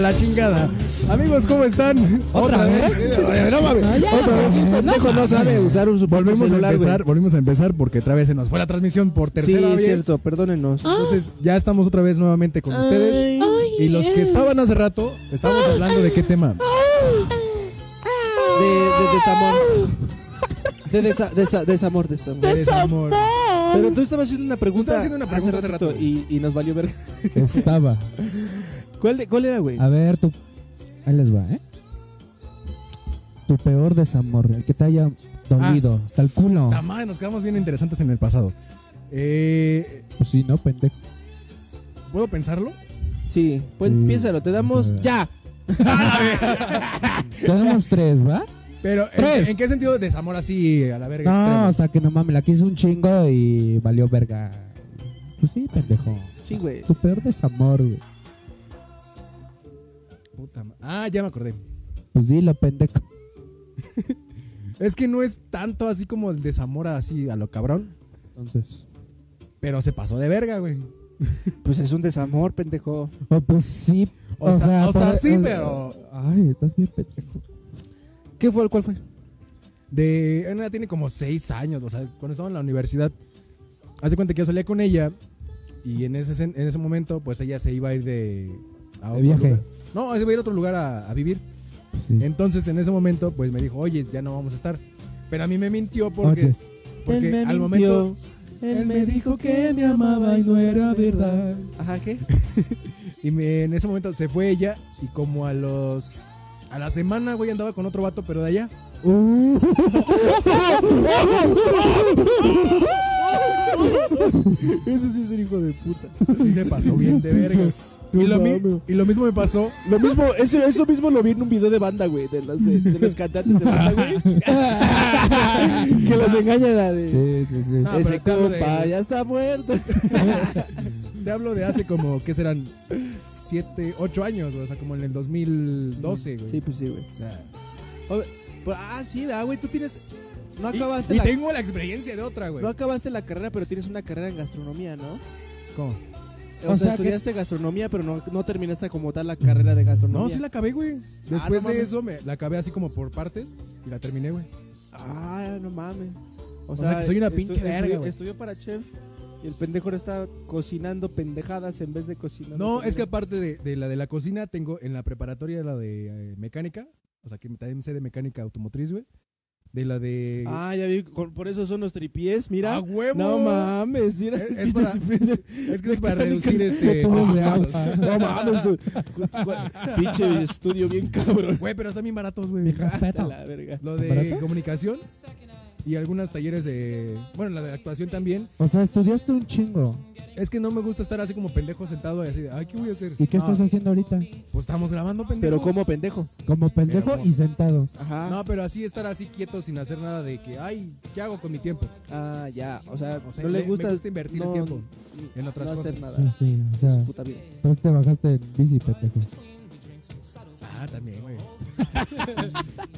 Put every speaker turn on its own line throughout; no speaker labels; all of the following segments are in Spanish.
la chingada. Amigos, ¿cómo están?
¿Otra vez?
Eh, No mames.
No, ya,
Otra vez.
no
pendejo no sabe usar un volvemos
celular,
a empezar,
güey.
volvimos a empezar porque otra vez se nos fue la transmisión por tercera
sí,
vez.
cierto, perdónenos.
Entonces, ya estamos otra vez nuevamente con ustedes. Y los que estaban hace rato, estábamos hablando de qué tema.
De, de desamor. De desa- desa- desamor, desamor.
De desamor.
Pero tú estabas haciendo una pregunta,
Estaba haciendo una pregunta hace
ratito
rato.
Y, y nos valió ver.
Estaba.
¿Cuál, de- cuál era, güey?
A ver, tu. Ahí les va, ¿eh? Tu peor desamor, el que te haya dolido.
Ah.
Hasta el culo.
La madre, nos quedamos bien interesantes en el pasado. Eh,
Pues sí, no, pendejo.
¿Puedo pensarlo?
Sí, pues
Sí.
piénsalo, te damos ya.
Tenemos tres, ¿va?
Pero, ¿en,
Tres.
en qué sentido desamor así a la verga?
No, o
extrema?
sea que no mames, la quise un chingo y valió verga. Pues sí, pendejo.
Sí, güey.
Tu peor desamor, güey.
Puta ma- ah, ya me acordé.
Pues dilo, pendejo.
Es que no es tanto así como el desamor así a lo cabrón,
Entonces.
pero se pasó de verga, güey.
Pues es un desamor, pendejo.
Oh, pues sí.
O, sea, o sea,
pues,
sí,
o-
pero
Ay, estás bien pendejo.
¿Qué fue? ¿Cuál fue?
de Ana tiene como seis años, o sea, cuando estaba en la universidad, hace cuenta que yo salía con ella y en ese sen- en ese momento, pues ella se iba a ir de a
De viaje.
lugar. No, se iba a ir a otro lugar a- a vivir.
Pues sí.
Entonces, en ese momento, pues me dijo, oye, ya no vamos a estar. Pero a mí me mintió porque,
Oye.
porque
Él me
al
mintió.
momento...
Él me dijo que me amaba y no era verdad. Ajá, ¿qué?
Y me- en ese momento se fue ella y como a los... A la semana, güey, andaba con otro vato, pero de allá.
Mm. Eso sí es un hijo de puta.
Sí se pasó bien de verga.
No
Y lo, mi-
mames.
y lo mismo me pasó.
Lo mismo, eso, eso mismo lo vi en un video de banda, güey. De los, de, de los cantantes de banda, güey. que los engañan a de.
Sí, sí, sí.
No, pero
Ese
te hablo
compa
de-
ya está muerto.
Te hablo de hace como, ¿qué serán? Siete, ocho años, güey, o sea, como en el 2012, güey.
Sí, pues sí, güey.
O sea,
Pero, ah, sí, ah, güey, tú tienes. No
y-
acabaste,
y,
la,
tengo la experiencia de otra, güey.
no acabaste la carrera, pero tienes una carrera en gastronomía, ¿no?
¿Cómo?
O,
O
sea,
sea, que-
estudiaste gastronomía, pero no, no terminaste como tal la carrera de gastronomía.
No, sí la acabé, güey. Después
Ah, no
de
mames.
eso, me la acabé así como por partes y la terminé, güey.
Ah, no mames.
O sea, que soy una pinche verga,
Estudió,
güey.
estudió para chef y el pendejo ahora está cocinando pendejadas en vez de cocinando.
No, es que
pendejadas.
aparte de, de la de la cocina, tengo en la preparatoria la de eh, mecánica. O sea, que también sé de mecánica automotriz, güey. De la de.
Ah, ya vi. con- por eso son los tripiés, mira.
¡A huevo! Eh,
no mames, mira.
Es- es
Pinches
para-
tripiés.
Es que es para
Mecánica.
reducir este.
Tubos de
costos.
agua.
No mames. su- cu- cu- pinche estudio bien cabrón.
Güey, pero están bien baratos, güey.
Mi respeto.
La verga.
Lo de
¿Barato?
comunicación y algunos talleres de. Bueno, la de actuación también.
O sea, estudiaste un chingo.
Es que no me gusta estar así como pendejo sentado y así. de, Ay, ¿qué voy a hacer?
¿Y qué
No,
estás haciendo ahorita?
Pues estamos grabando, pendejo.
Pero Ah. como pendejo.
Como pendejo
Pero-
y sentado.
Ajá.
No, pero así estar así quieto sin hacer nada de que, ay, ¿qué hago con mi tiempo?
Ah, ya. O sea,
O sea,
no
me-
le
me
gusta,
gusta invertir el
no-
tiempo en otras
no hacer
cosas.
Sí,
nada.
sí, o sea,
Puta vida.
entonces te bajaste en bici, pendejo.
Ah, también, güey.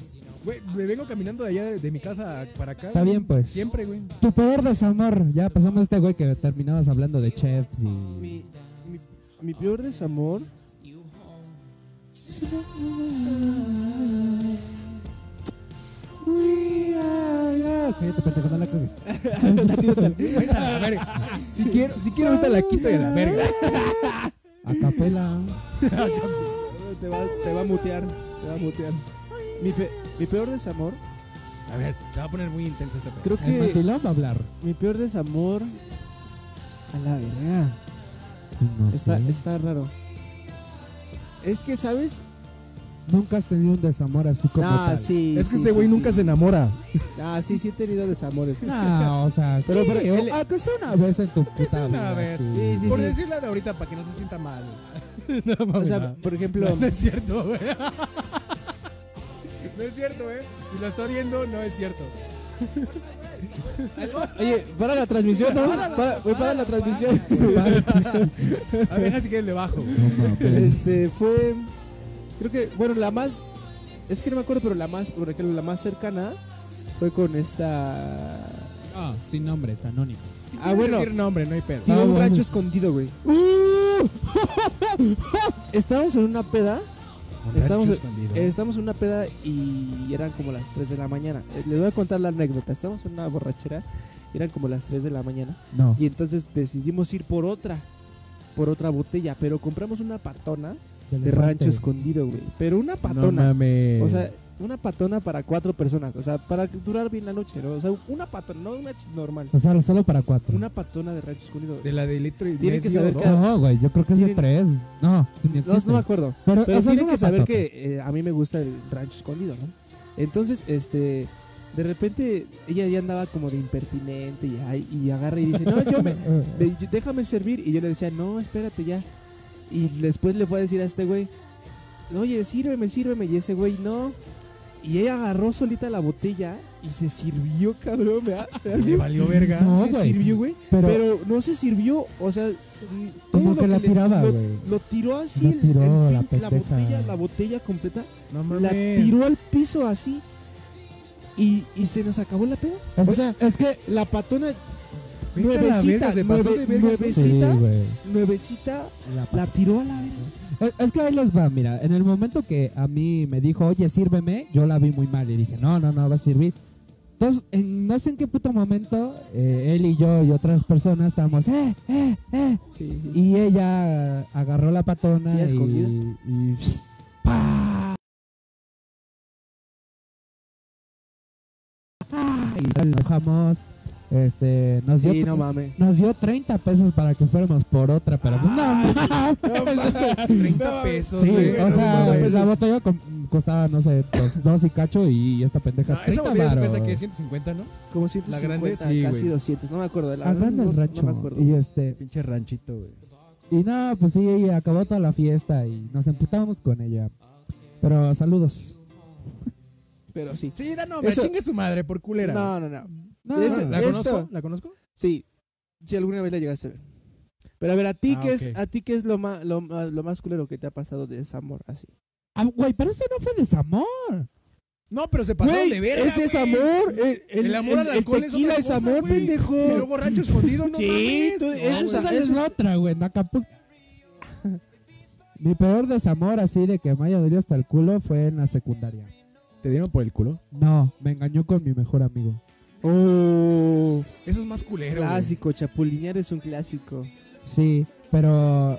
Güey, me vengo caminando de allá de, de mi casa a- para acá.
Está
güey.
bien, pues.
Siempre, güey.
Tu peor desamor. Ya pasamos a este güey que terminabas hablando de chefs y.
Mi, mi, mi peor desamor.
Cállate, pendejo, no la cagues.
Vete a la verga. Si quiero, si quiero ahorita la quito y a la verga.
A capela.
Te va, te va a mutear. Te va a mutear. Mi, pe- mi peor desamor.
A ver, se va a poner muy este intensa esta
Creo
El
que
mandilón va a hablar.
mi peor desamor. A la verga.
No
Está,
sé.
está raro. Es que, ¿sabes?
Nunca has tenido un desamor así como.
Ah,
tal.
sí.
Es que
sí,
este
sí,
güey
sí.
nunca se enamora.
Ah, sí, sí he tenido desamores.
No, o sea,
Pero-
pero,
pero él-
que sea una vez en tu
una
puta vida,
vez.
sí.
Sí, sí,
Por
sí.
decirla de ahorita, para que no se sienta mal. no,
O
mames.
sea, por ejemplo,
No es cierto, güey. No es cierto, eh. Si lo está viendo, no es cierto.
oye, para la transmisión, ¿no? Para, güey, para la transmisión.
A ver, así que le bajo.
No mames.
Este fue. Creo que, bueno, la más. Es que no me acuerdo, pero la más, por ejemplo, la más cercana fue con esta.
Ah, sin nombres, anónimo.
Si
Ah,
quieres
bueno.
decir nombre, no hay pedo.
Tiene
Ah,
un
bueno.
rancho escondido, güey. Estábamos en una peda
Con
Estamos-
rancho escondido.
Eh, Estamos en una peda y eran como las 3 de la mañana. Eh, Les voy a contar la anécdota. Estamos en una borrachera, y eran como las 3 de la mañana.
No.
Y entonces decidimos ir por otra, por otra botella. Pero compramos una patona de rancho escondido, güey. Pero una
No
patona.
mames.
o sea, una patona para cuatro personas. O sea, para durar bien la noche, ¿no? O sea, una patona, no una ch- normal.
O sea, solo para cuatro.
Una patona de rancho escondido.
de la de litro y
Tienen
medio,
que saber
dos.
que-
No, güey, yo creo que es de
Tienen-
tres. No, ni
No,
existe.
no me acuerdo.
pero
Pero
esa es
tienen
una
que saber
patota.
que eh, a mí me gusta el rancho escondido, ¿no? Entonces, este, de repente ella ya andaba como de impertinente y, ay, y agarra y dice, no, yo me,
Eh,
de- yo- déjame servir. Y yo le decía, no, espérate ya. Y después le fue a decir a este güey, oye, sírveme, sírveme. Y ese güey, no. Y ella agarró solita la botella y se sirvió, cabrón. Me da- me da
Se le
miedo.
valió verga.
No,
se
güey.
sirvió, güey.
Pero,
Pero, no se sirvió, o sea, mm, todo
como
lo
que la
le-
tiraba,
lo-
güey.
lo tiró así,
La
el-
tiró,
el
la
pin- la,
pendeja.
botella, la botella completa,
No
la
mames.
tiró al piso así y, y se nos acabó la peda.
Es,
o sea,
es que.
La patona
Vete a la
nuevecita,
verga, se pasó
nueve-
de verga.
nueve-
Sí,
¿Besita?
güey.
nuevecita la tiró a la verga.
Es, es que ahí les va, mira. En el momento que a mí me dijo, oye, sírveme, yo la vi muy mal y dije, no, no, no, va a servir. Entonces, en no sé en qué puto momento, eh, él y yo y otras personas estábamos, eh, eh, eh.
Y-
Y ella agarró la patona
Sí,
y,
escondida.
y, pss, ¡pa! ¡Pa! y nos enojamos. Este, nos dio,
Sí, no mames.
nos dio 30 pesos para que fuéramos por otra, pero pues, no mames.
30 pesos,
Sí,
güey.
o
No
sea, pues,
mames.
la botella com- costaba, no sé, dos, dos y cacho y esta pendeja.
No, esa
30
botella se
varos.
cuesta que 150, ¿no?
Como 150,
grande, sí,
casi
güey.
200, no me acuerdo. La
Ah,
verdad,
grande
no,
el
no
rancho.
me acuerdo.
y este,
Pinche ranchito, güey.
y nada, pues sí, y acabó toda la fiesta y nos emputábamos con ella. Pero saludos.
Pero sí.
Sí, da nombre,
Eso-
chingue su madre por culera.
No, no, no.
No,
Ese-
no,
¿La
Esto-
conozco? ¿La conozco?
Sí, si alguna vez la llegaste a ver. Pero a ver, a ti
Ah,
qué es,
ok.
a ti qué es lo más, lo, ma- lo más culero que te ha pasado de desamor así.
Ah, güey, pero eso no fue desamor.
No, pero se pasó
Güey,
de verga.
ese es
güey.
amor. El, el-
El amor al
el- el
alcohol es
tequila
otra
es
cosa,
amor,
güey.
pendejo.
Y luego rancho escondido, no
Sí,
mames.
tú-
No,
eso
güey.
es-
Esa es la otra, güey, en Acapulco. Mi peor desamor así de que me haya dolido hasta el culo fue en la secundaria.
¿Te dieron por el culo?
No, me engañó con mi mejor amigo.
Oh,
Eso es más culero, güey.
clásico, chapulinear es un clásico.
Sí, pero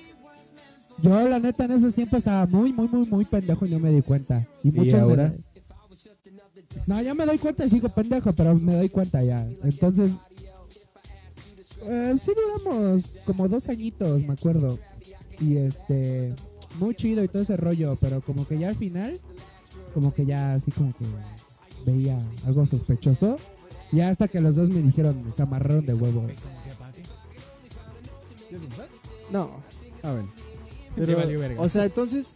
yo la neta en esos tiempos estaba muy, muy, muy, muy pendejo y no me di cuenta. Y, muchos me-
ahora?
No, ya me doy cuenta y sigo pendejo, pero me doy cuenta ya. Entonces, eh, sí duramos como dos añitos, me acuerdo. Y este, muy chido y todo ese rollo, pero como que ya al final, como que ya así como que veía algo sospechoso. Ya hasta que los dos me dijeron, se amarraron de huevo.
No,
Ah, bueno. Te
pero,
valió verga.
o sea, entonces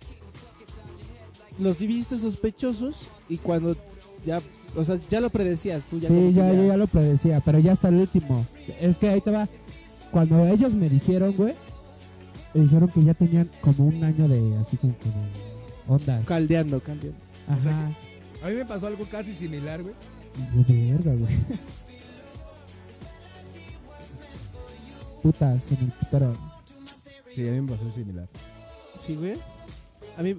los viviste sospechosos y cuando ya, o sea, ya lo predecías tú ya. como
Sí,
que
ya, yo ya lo predecía, pero ya hasta el último. Es que ahí te va. Cuando ellos me dijeron, güey, me dijeron que ya tenían como un año de así como que de onda.
caldeando, caldeando.
Ajá.
a mí me pasó algo casi similar, güey.
Y yo, verga, güey. Putas en el putero.
Sí, a mí me pasó similar.
Sí, güey. A mí,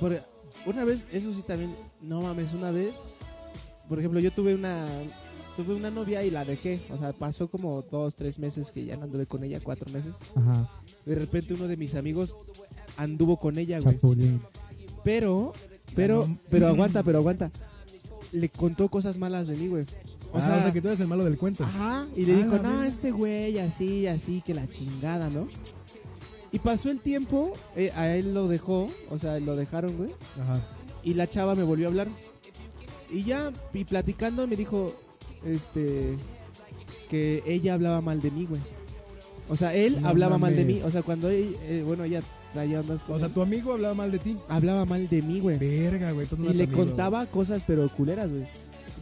por- una vez, eso sí también, no mames, una vez, por ejemplo, yo tuve una, tuve una novia y la dejé, o sea, pasó como dos, tres meses que ya no anduve con ella, cuatro meses.
Ajá.
De repente uno de mis amigos anduvo con ella, güey.
Chapulín.
Pero, pero,
no.
pero aguanta, pero aguanta. Le contó cosas malas de mí, güey. O sea,
Ah, que tú eres el malo del cuento.
Ajá, y le
Ah,
dijo,
la
no,
verga.
este güey, así, así, que la chingada, ¿no? Y pasó el tiempo, eh, a él lo dejó, o sea, lo dejaron, güey,
Ajá.
y la chava me volvió a hablar. Y ya, y platicando, me dijo, este, que ella hablaba mal de mí, güey. O sea, él
No
hablaba mal de mí,
mames.
o sea, cuando, él, eh, bueno, ella traía
O
unas cosas.
sea, tu amigo hablaba mal de ti.
Hablaba mal de mí, güey.
Verga, güey. entonces no
Y
era
le
tu amigo.
contaba cosas, pero culeras, güey.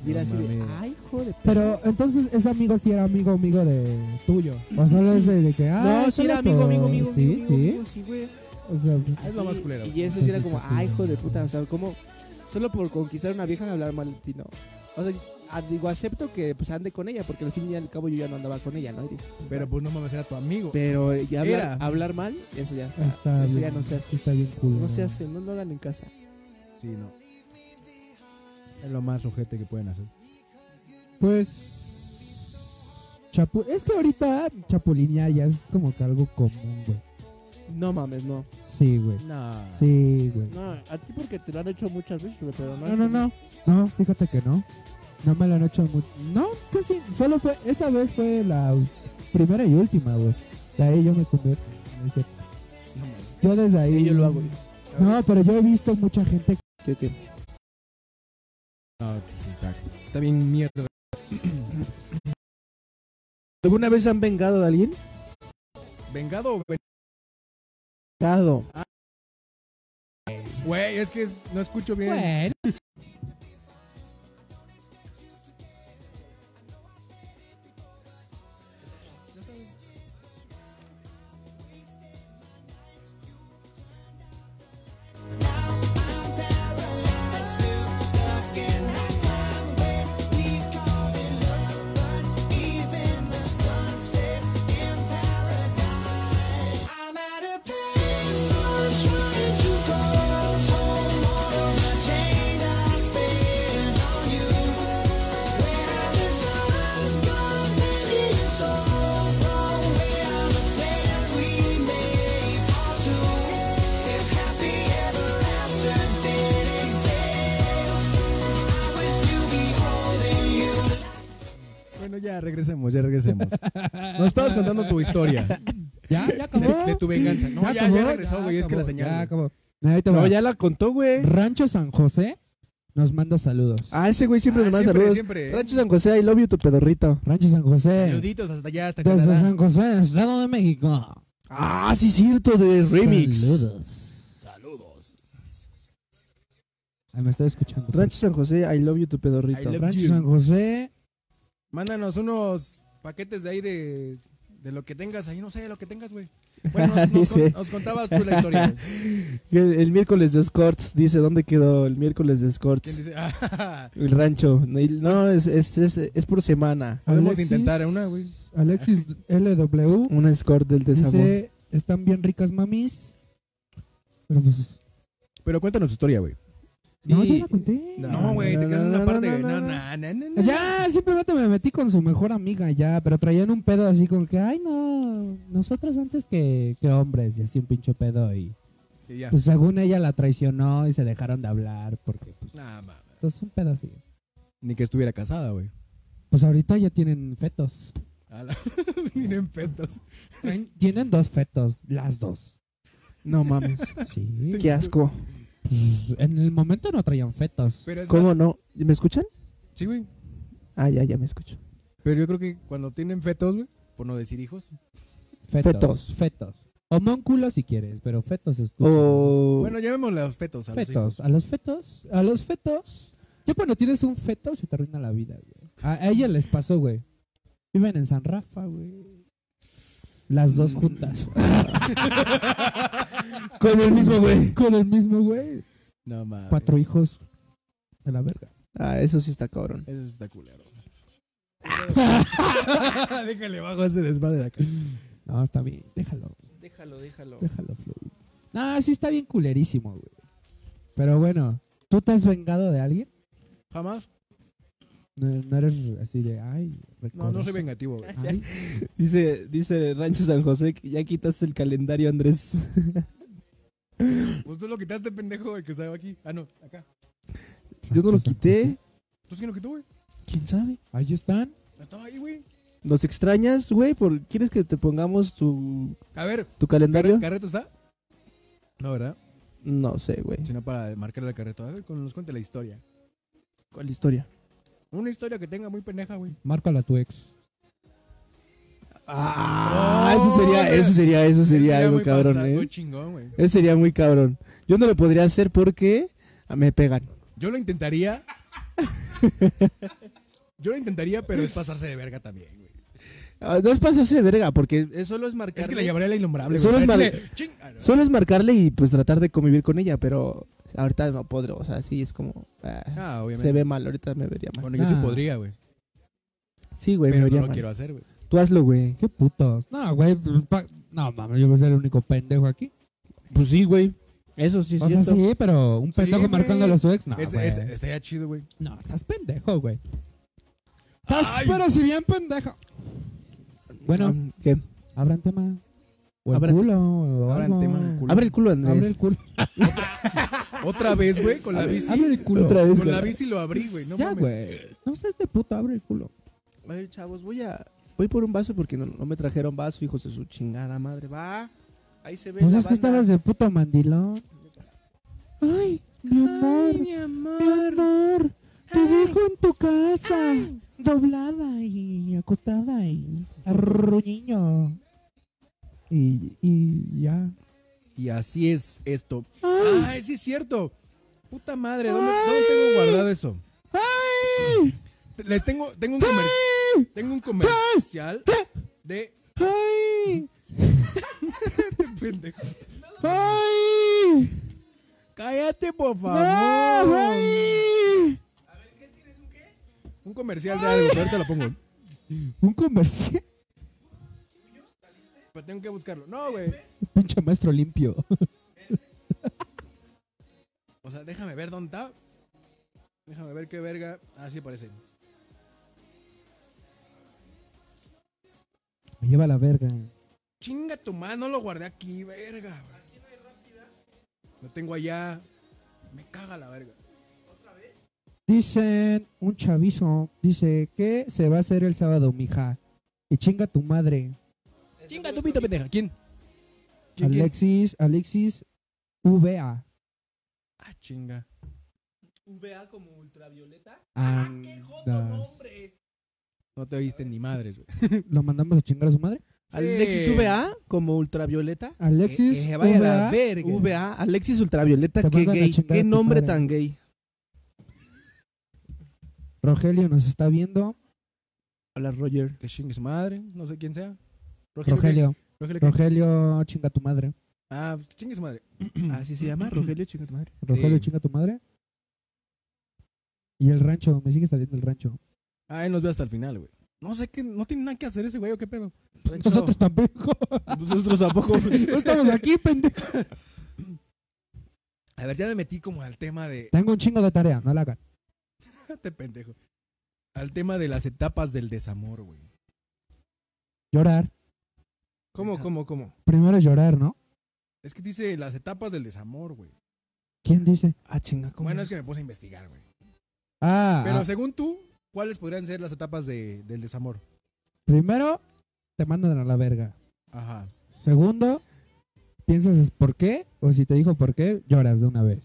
Y era
No
así de,
mames.
ay, hijo de
Pero entonces ese amigo sí era amigo, amigo de tuyo. O solo ese de que, ah,
No, sí era
solo
amigo,
por-
amigo, amigo,
Sí,
amigo,
sí.
amigo, amigo, sí, güey.
O sea, pues,
Es lo
Así,
más culero.
Y eso sí era como, ay, hijo de puta, o sea, como, solo por conquistar una vieja hablar mal de ti, ¿no? O sea, ah, digo, acepto que pues ande con ella, porque al fin y al cabo yo ya no andaba con ella, ¿no? Y dices, pues,
Pero pues no mames, era tu amigo.
Pero eh, ya hablar,
Era.
hablar mal, eso ya está.
Está
Ah, eso
bien,
ya no se hace.
Está bien cool.
No se hace, no lo hagan en casa.
Sí, no. Es lo más ojete que pueden hacer.
Pues. Chapu es que ahorita chapulinear ya es como que algo común, güey.
No mames, no.
Sí, güey.
No.
Sí, güey.
No, a ti porque te lo han hecho muchas veces, güey, pero no.
No, no, no. No, fíjate que no. No me lo han hecho mucho. No, casi. Solo fue. Esa vez fue la primera y última, güey. De ahí yo me convierto. no es cierto.
No mames.
Yo desde ahí.
Y yo lo hago. güey.
No, pero yo he visto mucha gente.
¿Qué, qué?
No, pues sí está. Está bien mierda. ¿Alguna vez han
¿Vengado de alguien?
vengado? o ven-
Vengado.
Güey, es que es- no escucho bien.
Bueno.
I'm at a place I'm trying to go home on the chain I spin on you. Where the time's gone, baby, it's all wrong. Where the plans we made fall to. If happy ever after did exist, I would still be holding you.
Bueno, ya regresemos, ya regresemos. Nos estabas contando tu historia
Ya, ya acabó.
de, de tu venganza. No, ya,
acabó,
ya regresó, güey. Es que la
acabó, Ya
señal. güey.
acabó. Ahí te va.
No, ya la contó, güey.
Rancho San José nos manda saludos.
Ah, ese güey siempre
Ah,
nos manda
siempre,
saludos.
siempre.
Rancho San José, I love you, tu pedorrito.
Rancho San José.
Saluditos hasta allá, hasta
Desde
Canadá.
San José, Estado de México.
Ah, sí, cierto, de Remix.
Saludos.
Saludos.
Ay, me estoy escuchando.
Rancho San José, I love you, tu pedorrito.
I love-
Rancho
you.
San José.
Mándanos unos paquetes de ahí de, de lo que tengas. Ahí no sé, lo que tengas, güey. Bueno, nos, nos
Dice.
con- nos contabas tú la historia. güey.
El, el miércoles de Scorts, dice, ¿dónde quedó el miércoles de
¿Quién
Scorts?
dice? Ah,
El rancho. No, es, es, es, es por semana.
Podemos
Alexis-
intentar una, güey.
Alexis LW
Un Scort del desamor.
dice: Están bien ricas mamis. Pero pues.
Pero cuéntanos tu historia, güey.
No,
Y-
ya la conté.
No, güey, te quedas en una parte. No, no, no, no, no.
Ya, simplemente me metí con su mejor amiga, ya, pero traían un pedo así como que, ay, no, nosotros antes que, que hombres, y así un pinche pedo. Y
Y ya.
pues según ella la traicionó y se dejaron de hablar, porque pues,
Nah, mames.
entonces un pedo así.
Ni que estuviera casada, güey.
Pues ahorita ya tienen fetos.
Ala. Miren petos.
Traen- tienen dos fetos, las dos.
No mames,
Sí.
qué asco.
Pues, en el momento no traían fetos.
Pero es
¿Cómo
más-
no? ¿Me escuchan?
Sí, güey.
Ah, ya, ya me escucho.
Pero yo creo que cuando tienen fetos, güey, por no decir hijos.
Fetos.
fetos.
Fetos. Homúnculo si quieres, pero fetos es
O...
Bueno, llamémosle a los fetos, a los hijos.
fetos, a los fetos, a los fetos. Ya cuando tienes un feto se te arruina la vida, güey. A, a ella les pasó, güey. Viven en San Rafa, güey. Las
Mm.
dos juntas.
Con el mismo güey.
Con el mismo, güey.
No mames.
Cuatro hijos. De la verga.
Ah, eso sí está cabrón.
Eso está culero. Déjale bajo ese desmadre de acá.
No, está bien. Déjalo,
Déjalo, déjalo.
déjalo fluir. No, sí está bien culerísimo, güey. Pero bueno, ¿tú te has vengado de alguien?
¿Jamás?
No, no eres así de, ay,
No, no
recorres-
soy vengativo, güey.
Ay,
Dice, dice Rancho San José, que ya quitas el calendario, Andrés.
Pues tú lo quitaste, pendejo, el que estaba aquí. Ah, no, acá.
Yo no lo quité.
¿Tú sí lo quitó, güey?
¿Quién sabe?
Ahí están.
Estaba ahí, güey.
¿Nos extrañas, güey? Por... ¿Quieres que te pongamos tu,
A ver,
tu calendario?
¿carre- ¿Carreto está? No, ¿verdad?
No sé, güey.
Sino para marcarle al carreto. A ver, con- nos cuente la historia.
¿Cuál historia?
Una historia que tenga muy pendeja, güey.
Márcala a tu ex.
Ah,
Ah, No,
eso sería,
güey.
eso sería, eso sería
Sería
algo
muy
cabrón,
pasar-
¿eh?
muy chingón, güey.
Eso sería muy cabrón. Yo no lo podría hacer porque ah, me pegan.
Yo lo intentaría. Yo lo intentaría, pero es pasarse de verga también, güey.
Ah, No es pasarse de verga, porque eh, solo es marcarle.
Es que le llamaría la innombrable.
Solo
güey.
es
Para
mal-
decirle, "Ching", ah, no.
Solo es marcarle y pues tratar de convivir con ella, pero ahorita no podré. O sea, sí es como. ah,
Ah, obviamente.
se ve mal, ahorita me vería mal.
Bueno, yo sí
Ah.
podría, güey.
Sí, güey, me
Pero
vería
no lo
mal.
quiero hacer, güey.
Tú hazlo, güey.
Qué putos. No, güey. pues, pa- No, mames, yo voy a ser el único pendejo aquí.
Pues sí, güey. Eso sí es
O sea,
cierto.
sí, pero un
Sí,
pendejo
güey.
marcándole a su ex. No,
Es-
güey.
es- estaría chido, güey.
No, estás pendejo, güey. Estás,
Ay.
pero si bien pendejo. Bueno,
Ah, ¿qué?
abran tema. O el
Abran-
culo, o
Abran
algo.
tema del culo.
Abre el culo, Andrés.
Abre el culo.
Otra vez, güey, con la
Abre-
bici.
abre el culo.
Otra vez,
Con la
güey.
bici lo abrí, güey. No
ya,
mames.
güey. No seas de puto, abre el culo.
A ver, chavos, voy a. Voy por un vaso porque no, no me trajeron vaso, hijos de su chingada madre. Va. Ahí se ve.
Pues
la
es que
banda.
estabas de puto mandilón. Ay, mi amor.
Ay, mi
Mi
amor.
amor, te
Ay.
dejo en tu casa, doblada y acostada y arruñiño. Y, y ya.
Y así es esto.
¡Ay!
Ay, sí es cierto. Puta madre, ¿dónde, dónde tengo guardado eso?
¡Ay!
Les tengo, tengo un comercial. Tengo un comercial de Este
¡Ay!
pendejo.
¡Ay!
Cállate, por
¡No!
favor.
¡Ay!
Un comercial de algo, que ahorita lo pongo.
Un comercial.
Pero tengo que buscarlo. No, güey.
Pinche maestro limpio.
O sea, déjame ver dónde está. Déjame ver qué verga. Ah, Así parece.
Me lleva a la verga.
Chinga tu madre, no lo guardé aquí, verga. Aquí no hay rápida. Lo tengo allá. Me caga la verga.
Dicen, un chavizo, dice, ¿qué se va a hacer el sábado, mija? Y chinga tu madre.
Chinga tu pito, pendeja. ¿Quién? ¿Quién, quién?
Alexis, Alexis, VA.
Ah, chinga.
VA como ultravioleta.
Andas.
No te oíste ni madres, güey.
¿Lo mandamos a chingar a su madre?
Alexis
Sí.
VA como ultravioleta.
Alexis,
Que- que vaya la
VA,
verga.
VA, Alexis Ultravioleta,
Te
qué
mandan a
gay,
chingar a
qué
tu
nombre
madre.
tan gay.
Rogelio nos está viendo.
Habla Roger.
Que chingue su madre. No sé quién sea.
Rogelio,
¿qué? Rogelio. ¿qué?
Rogelio, chinga tu madre.
Ah, chingue su madre.
Así se llama, Rogelio, chinga tu madre.
Rogelio,
Sí.
chinga tu madre. Y el rancho, me sigue saliendo el rancho.
Ah, él nos ve hasta el final, güey. No sé qué, no tiene nada que hacer ese güey o qué pedo. pues,
Nosotros tampoco.
Nosotros tampoco.
No estamos aquí, pendejo.
A ver, ya me metí como al tema de.
Tengo un chingo de tarea, no la hagan.
Este pendejo. Al tema de las etapas del desamor, güey.
Llorar.
¿Cómo,
Ajá.
cómo, cómo?
Primero es llorar, ¿no?
Es que dice las etapas del desamor, güey.
¿Quién dice?
Ah, chinga, ¿cómo
Bueno, es que me puse a investigar, güey.
Ah,
Pero
ah,
según tú, ¿cuáles podrían ser las etapas de- del desamor?
primero te mandan a la verga.
Ajá.
Segundo, piensas es por qué, o si te dijo por qué, lloras de una vez.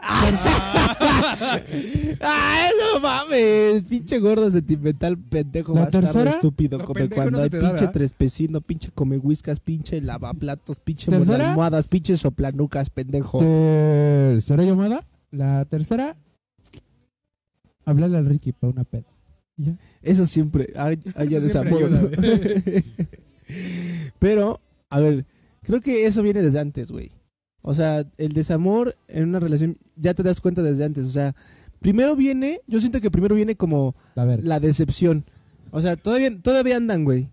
Ah. ¡Ay, no mames! Pinche gordo sentimental, pendejo
¿La
bastardo,
tercera?
estúpido.
No,
come
pendejo,
cuando
no se
hay
te da,
pinche
¿verdad?
trespecino, pinche come whiskas, pinche lavaplatos, pinche
¿Tercera?
muerde almohadas, pinche soplanucas, pendejo.
Tercera llamada. La tercera, hablarle al Ricky para una peda.
Eso siempre hay- haya
Eso siempre
desamor.
ayuda,
¿no? Pero, a ver, creo que eso viene desde antes, güey. O sea, el desamor en una relación ya te das cuenta desde antes. O sea, primero viene, yo siento que primero viene como
La verga.
la decepción. O sea, todavía, todavía andan, güey.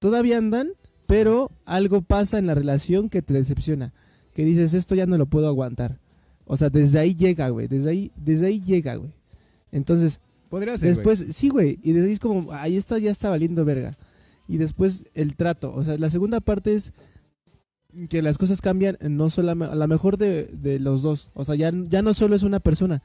Todavía andan, pero algo pasa en la relación que te decepciona. Que dices, esto ya no lo puedo aguantar. O sea, desde ahí llega, güey. Desde ahí, desde ahí llega, güey. Entonces,
Podría ser.
después, sí, güey. Y desde ahí es como, ahí está, ya está valiendo verga. Y después el trato. O sea, la segunda parte es que las cosas cambian, no solamente, a lo mejor de, de los dos. O sea, ya, ya no solo es una persona,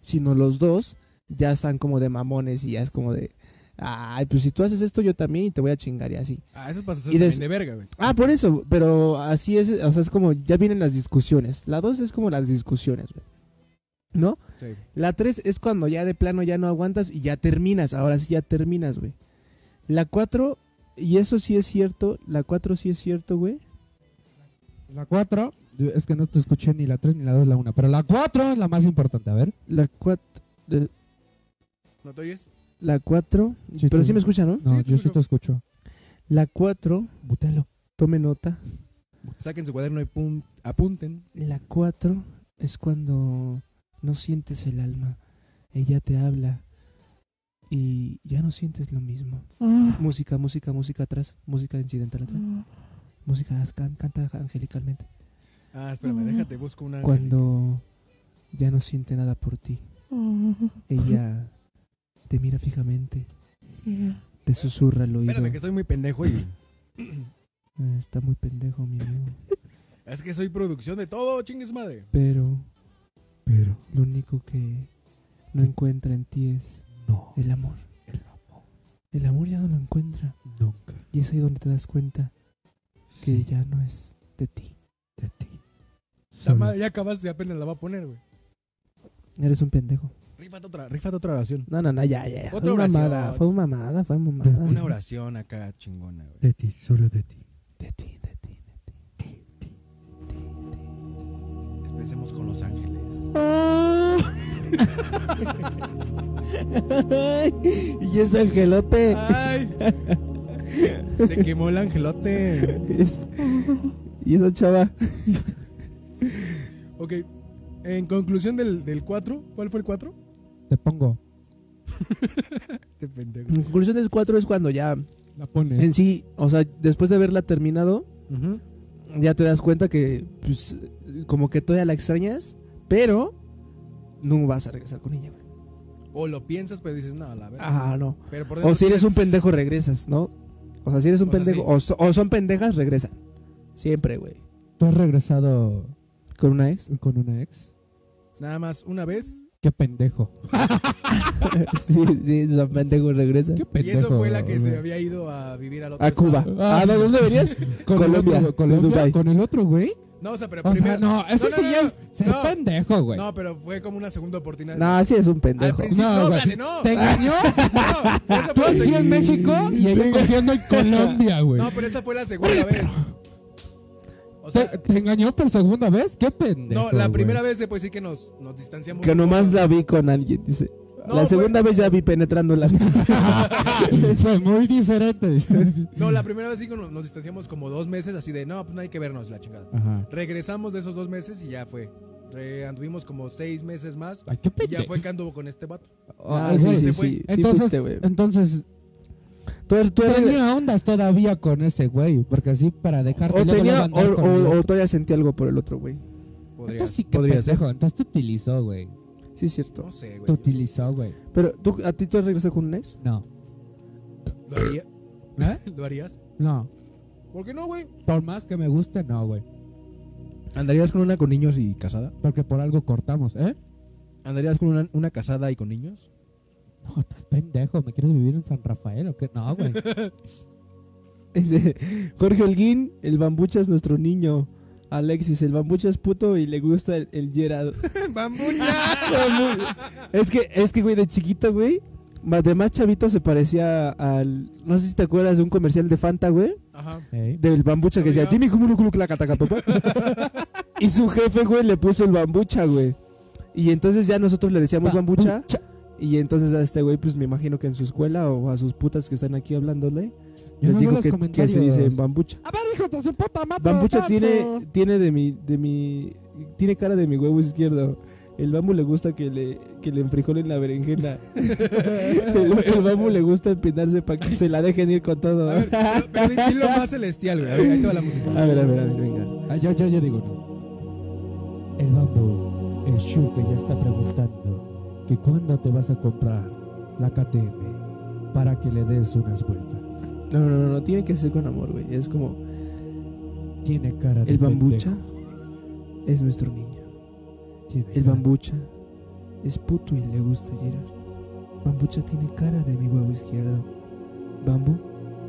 sino los dos ya están como de mamones y ya es como de, ay, pues si tú haces esto, yo también y te voy a chingar y así.
güey. Ah, eso es para hacer
y des-
también de verga, güey.
Ah, por eso, pero así es, o sea, es como, ya vienen las discusiones. La dos es como las discusiones, güey. ¿No?
Sí.
La 3 es cuando ya de plano ya no aguantas y ya terminas. Ahora sí ya terminas, güey. La 4, y eso sí es cierto, la 4 sí es cierto, güey.
La cuatro, es que no te escuché ni la tres ni la dos, la una. Pero la cuatro es la más importante, a ver.
La 4...
¿No te oyes?
La 4.
Sí,
pero
tú-
sí me escuchan, ¿no?
No, yo sí te escucho.
La 4. Bútalo. Tome nota.
Saquen su cuaderno y pum, apunten.
La 4 es cuando no sientes el alma. Ella te habla y ya no sientes lo mismo. Música, música, música atrás. Música incidental
Mm.
atrás. Música, can- canta angelicalmente.
Ah, espérame, déjate, busco una.
Cuando ya no siente nada por ti. Ella te mira fijamente. Te susurra al oído.
Espérame, que estoy muy pendejo y.
"Eh, Está muy pendejo, mi amigo.
Es que soy producción de todo, chingue su madre.
Pero
Pero
lo único que no encuentra en ti es
no,
el amor. El amor ya no lo encuentra.
nunca
Y es ahí donde te das cuenta que ya no es de ti.
de ti.
La madre, ya acabaste, apenas la va a poner, güey.
Eres un pendejo.
Rífate otra, rífate otra oración.
No, no, no, ya, ya. ya.
Otra
Fue una
oración.
mamada, fue una mamada, fue una mamada.
Una oración acá chingona, güey.
De ti, solo de ti.
De ti, de ti, de ti.
Empecemos con Los Ángeles.
y es angelote.
¡Ay! Se quemó el angelote.
Es- y esa chava.
Ok. En conclusión del, del 4, ¿cuál fue el 4?
Te pongo,
Este pendejo.
En conclusión del 4 es cuando ya,
la pones.
en sí, o sea, después de haberla terminado,
Ujú.
ya te das cuenta que, pues, como que todavía la extrañas, pero no vas a regresar con ella. güey.
O lo piensas, pero dices, no, la verdad.
Ah, no.
Pero por dentro
O si eres
dices,
un pendejo, regresas, ¿no? O sea, si eres un
O sea,
pendejo,
sí.
o, so- o son pendejas, regresan. Siempre, güey.
¿Tú has regresado
Con una ex.
con una ex?
Nada más una vez.
Qué pendejo.
Ah.
sí, sí, son pendejos, regresan.
Qué
Y
pendejo.
eso fue la que se
güey.
había ido a vivir al otro
A Cuba.
estado.
Ah.
Ah, ¿no? ¿Dónde venías?
Con
Colombia,
el otro, Colombia,
Dubái.
con el otro güey.
No, o sea, pero
O sea,
primero.
no, eso
no,
sí
no,
ya es ser
no.
pendejo, güey.
No, pero fue como una segunda oportunidad.
No, sí, es un
Al
pendejo.
principio,
No,
no,
güey.
espérate, no.
Te engañó
No, esa
tú
fue la
aquí en
segu-
México y ella confiando en Colombia, güey.
No, pero esa fue la segunda vez. O sea,
¿Te, te engañó por segunda vez? Qué pendejo.
no, la
güey.
primera vez se puede decir que nos, nos distanciamos.
Que
un
nomás
poco.
la vi con alguien, dice.
No,
la segunda vez ya vi penetrando la.
fue muy diferente.
No, la primera vez sí que nos, nos distanciamos como dos meses, así de, no, pues no hay que vernos, la chingada.
Ajá.
Regresamos de esos dos meses y ya fue. Re- anduvimos como seis meses más
Ay, qué
y ya
pendejo.
fue que anduvo con este vato.
Ay,
Ah, sí,
güey.
se
sí,
fue.
sí.
Entonces-
Entonces, güey.
Entonces,
Tú eres- tú eres-
tenía ondas todavía con ese güey. Porque así, para dejarte.
o
luego,
tenía
luego
o,
andar con
o-
otro.
o todavía sentí algo por el otro, güey.
Podría,
Entonces sí que
podría ser.
pendejo. Entonces te utilizó, güey.
Sí, es cierto.
No sé,
Te
güey.
utilizó, güey.
Pero tú a ti tú has regresado con un ex?
No.
¿Lo, haría-
¿Eh?
¿Lo harías?
No.
¿Por qué no, güey?
Por más que me guste, no, güey.
¿Andarías con una con niños y casada?
Porque por algo cortamos, ¿eh?
¿Andarías con una, una casada y con niños?
No, estás pendejo. ¿Me quieres vivir en San Rafael o qué? No, güey.
Dice, Jorge Holguín, el bambucha es nuestro niño. Alexis, el bambucha es puto y le gusta el, el Gerard.
¡Bambucha!
es que, es que, güey, de chiquito, güey, ma- de más chavito se parecía al. No sé si te acuerdas de un comercial de Fanta, güey.
Ajá.
Ey.
Del bambucha que decía,
Oiga.
Timmy Jumuluculu Clacatacatopá. y su jefe, güey, le puso el bambucha, güey. Y entonces ya nosotros le decíamos bambucha. Y entonces a este güey, pues me imagino que en su escuela o a sus putas que están aquí hablándole, les
Yo no veo
dijo
los
que, que
comentarios.
se dice bambucha.
A ver, hijo de su puta madre.
Bambucha
no,
tiene,
por-
tiene de mi, de mi, tiene cara de mi huevo izquierdo. El bambu le gusta que le, que le enfrijolen la berenjena. el, el bambu le gusta empinarse para que se la dejen ir con todo.
A
A
ver,
ver,
pero, pero di- dilo más celestial, güey. A ver, ahí te va la música.
a ver, a ver, venga.
Ah, yo, yo, yo digo no. El bambo, el Shulke ya está preguntando que cuándo te vas a comprar la KTM para que le des unas vueltas.
No, no, no, no, tiene que ser con amor, güey. Es como,
Tiene cara de
el bambucha
pendejo.
es nuestro niño.
Tiene
El
cara-
bambucha es puto y le gusta Gerard. Bambucha tiene cara de mi huevo izquierdo. Bambu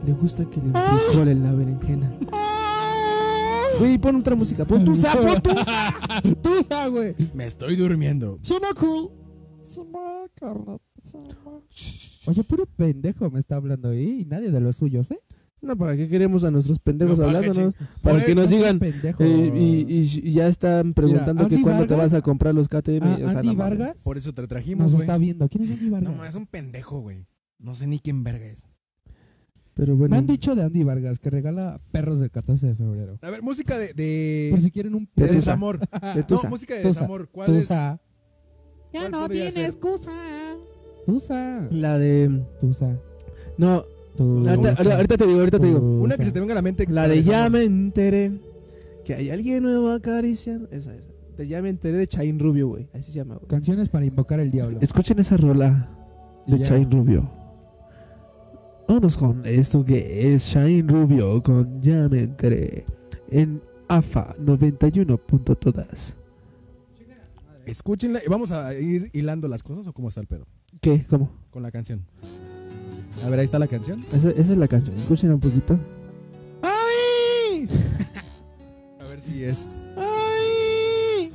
le gusta que le
Ah.
enfrijolen la berenjena. Güey, pon otra música, pon tu sapo, pon tu
Tusa, güey.
Me estoy durmiendo.
Suena cool. Suena, carnal, suena. Oye, puro pendejo me está hablando ahí y nadie de los suyos, ¿eh?
No, ¿para qué queremos a nuestros pendejos
No, para
hablándonos?
que
Para que,
Por
nos
Estás bien
digan.
pendejo.
eh, y, y- y ya están preguntando
Andy
que cuándo te
Vargas-
vas a comprar los KTM. o
Ah,
sea,
Andy
no mames.
Vargas
Por eso te trajimos,
nos
güey.
está viendo. ¿Quién es Andy
No,
Vargas?
mames, es un pendejo, güey. No sé ni quién verga es.
Pero bueno.
Me han dicho de Andy Vargas que regala perros del 14 de febrero.
A ver, música de. de-
Por si quieren un
de
De Tusa.
desamor.
de
Ah,
Tusa.
No, música de
Tusa.
desamor. ¿Cuál
Tusa.
Ya no tiene
excusa. Tusa.
La de.
Tusa.
No,
Tusa.
ahorita, ahorita- ahorita te digo, ahorita te digo.
es? Una que se te venga a la mente.
La de
desamor.
Ya me enteré que hay alguien nuevo acariciando. Esa, esa. De Ya me enteré de Chain Rubio, güey. Así se llama, güey.
Canciones para invocar el diablo.
Escuchen esa rola
Y
de
ya.
Shine Rubio. Vámonos con esto que es Shine Rubio con Ya me enteré en AFA 91. Todas.
Escúchenla y vamos a ir hilando las cosas o cómo está el pedo
¿Qué? ¿Cómo?
con la canción. A ver, ahí está la canción.
Esa, esa es la canción. Escuchen un poquito.
¡Ay!
A ver si es.
¡Ay!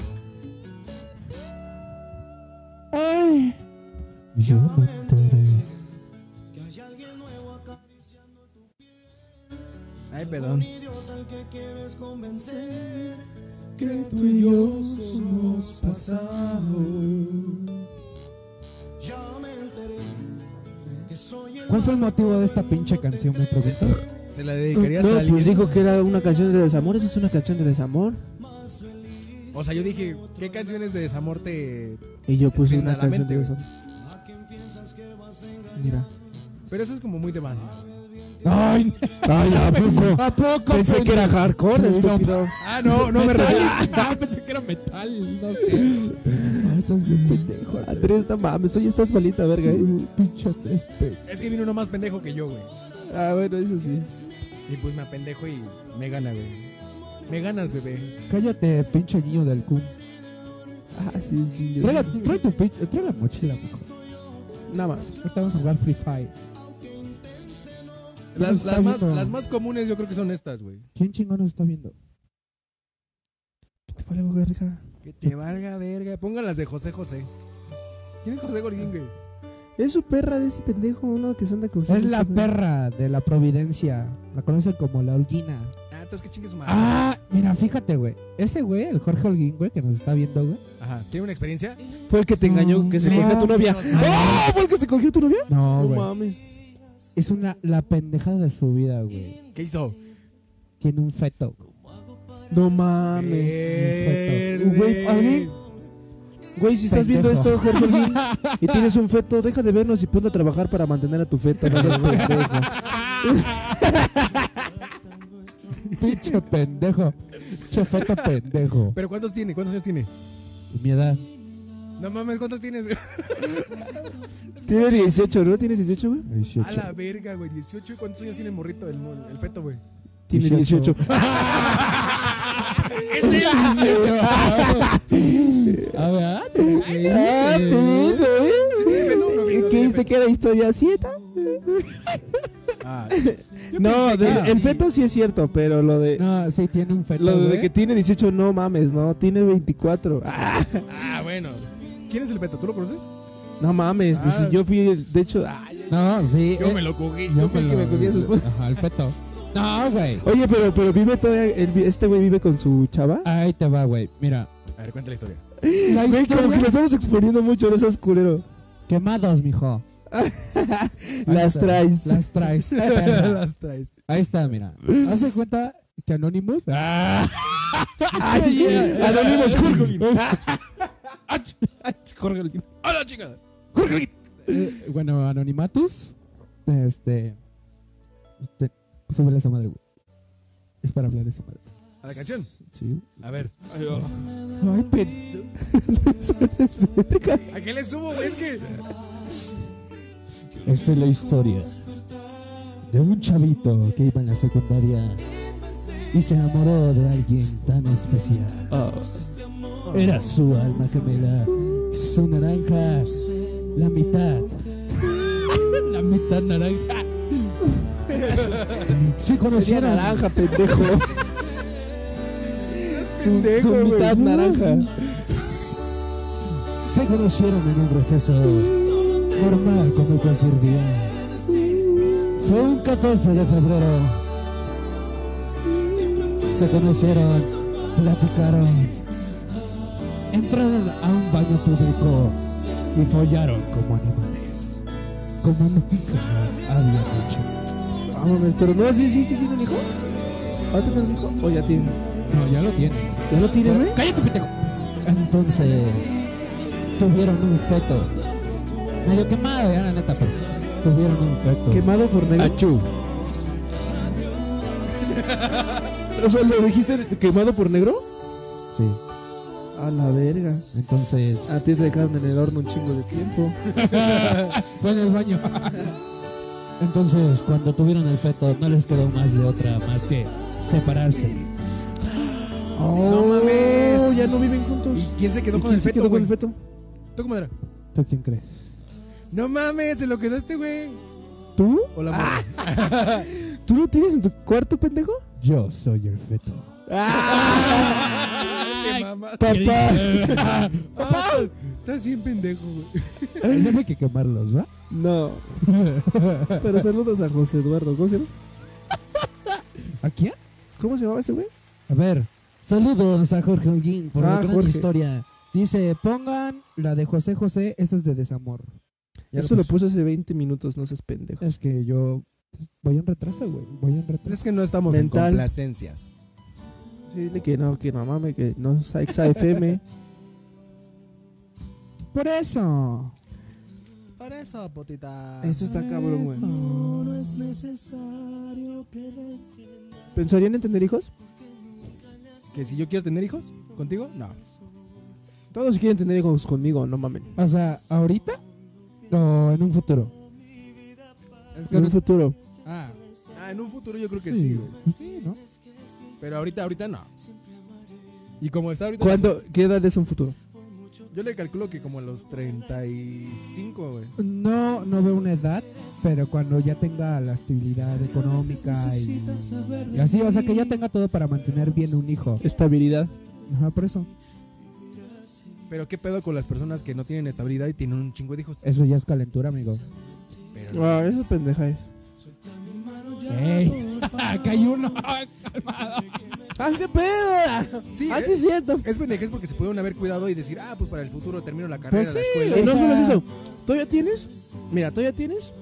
¡Ay! Yo me
pues,
enteré.
Ay, perdón.
Que
tú y yo somos pasado.
¿Cuál fue el motivo de esta pinche canción? Me pregunto.
Se la dedicarías a alguien.
pues dijo que era una canción de desamor. Esa es una canción de desamor.
O sea, yo dije, ¿qué canciones de desamor te.
Y yo
Se
puse
te viene
una
a la
canción de
mente,
desamor. Mira.
Pero eso es como muy de banda.
¡Ay!
Ay, ¿a poco?
¿A poco?
Pensé que era hardcore,
Sí, no.
estúpido.
Ah, no, no me refiero.
Ah, pensé que era metal. No sé. Ay, estás bien pendejo.
Andrés, no mames, hoy estás malita, verga. ¿eh?
Pinche tres pez.
Es que vino uno más pendejo que yo, güey.
Ah, bueno, eso sí.
Y pues me apendejo y me gana, güey. Me ganas, bebé.
Cállate, pinche niño del cum.
Ah, sí.
Trae la, trae tu pinche, trae la mochila, mejor.
Nada más.
Ahorita vamos a jugar Free Fire.
Las,
Está
las más,
viendo.
las más comunes yo creo que son estas, güey.
¿Quién chingón nos está viendo?
¿Qué te vale, verga?
Que te valga verga. Pónganlas de José José. ¿Quién es José Gorín, güey?
Es su perra de ese pendejo, uno que se anda cogiendo.
Es la
este-
perra de la Providencia. La conocen como la Holguina.
Ah, entonces que chingue su madre.
Ah, mira, fíjate, güey. Ese güey, el Jorge Holguín, güey, que nos está viendo, güey.
Ajá. ¿Tiene una experiencia?
Fue el que te engañó, que se
No.
cogió a tu novia.
¡Ah!
¡Oh! ¿Fue el que se cogió a tu novia?
No,
No
güey.
mames.
es una, la pendejada de su vida, güey.
¿Qué hizo?
Tiene un feto.
No mames.
Verde.
Güey, ¿alguien? Güey, si estás viendo
Pendejo.
esto, Jorge Olguín, y tienes un feto, deja de vernos y ponte a trabajar para mantener a tu feto. No seas pendejo.
Pinche pendejo. Pinche feto pendejo.
¿Pero cuántos tiene? ¿Cuántos años tiene?
Mi edad.
No mames, ¿cuántos tienes?
Tiene 18, ¿no? ¿Tienes 18, güey?
18.
A la verga, güey. 18. ¿Y cuántos años tiene el morrito, el, mon- el feto, güey?
Tiene 18.
¡Es él!
A ver, ah,
Ah,
te-
¿eh? ¿Qué hiciste? ¿Qué era historia? ¿Sieta?
Ah,
No, de-
que
el
sí.
feto sí es cierto, pero lo de...
No, sí, tiene un feto.
Lo de
güey.
que tiene 18, no mames, no, tiene 24. Ah,
ah, bueno. ¿Quién es el feto? ¿Tú lo conoces?
no mames, pues
Ah.
si yo fui, el- de hecho, ah,
No, sí. eh,
Yo me lo cogí.
yo
yo fui el que me cogí a su-
Ajá, el feto. No, güey.
oye, pero, pero vive todavía, el vi- este güey vive con su chava.
Ahí te va, güey. Mira.
A ver, cuenta la historia.
La
Güey, como que
historia-
lo estamos exponiendo mucho, no seas culero.
Quemados, mijo. Ahí
Las
está.
traes.
Las traes. perra.
Las traes.
Ahí está, mira. Haz de cuenta que Anonymous.
Ah. Ay, Anonymous Jorgelín. Jorgelín.
¡A la chingada!
eh, bueno, Anonymatus. Este. este súbele a esa madre, güey. Es para hablar de esa madre.
A la canción.
Sí.
A ver.
Ay, pendejo.
¿A qué le subo, güey? Es que.
Esta es la historia de un chavito que iba en la secundaria y se enamoró de alguien tan
Oh.
especial. Era su alma gemela, su naranja, la mitad. la mitad naranja. Si
Tenía
conocieran
naranja, pendejo. Su,
pendejo,
su
güey.
mitad naranja.
Se conocieron en un receso normal como cualquier día. Fue un 14 de febrero. Se conocieron, platicaron, entraron a un baño público y follaron como animales. como nunca había hecho.
Ah, mames, pero no, sí, sí, sí, tiene un hijo. ¿Ahora tienes un hijo? O ya tiene.
No, ya lo tiene.
¿Ya lo tiene, güey?
¡Cállate, pendejo! Entonces, tuvieron un feto. Medio quemado, ya la neta, pero tuvieron un feto.
Quemado por medio.
Achú.
O sea, ¿lo dijiste quemado por negro?
Sí.
A la verga.
Entonces,
A ti te dejaron en el horno un chingo de tiempo.
fue en el baño. Entonces, cuando tuvieron el feto, no les quedó más de otra más que separarse.
Oh,
mames.
Ya no viven juntos.
¿Y quién se quedó
¿Y
con
quién
el
se
feto,
quedó con
güey?
el feto?
¿Tú cómo era?
¿Tú quién crees?
No mames, se lo quedó este güey.
¿Tú?
O la morra.
¿Tú lo tienes en tu cuarto, pendejo?
Yo soy el feto.
Te
Ah.
mamas.
¡Papá!
Ah, Estás bien pendejo, güey.
Hay que quemarlos, ¿va?
No. Pero saludos a José Eduardo. ¿Cómo se llama?
¿A quién?
¿Cómo se llamaba ese güey?
A ver, saludos a Jorge Holguín por
Ah,
la gran
Jorge.
historia. Dice, pongan la de José José, esta es de desamor. Ya
Eso lo
puse.
puso hace 20 minutos, no seas pendejo.
Es que yo voy en retraso, güey. Voy en retraso.
Es que no estamos
Mental.
en complacencias.
Sí, dile que no, que no mames, que no es Exa FM.
Por eso. Por eso, potita.
Ah. Eso está cabrón, güey.
No es
¿Pensarían en tener hijos?
¿Que si yo quiero tener hijos contigo? No.
Todos quieren tener hijos conmigo, no mamen.
O sea, ¿ahorita? O en un futuro. Es
En un futuro.
Ah,
Ah, en un futuro yo creo que
sí,
sí, güey.
pues sí, ¿no?
Pero ahorita, ahorita no. Y como está ahorita.
¿Cuándo? ¿Qué edad es un futuro?
Yo le calculo que como a los 35, güey.
No, no veo una edad, pero cuando ya tenga la estabilidad económica y, y así, o sea, que ya tenga todo para mantener bien un hijo.
Estabilidad.
Ajá, por eso.
Pero qué pedo con las personas que no tienen estabilidad y tienen un chingo de hijos.
Eso ya es calentura, amigo.
Pero no.
Ah, eso es pendeja. es.
¡Ey! ¡Acá hay uno!
¡Ah, qué pedo!
Sí,
¡Ah,
eh,
sí es cierto!
es pendejez porque se pudieron haber cuidado y decir, ah, pues para el futuro termino la carrera,
Pues
la
sí,
escuela.
Y no
O
solo
sea-
es eso. Todavía tienes, mira, todavía tienes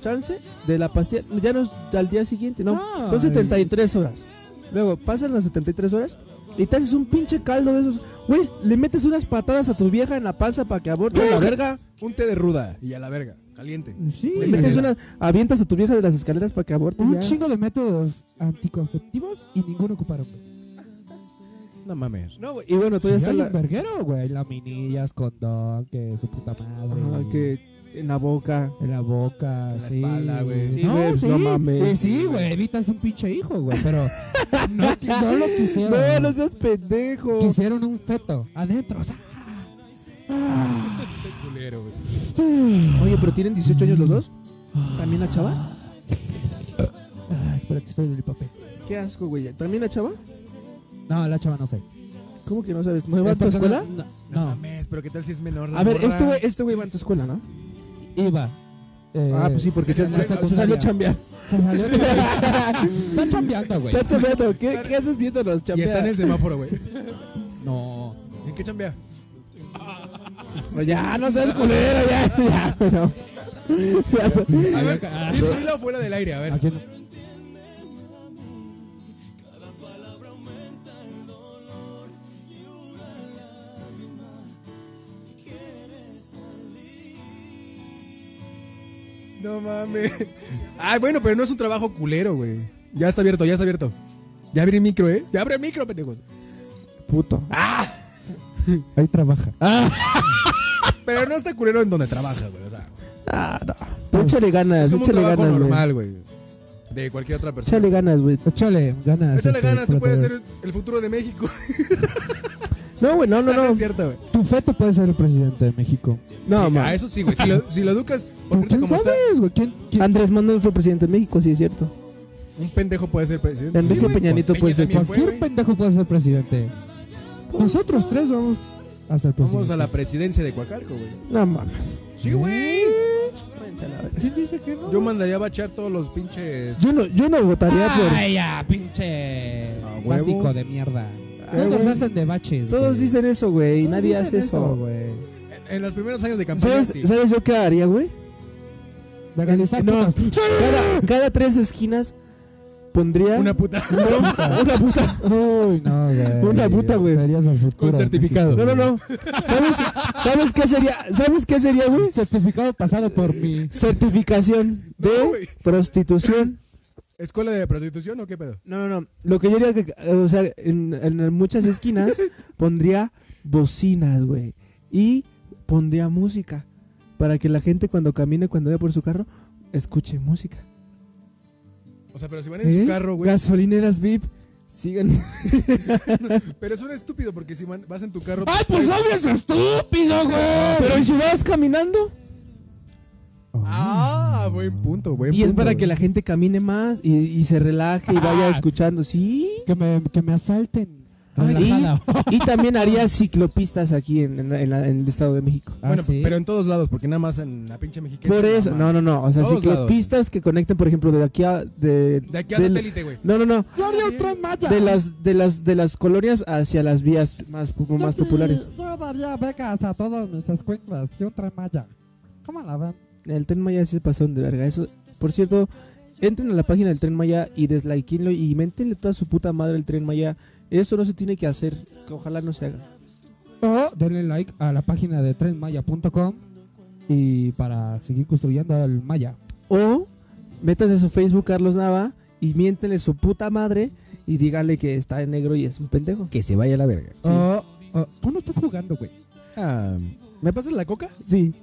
chance de la pastilla. Ya no es al día siguiente, no.
No,
Son
y-
73 horas. Luego pasan las 73 horas y te haces un pinche caldo de esos. Güey, le metes unas patadas a tu vieja en la panza para que aborte la verga.
Un té de ruda y a la verga, caliente.
Sí.
Le metes
Mira.
una. Avientas a tu vieja de las escaleras para que aborte.
Un
ya.
chingo de métodos anticonceptivos y ninguno ocuparon. güey.
No mames.
No, güey, Y bueno,
Sí,
todavía está
hay
la.
un verguero, güey. Laminillas, condón, que su puta madre.
Ajá, que en la boca.
En la boca,
En la
sí.
espalda, güey.
Sí, güey, no mames.
Sí, sí, güey. Evitas un pinche hijo, güey. Pero no, no lo quisieron.
No, no seas pendejo.
Quisieron un feto adentro. O sea, ah.
Qué culero, güey.
Oye, pero tienen 18 años los dos. ¿También la chava?
ah, espérate, estoy en el papel.
Qué asco, güey. ¿También la chava?
No, la chava no sé.
¿Cómo que no sabes? ¿No iba a tu
Es porque
escuela?
No,
No,
no, no,
mames, pero qué tal si es menor la
A ver,
morra?
este güey, este güey va en tu escuela, ¿no?
iba. Eh,
ah, pues sí, porque se,
se-
se-
secundaria.
se salió a chambear.
Se salió chambeando. Está chambeando, güey.
Está chambeando. ¿Qué, ¿Qué haces viéndonos
Y está en
chambear?
el semáforo, güey.
No.
¿En qué chambea?
No, ya, no seas culero, ya, ya, bueno. Ya, pues.
A ver,
Ah.
dilo dilo fuera del aire, a ver.
¿A quién?
No mames. Ay, bueno, pero no es un trabajo culero, güey. Ya está abierto, ya está abierto. Ya abre el micro, ¿eh? Ya abre el micro, pendejos.
Puto.
Ahí trabaja.
Pero no está culero en donde trabaja, güey. O sea,
Ah, no. Pero échale ganas,
es como un
Ah, échale
trabajo
ganas, güey.
normal, güey. De cualquier otra persona.
Échale ganas, güey.
Échale ganas.
Échale
este,
ganas, tú puedes
explotador.
ser el futuro de México.
No, güey, no, no, no.
es cierto, güey.
Tu feto puede ser el presidente de México.
No, pues,
Sí, ah,
man.
eso sí, güey. Si lo, si lo educas, porque ahorita
¿Quién
como está,
sabes, güey? ¿Quién, quién?
Andrés Manuel fue presidente de México, sí es cierto.
un pendejo puede ser presidente.
Enrique
güey.
Peña Nieto puede ser-
también fue,
Cualquier
güey.
pendejo puede ser presidente. Nosotros tres vamos a ser
pues,
presidentes.
Vamos a la presidencia de Coacalco, güey.
No mames.
Sí, güey.
¿Quién dice que no?
Yo mandaría a bachar todos los pinches.
Yo no, yo no votaría por.
Ay, ya, pinche
A huevo.
básico de mierda. Todos
güey.
hacen de baches.
Todos
güey.
dicen eso, güey.
Todos
Nadie
dicen
hace eso.
güey.
En, en los primeros años de campaña,
¿Sabes,
sí.
¿Sabes yo qué haría, güey?
Legalizar
No.
putas.
Cada, cada tres esquinas pondría
Una puta.
No, una puta.
Uy, no, güey.
Una puta, güey.
Serías el futuro
Con
de
certificado.
No, no, no. ¿Sabes, ¿Sabes qué sería? ¿Sabes qué sería, güey?
México. Certificado pasado por mí.
Certificación
No,
de
güey.
prostitución.
¿Escuela de prostitución o qué pedo?
No, no, no. Lo que yo diría que, eh, o sea, en, en muchas esquinas pondría bocinas, güey. Y pondría música. Para que la gente cuando camine, cuando vaya por su carro, escuche música.
O sea, pero si van en su
¿Eh?
carro, güey.
Gasolineras VIP. Sigan.
Pero suena estúpido porque si van- vas en tu carro.
¡Ay, pues obvio es estúpido, güey!
Pero ¿y si vas caminando?
Ah, buen punto, buen
Y es
punto,
para que
güey.
la gente camine más y, y se relaje y vaya
Ah.
escuchando. Sí.
Que me, que me asalten.
Ay,
En la jala.
Y también haría ciclopistas aquí en, en- en la- en el Estado de México.
Ah,
Bueno,
¿sí?
pero en todos lados, porque nada más en la pinche mexicana.
Por eso, no, no, no. O sea,
Todos
ciclopistas que conecten, por ejemplo, de aquí a. De,
De aquí a
del-
satélite, güey.
No, no, no.
Yo haría un tren maya.
De las, de las, de las colonias hacia las vías más, pu-
Yo
más
sí-
populares.
Yo daría becas a todos mis escuinclas. Yo un tren maya. ¿Cómo la ven?
El tren Maya sí se pasó de verga. Eso, por cierto, entren a la página del tren Maya y deslikeenlo y méntenle toda su puta madre el tren Maya. Eso no se tiene que hacer. que Ojalá no se haga.
O denle like a la página de trenmaya.com y para seguir construyendo el maya.
O métanse a su Facebook Carlos Nava y miéntenle su puta madre y díganle que está en negro y es un pendejo.
Que se vaya a la verga.
O, o- tú no estás jugando, güey.
¿Me pasas la coca?
Sí.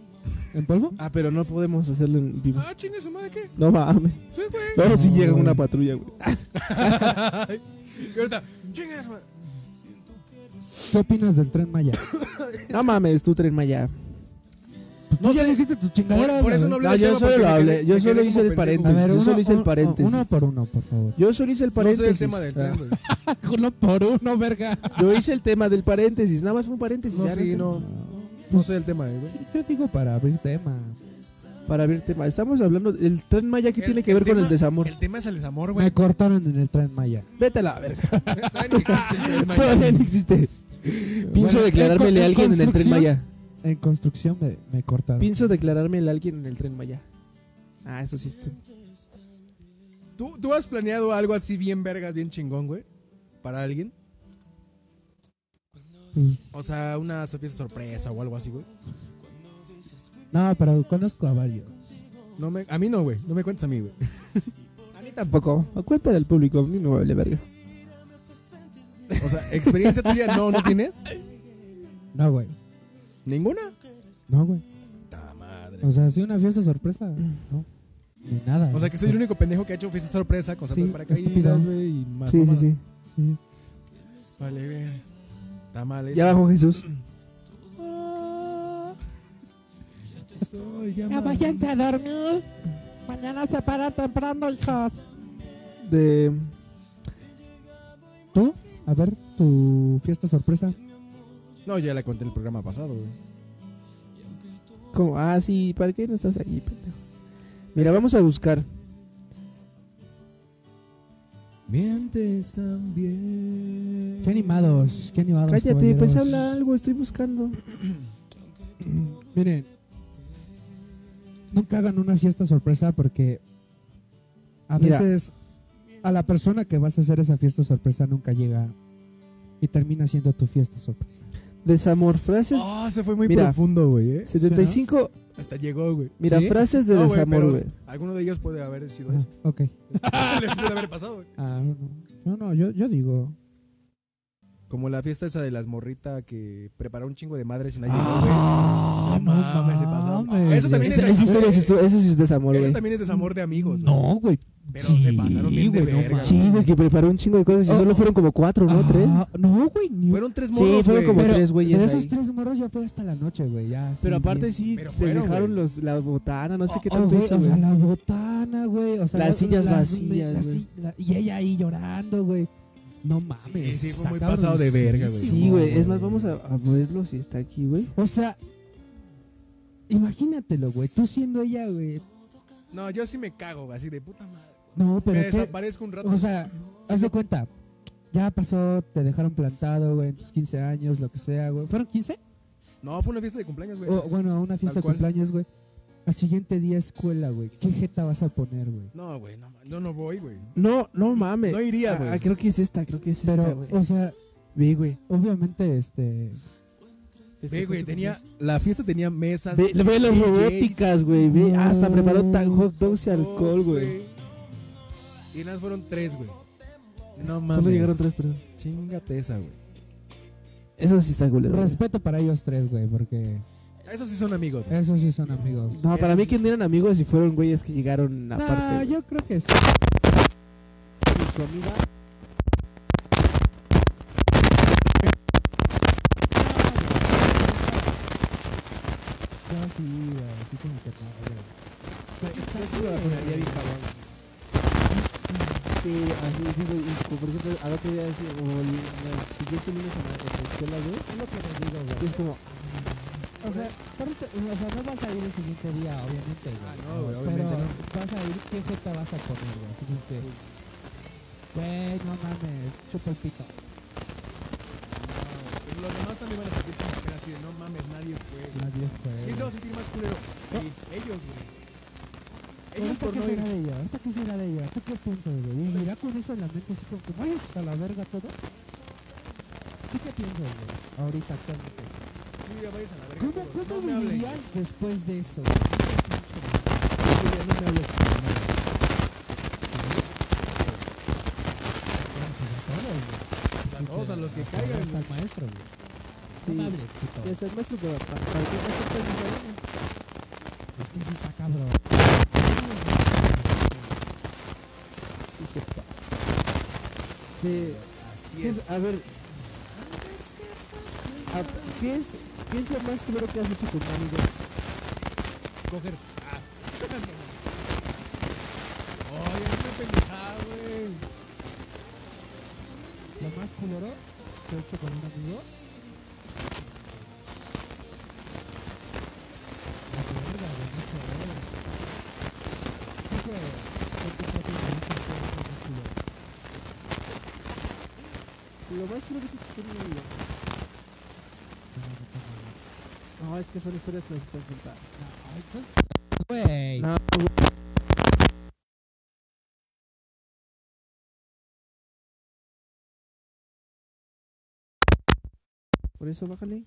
¿En polvo?
Ah, pero no podemos hacerlo en vivo.
Ah, chingue su madre, ¿qué?
No mames.
Sí, güey.
No, si
No,
llega
güey.
una patrulla, güey.
y ahorita, chingue su madre.
¿Qué opinas del tren maya?
No mames, tú tren Maya.
Pues tú ya dijiste tus chingaderas.
Por, por eso no hablé
No,
del
yo
tema,
solo
porque
lo
me
hablé,
quedé-
yo
me
solo
quedé
hice
como
el
güey.
pendejo,
A
güey.
ver,
Yo
uno,
solo hice el
un-
paréntesis.
Uno por uno, por favor.
Yo solo hice el
No sé
paréntesis. Ah.
el tema del tren, güey.
uno por uno, verga.
Yo hice el tema del paréntesis, nada más fue un paréntesis.
No,
ya
sí,
es-
no. No sé el tema, güey.
Yo digo para abrir tema.
Para ver tema. Estamos hablando del tren Maya que
El-
tiene que ver con
tema-
el desamor.
El tema es el desamor, güey.
Me cortaron en el tren maya.
Vete a la verga.
Todavía ni existe el tren Maya.
Todavía no existe. Pienso
Bueno,
declarármele
en
a alguien en el tren
construcción-
Maya.
En construcción me, me cortaron.
Pienso declarármele a alguien en el tren Maya. Ah, eso sí. está.
¿Tú, ¿Tú has planeado algo así bien vergas, bien chingón, güey? ¿Para alguien?
Mm.
Pues,
O sea, una sorpresa sorpresa o algo así, güey.
No, pero conozco a varios.
No me, a mí no, güey. No me cuentes a mí, güey.
A mí tampoco. A cuenta del público, a mí me vale verga.
O sea, experiencia tuya no, ¿no tienes?
No, güey.
¿Ninguna?
No, güey.
Ta madre.
O sea, sí, una fiesta sorpresa.
Mm.
No. Ni nada.
O sea, que soy el único pendejo que ha hecho fiesta sorpresa con salto
Sí,
de paracaídas,
estúpido.
güey, y más
Sí, sí,
mamadas.
sí.
Vale, bien. Tamales.
Ya abajo Jesús.
Ah, aquí estoy, ya
Ya
mal.
váyanse a dormir. Mañana se para temprano, hijos.
De...
¿Tú? A ver, tu fiesta sorpresa.
No, ya la conté en el programa pasado, güey.
¿Cómo? Ah, sí, ¿para qué no estás ahí, pendejo? Mira, vamos a buscar.
Mientes también.
Qué animados, qué animados.
Cállate, pues
caballeros.
habla algo, estoy buscando.
Mm, Miren, nunca hagan una fiesta sorpresa porque a
Mira.
veces a la persona que vas a hacer esa fiesta sorpresa nunca llega y termina siendo tu fiesta sorpresa.
Desamor, frases
Ah, se fue muy
Mira.
profundo, güey, ¿eh?
75.
Hasta llegó, güey.
Mira,
¿Sí?
frases de
No, güey,
desamor,
pero
güey.
Alguno de ellos puede haber sido
Ah,
Pues.
eso.
ok.
Les puede haber pasado, güey.
Ah, no, no, no, yo, yo digo.
Como la fiesta esa de las morritas que preparó un chingo de madres y nadie llegó, güey.
Ah,
No mames, se pasaron.
mames.
Eso también
Esa-
es
esa historia,
desamor.
esa historia- eso sí es desamor,
Eso
güey.
también es desamor de amigos, güey.
No, güey.
Pero se pasaron bien de
güey, no
verga,
mames.
Sí, güey, que preparó un chingo de cosas y
Oh.
solo fueron como cuatro, ¿no? Tres.
Ah, no, güey. ni-
Fueron tres
Sí,
morros,
fueron
güey.
como
Pero
tres güeyes
De esos
ahí.
tres morros ya fue hasta la noche, güey. Ya,
Pero
sí,
aparte
bien.
sí,
Pero
les
fueron,
dejaron
güey.
los, la botana, no sé
Oh,
qué
oh,
tanto
güey,
hizo,
O sea,
güey.
la botana, güey. O sea,
Las
la-
sillas
las-
vacías,
las-
güey.
la- y ella ahí llorando, güey. No mames.
Sí, sí, fue muy
está
pasado de verga, güey.
cabroncísimo,
Sí, güey. Es más, vamos a, a verlo si está aquí, güey.
O sea, imagínatelo, güey. Tú siendo ella, güey.
No, yo sí me cago, güey, así de puta madre.
No,
Me
pero qué.
desaparezco un rato.
O sea, haz de cuenta. Ya pasó, te dejaron plantado, güey, en tus 15 años, lo que sea, güey. ¿Fueron 15?
no, fue una fiesta de cumpleaños, güey.
Pues,
O, bueno, una
Tal
fiesta de
cual.
cumpleaños, güey. Al siguiente día escuela, güey. ¿Qué jeta vas a poner, güey?
No, güey, no, ma- yo no voy, güey.
No, no mames.
No iría,
Ah,
güey.
creo que es esta, creo que es esta,
Pero, oh.
güey.
o sea,
Ve, güey.
obviamente, este.
Ve, güey, tenía, la fiesta tenía mesas.
Ve, ve las
DJs,
robóticas, güey. Ve,
No.
hasta preparó tan hot dogs y
hot
alcohol,
dogs,
güey.
Y nada, más fueron tres, güey. No mames.
Solo llegaron tres personas.
Chingate esa, güey.
Eso sí está culero. güey.
Respeto para ellos tres, güey, porque
Esos sí son amigos. güey.
esos sí son amigos.
No, para
Eso
mí
sí.
que no eran amigos y fueron güeyes que llegaron
No,
aparte. güey.
yo creo que sí.
Y su amiga.
Yo sí, güey, así como que no, güey. Pues está
Yo sí me vacunaría bien cabrón.
Sí, así, digo, y como por ejemplo, al otro día, así, o el, el siguiente lunes a la, a la escuela, güey,
Es lo que te digo,
y
güey.
es como,
O sea, ahorita- o sea, no vas a ir el siguiente día, obviamente, güey.
Ah, no, güey,
Pero
obviamente
vas a ir, ¿qué jeta vas a poner, güey? Así como que, güey, no mames, chupa el pito.
No, Los demás también van a sentir como que era así de no mames, nadie fue.
Nadie fue.
¿Quién se va a
güey.
sentir más culero? Sí, Ellos, güey. Ellos
¿Ahorita
por
qué
no ir.
será de ella? ¿Ahorita qué será de ella? ¿Ahorita qué piensas, güey? Y mira con eso en la mente así como que, vaya pues, a la verga todo. ¿Tú qué piensas, güey? Ahorita, actualmente.
Mira, vayas a la verga.
¿Cómo,
todos. no
cómo
me hablen.
vivirías después de eso?
Julia, no me hables. O sea, todos a los que caigan.
Hasta el maestro, güey.
Sí.
No me hables, puto.
ya está el maestro, pero ¿para, para qué maestro te dice?
Es que sí está cabrón.
Sí, es cierto. Que-
Así
¿qué
es.
es, a ver, a- ¿qué, es, ¿qué es lo más culero que has hecho con un amigo?
Coger. Ah. Oye, no me pendejada, güey.
Lo más culero que he hecho con un amigo. La verga, güey, no sé, güey. Creo que- creo que fue lo más culero.
Lo más culero que has hecho con un amigo. No, es que son historias que no se pueden contar.
Ay, pues, Güey.
No, Por eso bájale.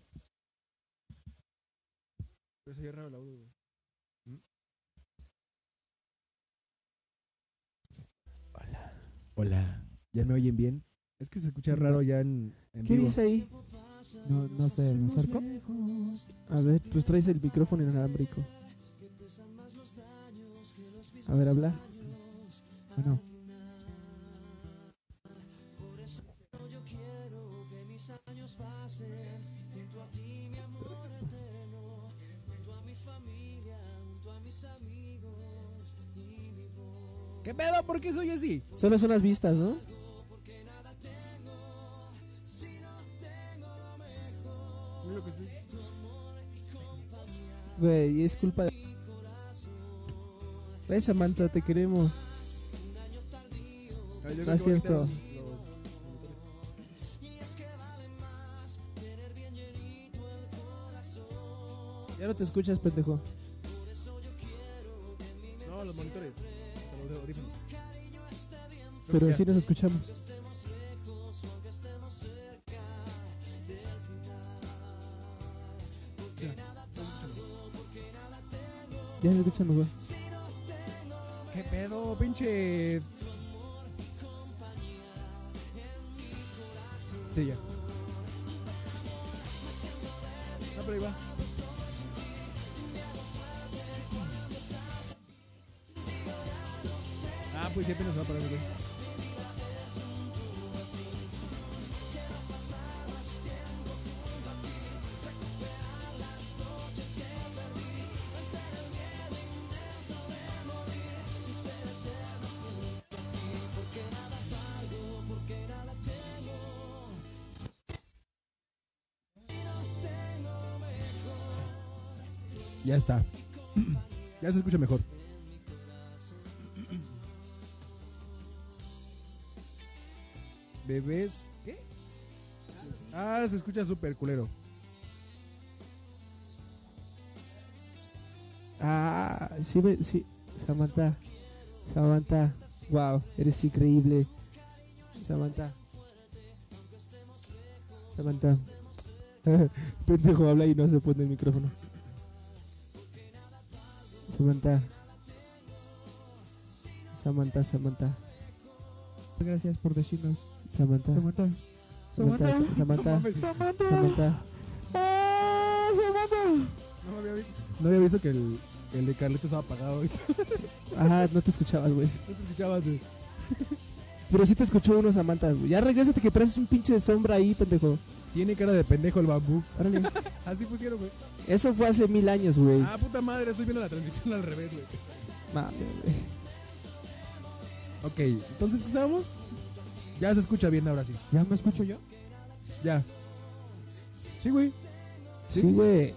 Por eso yo raro Pues el audio, güey. ¿Mm? Hola. Hola. ¿Ya me oyen bien? Es que se escucha raro ya en, en
¿Qué
vivo.
dice ahí?
No, no sé, me acerco.
A ver, pues traes el micrófono inalámbrico. A ver, habla.
Bueno.
¿Qué pedo? ¿Por qué soy así?
Solo son las vistas, ¿no?
Mira lo que estoy-
Güey, es culpa de... Ay, Samantha, te queremos.
Ah, yo creo
No es
que voy a quitar
cierto.
los- los-
Ya no te escuchas, pendejo.
No, los monitores. Se los audífonos. Creo que
Pero
ya.
sí nos escuchamos. Ya se escuchan mejor.
¿Qué pedo, pinche? Sí, ya. No, pero ahí va. Ah, pues siempre nos va a parar, güey. Ya está. ya se escucha mejor. Bebés. ¿Qué? Ah, se escucha súper culero.
Ah, sí, me- sí. Samantha. Samantha. Wow, eres increíble. Samantha. Samantha. Pendejo, habla y no se pone el micrófono. Samantha. Samantha, Samantha.
Gracias por decirnos.
Samantha.
Samantha.
Samantha.
Samantha.
Samantha.
Samantha.
Samantha.
Ah, Samantha.
No había, vi- no había visto que el, el de Carlito estaba apagado. y No
Ajá, Ah, no te escuchabas, güey.
te escuchabas, güey.
Pero sí te escuchó uno, Samantha. güey. Ya regrésate que pareces un pinche de sombra ahí, pendejo.
Tiene cara de pendejo el bambú.
Órale.
Así pusieron, güey.
Eso fue hace mil años, güey.
Ah, puta madre, estoy viendo la transmisión al revés, güey.
Mame, güey.
Ok, entonces, ¿qué estábamos? Ya se escucha bien ahora sí.
¿Ya me escucho yo?
Ya. Sí, güey.
Sí, güey.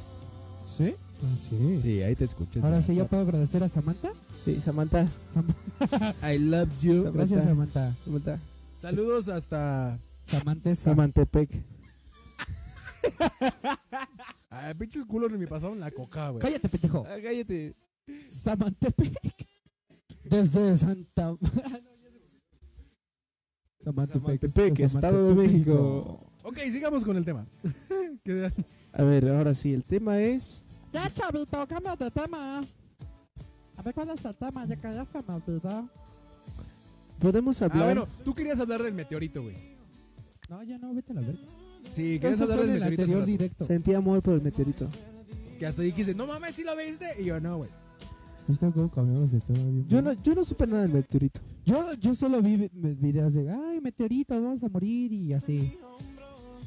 ¿Sí? Ah, sí.
Sí, ahí te escuchas.
Ahora sí, ya puedo agradecer a Samantha.
Sí, Samantha.
I love you.
Samantha.
Gracias, Samantha.
Samantha.
Saludos hasta.
Samantha.
Samantepec.
Ah, pinches culos me pasaron la coca, güey.
Cállate, pendejo.
Ah, cállate.
Samantepec. Desde Santa. Ah, Samantepec.
Samantepec, Estado de México.
Ok, sigamos con el tema. Que-
A ver, ahora sí, el tema es.
Ya, chavito, cambia de tema. A ver cuál es el tema, ya que ya se me olvidó.
Podemos
ah,
hablar.
bueno, tú querías hablar del meteorito, güey.
No, ya no, vete a la verga.
Sí, querías
Eso
hablar
fue
del
en el
meteorito. hace
anterior
rato.
directo.
Sentí amor por el meteorito.
Que hasta dijiste, no mames, si lo viste. Y yo, no, güey.
¿Viste cómo cambiamos el tema bien?
Yo no, yo no supe nada del meteorito.
Yo, yo solo vi vi- videos de, ay, meteoritos, vamos a morir y así.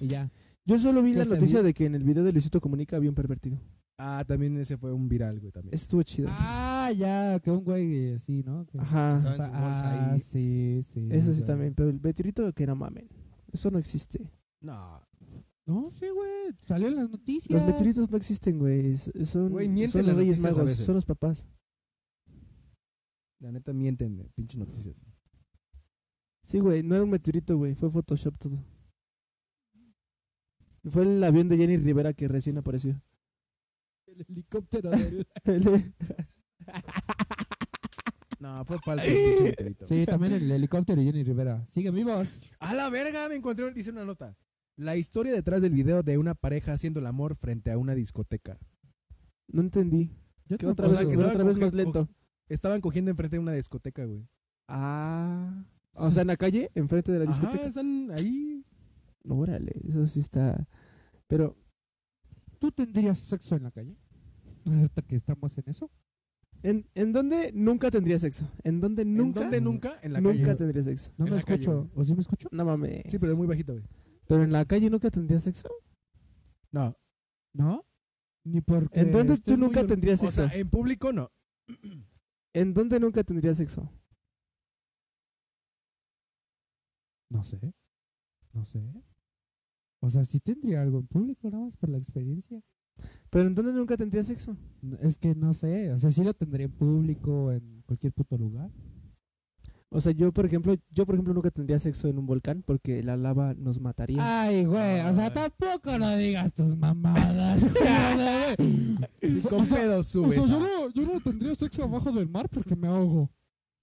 Y ya.
Yo solo vi
¿Qué
la
se
noticia
vio?
de que en el video de Luisito Comunica había un pervertido.
Ah, también ese fue un viral, güey, también.
Estuvo chido.
Ah, ya, que un güey así, ¿no? Que-
Ajá.
Estaba en su bolsa
Ah,
ahí.
sí, sí.
Eso sí
ya.
también. Pero el meteorito que era mamen. Eso no existe.
No.
No, sí, güey. Salió en las noticias.
Los meteoritos no existen, güey. S- Son,
Güey, mienten
son
las
los Reyes
noticias a
Magos.
veces.
Son los papás.
La neta mienten, güey, pinches noticias.
Sí, güey, no era un meteorito, güey, fue Photoshop todo. Fue el avión de Jenny Rivera que recién apareció.
El helicóptero del...
No, fue falso el pinche meteorito.
Sí, también el helicóptero y Jenny Rivera. Siguen vivos.
A la verga, me encontré, dice una nota. La historia detrás del video de una pareja haciendo el amor frente a una discoteca.
no entendí.
Yo
¿Qué
tampoco,
otra vez,
sea, que
que
güey.
estaban
otra vez
cogiendo-
más lento?
Estaban cogiendo enfrente de una discoteca, güey.
Ah. O sea, en la calle, enfrente de la
Ajá,
discoteca.
están ahí.
Órale, eso sí está. Pero,
¿Tú tendrías sexo en la calle? Ahorita que estamos en eso.
¿en, en dónde nunca tendría sexo? ¿En dónde nunca?
¿En dónde nunca? En la
nunca
calle.
tendría sexo.
No
En
me
la calle,
escucho. ¿O sí me escucho?
No mames.
Sí, pero es muy bajito, güey.
Pero en la calle nunca tendría sexo.
No,
¿No? Ni porque...
Eh,
¿En dónde
estés
tú nunca
muy-
tendrías
o
sexo?
sea, eh en público no.
¿En dónde nunca tendrías sexo?
No sé. No sé. O sea, sí tendría algo en público, nada más por la experiencia.
¿Pero en dónde nunca tendría sexo?
No, Es que no sé. O sea, sí lo tendría en público, en cualquier puto lugar.
O sea, yo por ejemplo, yo por ejemplo nunca tendría sexo en un volcán porque la lava nos mataría.
Ay, güey. O sea,
Ay.
tampoco no digas tus mamadas. güey, o sea, güey.
Si con pedo
O
subes.
sea, yo
a-
Pues no, yo no tendría sexo abajo del mar porque me ahogo.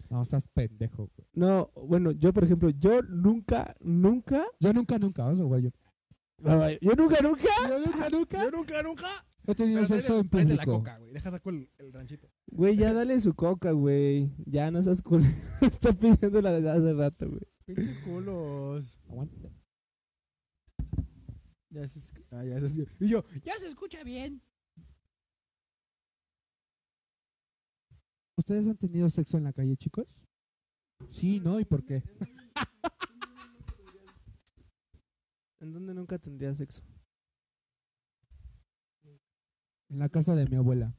No, estás pendejo, güey.
No, bueno, yo por ejemplo, yo nunca, nunca,
Yo nunca, nunca, eso, güey. Yo,
yo nunca, nunca.
yo nunca, nunca
Yo nunca, nunca.
he tenido
Pero
sexo
tráete-
en
tráete la
público.
coca, güey. Deja saco el, el ranchito.
Güey, ya dale su coca, güey. Ya no seas cool. Está pidiendo la de hace rato, güey.
Pinches culos.
Aguántate.
Ya se, esc- ah, ya se- y yo,
Ya se escucha bien. ¿Ustedes han tenido sexo en la calle, chicos? Sí, ¿no? ¿Y por qué?
¿En dónde nunca tendría sexo?
En la casa de mi abuela.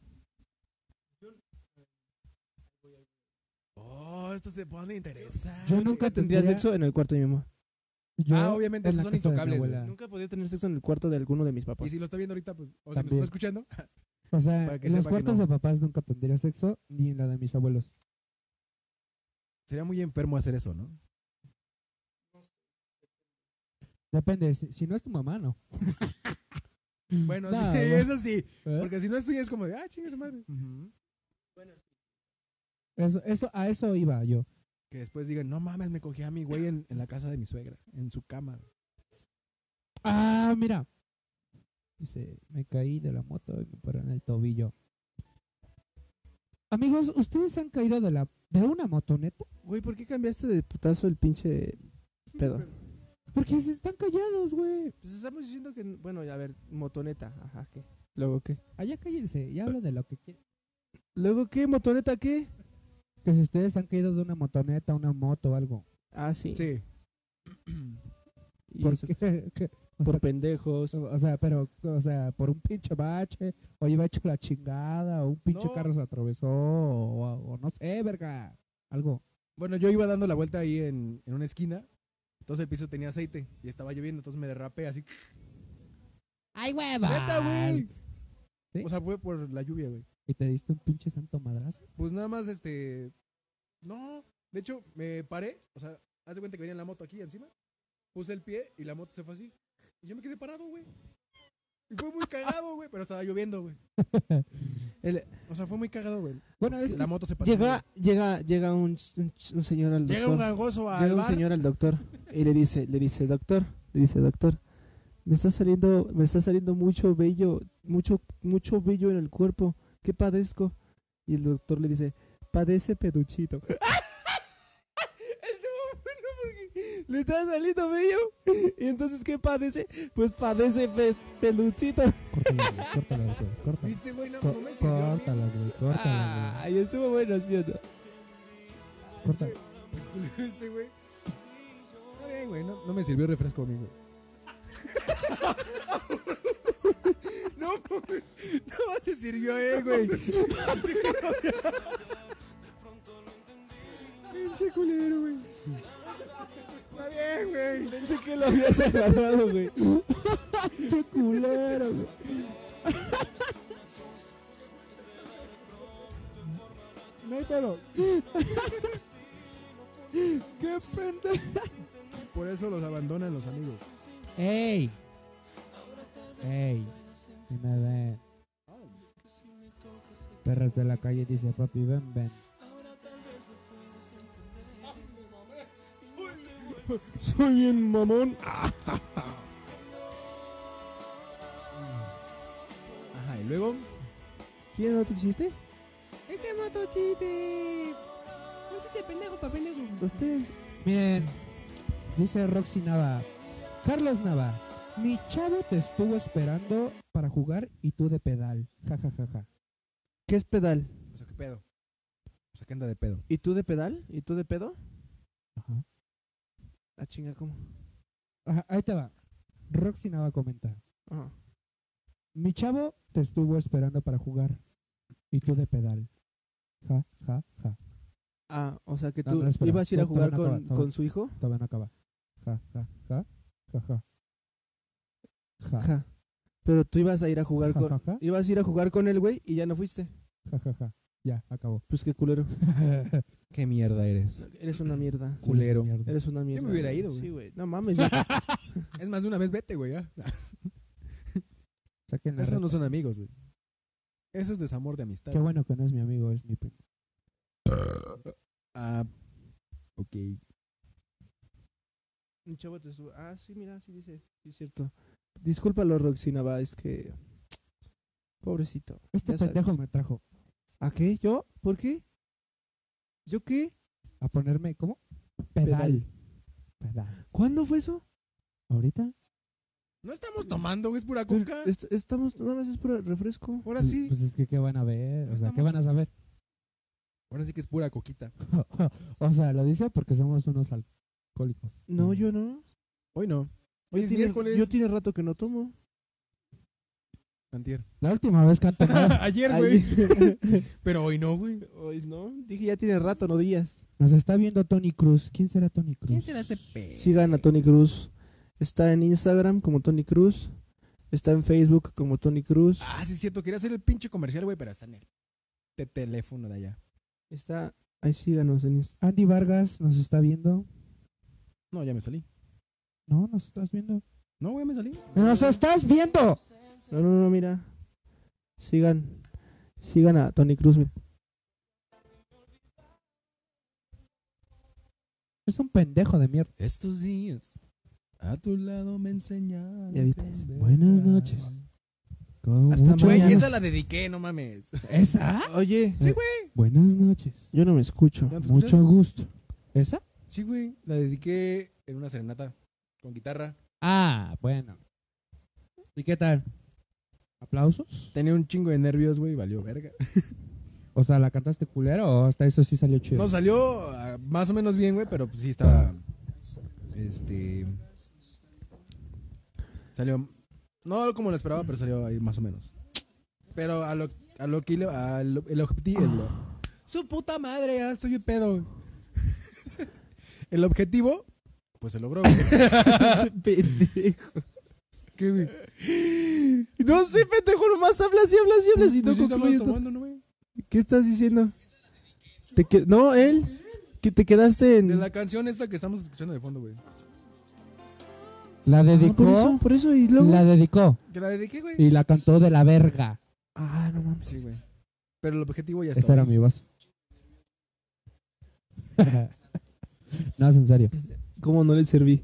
oh, esto se pone interesante.
Yo nunca tendría
tendría-
sexo en el cuarto de mi mamá.
Yo,
ah, obviamente,
en la
esos son
casa de mi
intocables, güey.
abuela.
Nunca podía tener sexo en el cuarto de alguno de mis papás.
Y si lo está viendo ahorita, pues, o si nos
También.
está escuchando,
O sea,
Para que
en los
sepa que
cuartos
no.
de papás nunca tendría sexo, ni en la de mis abuelos.
sería muy enfermo hacer eso, ¿no?
Depende, si, si no es tu mamá, no.
Bueno,
No,
sí,
güey.
eso sí.
¿Eh?
Porque si no estoy es como de, ah, chingue su madre.
Eso, eso, a eso iba yo.
Que después digan, no mames, me cogí a mi güey en, en la casa de mi suegra, en su cama.
Ah, mira. Dice, me caí de la moto y me paró en el tobillo. Amigos, ¿ustedes han caído de la de una motoneta?
Güey, ¿por qué cambiaste de putazo el pinche pedo?
Porque se están callados, güey.
Pues estamos diciendo que, bueno, a ver, motoneta, ajá, ¿qué? ¿Luego qué?
Allá cállense y hablan de lo que quieran.
¿Luego qué? ¿Motoneta qué?
Que si ustedes han caído de una motoneta, una moto o algo.
Ah, sí.
Sí.
Y
¿Por
eso-
qué? ¿Qué? O
por
sea,
pendejos.
O sea, pero, o sea, por un pinche bache, o iba hecho la chingada, o un pinche
No.
carro se atravesó, o, o no sé, verga. Algo.
Bueno, yo iba dando la vuelta ahí en, en una esquina. Entonces el piso tenía aceite y estaba lloviendo, entonces me derrapé así.
¡Ay, hueva!
¡Neta, güey!
¿Sí?
O sea, fue por la lluvia, güey.
Y te diste un pinche santo madrazo.
Pues nada más, este. No, de hecho, me paré. O sea, haz de cuenta que venía la moto aquí encima. Puse el pie y la moto se fue así. Y yo me quedé parado, güey. Y fue muy cagado, güey. Pero estaba lloviendo, güey.
El-
O sea, fue muy cagado, güey.
Bueno, es que-
La moto se pasó.
llega, llega, llega un, un- un señor al
güey.
doctor.
Llega un gangoso al
Llega un
bar.
señor al doctor y le dice, le dice, doctor, le dice, doctor, me está saliendo, me está saliendo mucho vello, mucho, mucho vello en el cuerpo, ¿qué padezco? Y el doctor le dice, padece peduchito. Estuvo bueno porque le está saliendo vello. Y entonces, ¿qué padece? Pues padece pe- peluchito.
Córtalo, güey, córtalo, güey, córtalo.
¿Viste, güey? No, no
Co-
me sirvió a mí. Ah.
Córtalo, güey, córtalo, güey,
Ay, estuvo bueno, ¿sí o no?
córtalo.
Este, güey. Está bien, güey. No, no me sirvió refresco, amigo. no, mames, no más se sirvió, eh, güey. Pinche culero, güey. Está bien, güey.
Pensé que lo habías agarrado, güey.
Pinche culero, güey.
No hay pedo.
¡Qué pendejo!
Por eso los abandonan los amigos.
¡Ey! ¡Ey! Si me ven. Perros de la calle dice, papi, ven, ven.
Soy bien mamón.
Ajá, y luego.
¿Quién no te chiste?
Este mato chiste. Un chiste pendejo pa' pendejo.
Ustedes.
Miren, dice Roxy Nava. Carlos Nava, mi chavo te estuvo esperando para jugar y tú de pedal. Ja, ja, ja, ja.
¿Qué es pedal?
O sea, ¿qué pedo? O sea, ¿qué anda de pedo?
¿Y tú de pedal? ¿Y tú de pedo?
Ajá.
Ah, chinga, ¿cómo?
Ajá, ahí te va. Roxy Nava comenta.
Ajá.
Mi chavo te estuvo esperando para jugar y tú de pedal. Ja, ja, ja.
Ah, o sea que
No,
tú
no, espera.
ibas a ir a
No,
jugar
todavía no
con,
acaba, todavía.
con su hijo.
Todavía no acaba. Ja, ja, ja. Ja, ja. Ja, ja,
Ajá. Pero tú ibas a ir a jugar
ja, ja,
con.
ja.
Ibas a ir a jugar con el güey y ya no fuiste.
Ja, ja, ja. Ya, acabó.
Pues qué culero.
¿Qué mierda eres?
Eres una mierda.
Culero.
Mierda.
Eres una mierda.
hubiera ido, güey.
Sí, güey. No mames. yo-
Es más de una vez vete, güey. ¿ah?
Saquen la
Esos
red.
no son amigos, güey. Eso es desamor de amistad.
Qué bueno que no es mi amigo, es mi primo.
Ah, ok.
Un chavo te estuvo. Ah, sí, mira, sí dice. Sí, es cierto. Discúlpalo, Roxina, va, es que. Pobrecito.
Este
Ya sabes.
pendejo me trajo
¿A qué? ¿Yo? ¿Por qué? ¿Yo qué?
a ponerme, ¿cómo?
Pedal.
Pedal. Pedal.
¿Cuándo fue eso?
¿Ahorita?
No estamos tomando, güey, es pura coca.
Est- estamos, nada más es pura refresco.
Ahora sí.
Pues es que, ¿qué van a ver? O sea, ¿qué
Estamos-
van a saber?
Ahora sí que es pura coquita.
o sea, lo dice porque somos unos alcohólicos.
No, yo no.
Hoy no. Hoy Mm. es
Tiene-
miércoles.
Yo tiene rato que no tomo.
Antier.
La última vez que han tomado,
Ayer,
Ahí-
güey. Pero hoy no, güey.
Hoy no. Dije ya tiene rato, no días.
nos está viendo Tony Cruz. ¿Quién será Tony Cruz?
este pe?
Sigan a Tony Cruz. Está en Instagram como Tony Cruz. Está en Facebook como Tony Cruz.
Ah, sí, es cierto. Quería hacer el pinche comercial, güey, pero está en el te- teléfono de allá.
Está. Ahí síganos en Instagram.
Andy Vargas nos está viendo.
No, ya me salí.
No, nos estás viendo.
No, güey, me salí.
¡Nos estás viendo!
No, no, no, mira. Sigan. Sigan a Tony Cruz, mira.
eres un pendejo de mierda.
Estos días a tu lado me enseñaron.
Ya viste.
que me
Buenas
amas.
noches.
Con
Hasta
mucho
Güey,
mañana.
amor.
esa la dediqué, no mames.
¿Esa?
Oye. Sí, güey.
Buenas noches.
Yo no me escucho.
¿Ya te
Mucho
escuchas?
gusto. ¿Esa?
Sí, güey. La dediqué en una serenata con guitarra.
Ah, bueno. ¿Y qué tal? ¿Aplausos?
Tenía un chingo de nervios, güey. Valió verga.
O sea, ¿la cantaste culero o hasta eso sí salió chido?
No, salió ah, más o menos bien, güey, pero pues sí estaba. Este. Salió. No como lo esperaba, pero salió ahí más o menos. Pero a lo, a lo que iba- a lo- el objetivo. Su puta madre, ya estoy un pedo. el objetivo, pues se logró. güey.
pendejo.
¿Qué, güey?
No sé, pendejo, nomás hablas y hablas y hablas y no
Pues sí estábamos
concluyes.
tomando, ¿no, güey?
¿Qué estás diciendo? Te que- No, él. Que te quedaste
De
en.
la canción esta que estamos escuchando de fondo, güey.
La
Ah, por eso,
dedicó.
por eso, y luego.
la dedicó.
Que la dediqué, güey.
Y la cantó de la verga.
Ah, no mames.
Sí, güey. Pero el objetivo ya
Esta
está.
era mi voz. no, es en serio.
¿Cómo no le serví?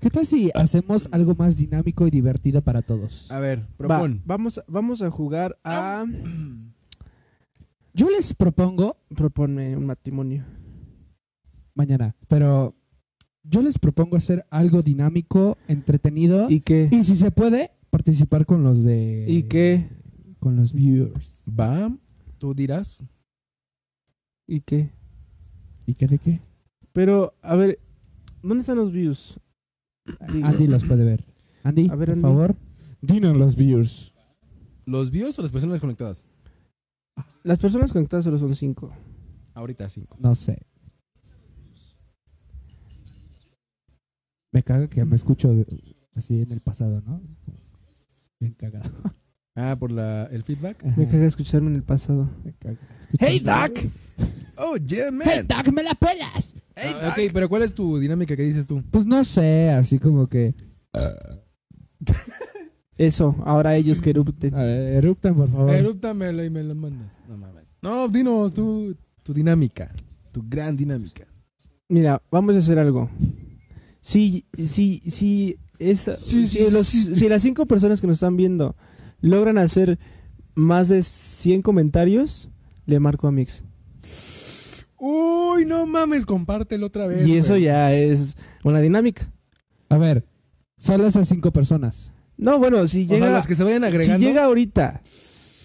¿Qué tal si hacemos algo más dinámico y divertido para todos?
A ver,
Va,
propon.
vamos, vamos a jugar a.
Yo les propongo
Propone un matrimonio.
mañana, pero yo les propongo hacer algo dinámico, entretenido y,
¿Y qué?
si se puede, participar con los de...
¿Y qué?
Con los viewers.
Va, tú dirás.
¿Y qué?
¿Y qué de qué?
Pero, a ver, ¿dónde están los views?
Andy los puede ver. Andy,
Mm. A ver,
por
Andy.
favor, dinos los viewers.
¿Los views o las personas conectadas?
Las personas conectadas solo son cinco.
Ahorita cinco.
No sé. Me caga que me escucho de- así en el pasado, ¿no? Bien cagado.
Ah, por la, el feedback.
Me
Ajá,
caga escucharme en el pasado.
me caga.
¡Hey,
Escuchando-
Doc! Oh, yeah, man.
¡Hey, Doc, me la pelas!
Ah, ok, pero ¿cuál es tu dinámica que dices tú?
Pues no sé, así como que...
Eso, ahora ellos que erupten.
A ver, eruptan, por favor.
Erúptamela y me la mandas. No mames. No, dinos tú, tu dinámica. Tu gran dinámica.
Mira, vamos a hacer algo. Si, si, si, esa-
Sí,
si,
sí,
los-
sí.
si las cinco personas que nos están viendo logran hacer más de 100 comentarios, le marco a Mix.
Uy, no mames, compártelo otra vez.
y eso
güey.
ya es una dinámica.
A ver, solo esas cinco personas.
No, bueno, si
O sea,
llega,
las que se vayan
si
agregando. Ah,
llega ahorita,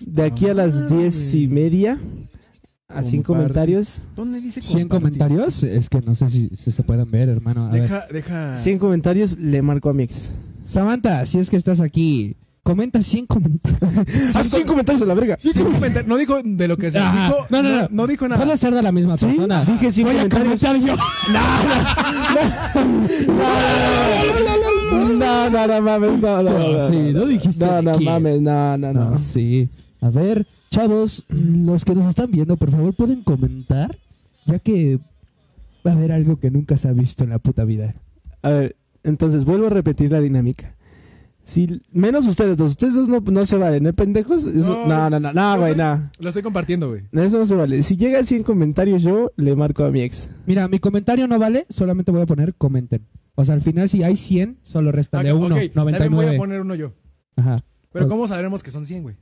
de aquí a las
Madre.
diez y media, a 100
Comparte.
comentarios,
¿Dónde dice
100
compartir?
comentarios, es que no sé si, si se pueden ver, hermano. A ver.
Deja, deja.
100 comentarios, le marco a Mix.
Samantha, si es que estás aquí, comenta 100 comentarios.
¡Ah, 100 comentarios a la verga!
Sí, comenta- No dijo de lo que se
Ajá.
dijo.
No, no, no.
dijo nada.
Puede ser de la misma
Sí,
persona.
dije 100
Voy a
comentarios.
comentar yo.
No, no, no mames, no, no.
No,
no,
sí,
no,
no dijiste
No,
de
no
quién.
mames, no, no, no.
No, sí. A ver, chavos, los que nos están viendo, por favor, pueden comentar, ya que va a haber algo que nunca se ha visto en la puta vida.
A ver, entonces vuelvo a repetir la dinámica. Si menos ustedes dos, ustedes dos no, no se valen, ¿eh, pendejos? Eso-
No,
no, no, no, no,
yo
güey,
sé-
no.
Lo estoy compartiendo, güey.
No, Eso no se vale. Si llega a 100 comentarios, yo le marco a mi ex.
Mira, mi comentario no vale, solamente voy a poner comenten. O sea, al final si hay 100, solo resta de
Ok,
1,
ok, También voy a
99.
poner uno yo.
Ajá.
Pero
Ok.
¿cómo sabremos que son 100, güey?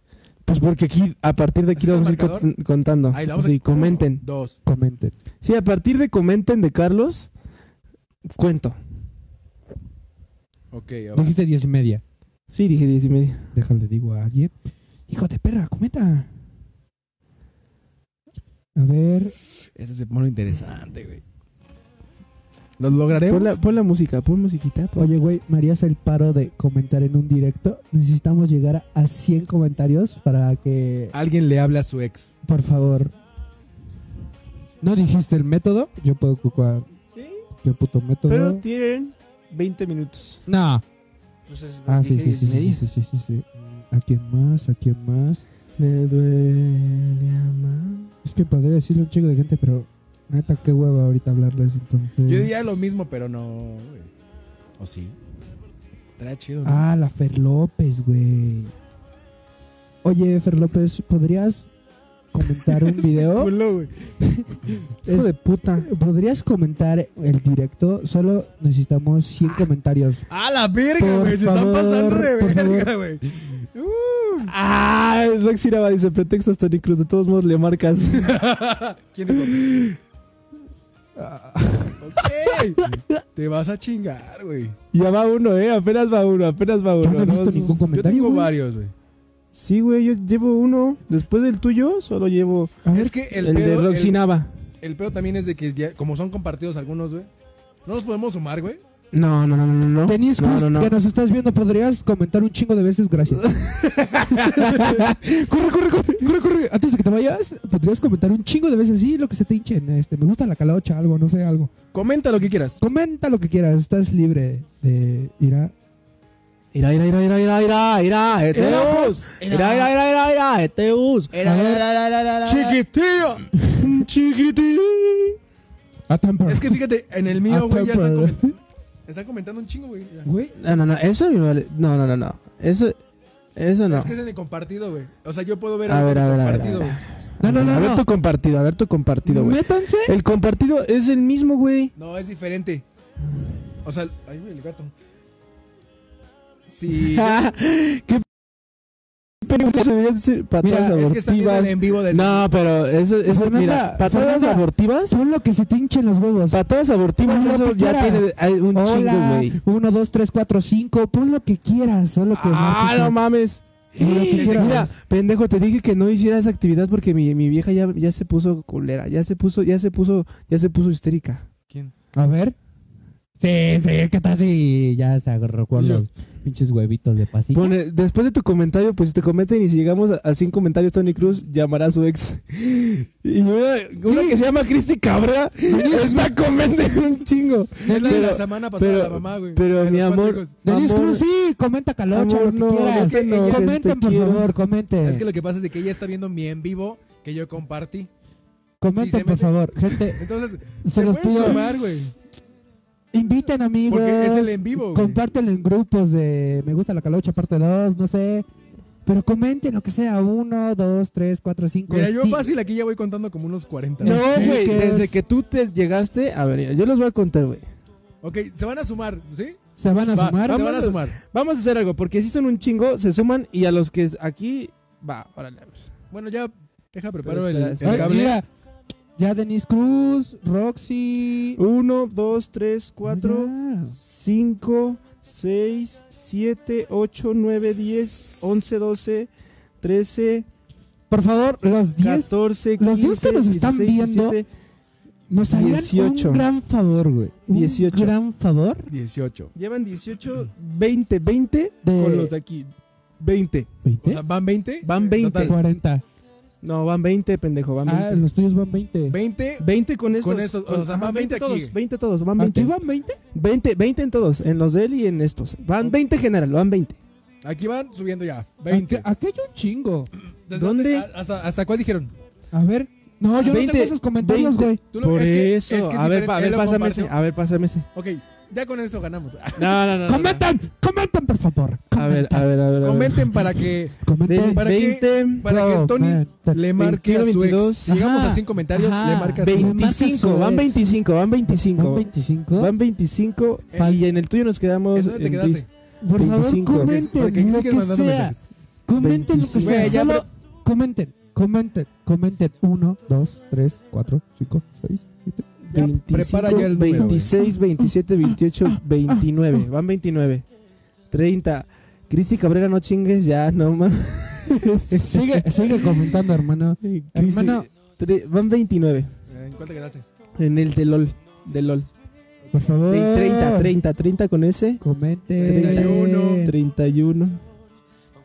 Pues porque aquí, a partir de aquí
¿Está
lo vamos a ir
el marcador?
cont- contando.
Ahí la vamos a-
sí, comenten.
Dos.
Ah, Comenten.
Sí, a partir de comenten de Carlos, cuento.
Ok, a ver.
Dijiste 10 y media.
Sí, dije 10 y media.
Déjale, digo a alguien.
Hijo de perra, comenta.
A ver.
Este se pone interesante, güey. ¿Los lograremos?
Pon la, pon la música, pon musiquita. pon-
Oye, güey, ¿me harías el paro de comentar en un directo? Necesitamos llegar a 100 comentarios para que,
Alguien le habla a su ex.
por favor... ¿No dijiste el método? Yo puedo ocupar... ¿Qué puto método?
Pero tienen 20 minutos.
No.
Pues es-
Ah, sí, sí,
dije 10 y
sí, sí,
media.
sí, sí, sí, sí. ¿A quién más? ¿A quién más?
Me duele amar.
Es que podría decirle a un chico de gente, pero neta, qué hueva ahorita hablarles entonces.
Yo diría lo mismo, pero no, güey. ¿O sí? Estará chido, ¿no?
Ah, la Fer López, güey. Oye, Fer López, ¿podrías comentar un video.
Este Culo, güey.
Es-
puta.
¿Podrías comentar el directo? Solo necesitamos 100 comentarios.
¡A la verga,
Por
güey! Se están
favor,
pasando de
por
verga, güey.
Ah, Rex Iraba dice pretextos Tony Cruz, de todos modos le marcas.
¿Quién dijo? ok. Te vas a chingar, güey.
ya va uno, eh, apenas va uno, apenas va
Yo
uno.
no he
¿no?
visto ningún
Yo
comentario.
tengo
güey.
varios, güey.
Sí, güey, yo llevo uno. Después del tuyo, solo llevo
A ver,
Es que el,
el, de
pedo,
Roxy
el,
Nava.
el pedo también es de que ya- como son compartidos algunos, güey. No los podemos sumar, güey.
No, no, no, no, no.
Tenis
No,
Cruz,
no, no.
pues, que nos estás viendo, ¿podrías comentar un chingo de veces? Gracias. corre, corre, corre, corre, corre. Antes de que te vayas, ¿podrías comentar un chingo de veces? Sí, lo que se te hinche. en Este, me gusta la calocha, algo, no sé, algo.
Comenta lo que quieras.
Comenta lo que quieras, estás libre de ir a...
Ira, ira, ira, ira, ira, ira, ira, Eteus. Ira, ira, ira, ira, ira, Eteus.
Era,
Chiquitío. Chiquitío.
A Tamper.
Es que fíjate, en el mío,
A
güey, ya están,
Tamper.
comen- están comentando un chingo, güey. Mira.
Güey,
No, no, no, eso me vale. No, no, no, no. Eso, eso no.
Es que es en el compartido, güey. O sea, yo puedo ver
A
algo
ver,
en
a
el
ver, a ver. a
compartido,
ver.
güey.
No, no, no,
A ver
no.
tu compartido, a ver tu compartido, güey.
métanse.
El compartido es el mismo, güey.
No, es diferente. O sea, ay, güey, el gato. Sí.
Ah, ¿Qué pero eso debería ser
Mira,
patadas
es
es que están viendo el
abortivas?
en vivo de
No, pero eso, eso
Fernanda,
mira, patadas
Fernanda.
abortivas,
Son lo que se te hinchen los huevos.
patadas abortivas,
Pon lo
eso
que
ya
quieras.
tiene hay un chingo,
Hola,
güey.
1, 2, 3, 4, 5, pon lo que quieras, solo que
Ah,
marques
no
ex.
mames.
Pon lo que quieras.
Mira, pendejo, te dije que no hiciera esa actividad porque mi, mi vieja ya, ya se puso culera, ya se puso, ya se puso, ya se puso histérica.
A ver. Sí, sí, que tal si ya se agarró con
Y yo-
los pinches huevitos de pasito.
Pone, después de tu comentario, pues si te comenten y si llegamos a, a 100 comentarios, Tony Cruz llamará a su ex. Y una, una
Sí.
que se llama Cristi Cabra está comentando un chingo.
Es la de la
Pero-
semana pasada,
pero-
la mamá, güey.
pero,
De los
mi
cuatro
amor,
hijos.
Denise
Amor,
Cruz, sí, comenta calocha,
amor,
lo que
no,
quieras.
es que no, que
comenten,
te
por
quiero.
favor, comenten.
eh.
Es que lo que pasa es de que ella está viendo mi en vivo que yo compartí. si
comenten,
se
por
mete-
favor. Gente,
Entonces,
se
se
los
pueden
pido.
sumar, güey.
Inviten, amigos.
Porque es el en vivo, güey.
Compártelo en grupos de Me gusta la calocha, parte 2, no sé. Pero comenten lo que sea, 1, 2, 3, 4, 5.
Mira, yo fácil aquí ya voy contando como unos 40.
No,
Este,
güey,
que
desde
es-
que tú te llegaste, a ver, mira, yo los voy a contar, güey.
Ok, se van a sumar, ¿sí?
Se van a
Va,
sumar.
Se van a
Vámonos.
sumar.
Vamos a hacer algo, porque si son un chingo, se suman y a los que es- aquí va, órale, a ver.
Bueno, ya deja preparo
Pero
el,
espera,
el
espera.
Ay,
cable.
mira, ya Denise Cruz, Roxy.
Uno, dos, tres, cuatro,
Mira.
cinco, seis, siete, ocho, nueve, diez, once, doce, trece,
Por favor, los 10
catorce,
los diez que
quince,
nos están
dieciséis,
viendo,
diecisiete,
nos harían
18.
un gran favor, güey. Un
18.
gran favor
18.
Llevan 18, 20, 20
de
con los de aquí. 20.
O
20.
sea, ¿van 20?
¿eh? Van 20.
Total,
40.
No, van 20, pendejo, van 20.
Ah, los tuyos van 20.
20.
20 con estos.
Con estos, o sea,
Ajá,
van 20 aquí.
todos, 20 todos, van
¿Aquí
20.
van 20?
20, 20 en todos, en los de él y en estos. Van 20 general, van 20.
Aquí van subiendo ya. 20.
Aquí, aquí hay un chingo.
¿Desde
¿Dónde?
a- ¿Hasta, ¿Hasta cuál dijeron?
A ver. No, yo no
20,
tengo esos comentarios,
20.
güey.
Tú lo-
Por
es que-
eso,
es que es
a ver,
diferente,
pa- a
él
ver,
lo
pásame
compartió.
ese, a ver, pásame ese.
Ok, ya con esto ganamos.
No, no, no. no,
Comenten, comenten, por favor.
no. A ver, a ver, a ver. a ver.
Comenten para que,
De-
Comenten.
para que-
20,
para que Tony
Comenten.
le marque a su
22.
ex. Si llegamos a
Ajá.
100 comentarios,
Ajá.
le marca a su ex.
25, van 25, van 25.
¿Van 25?
Van 25
En-
y en el tuyo nos quedamos.
¿En dónde te
en
quedaste?
dis-
por
25.
favor,
Porque
comenten.
aquí
Lo
sigues
que
mandando
sea.
mensajes.
Comenten lo que
25.
sea.
Güey, ya,
Solo comenten, comenten, comenten. 1, 2, 3, 4, 5, 6, 7.
Ya,
25,
prepara ya el número,
26, 27, 28, 29. Van 29. 30. Cristi Cabrera, no chingues ya, no mames.
Sigue, sigue comentando, hermano.
Cristi-
Hermano.
tre- van 29
güey. ¿En cuál te quedaste?
en el de LOL. De LOL.
Por favor.
Ve- 30, 30, 30 con ese.
Comenten.
31.
31.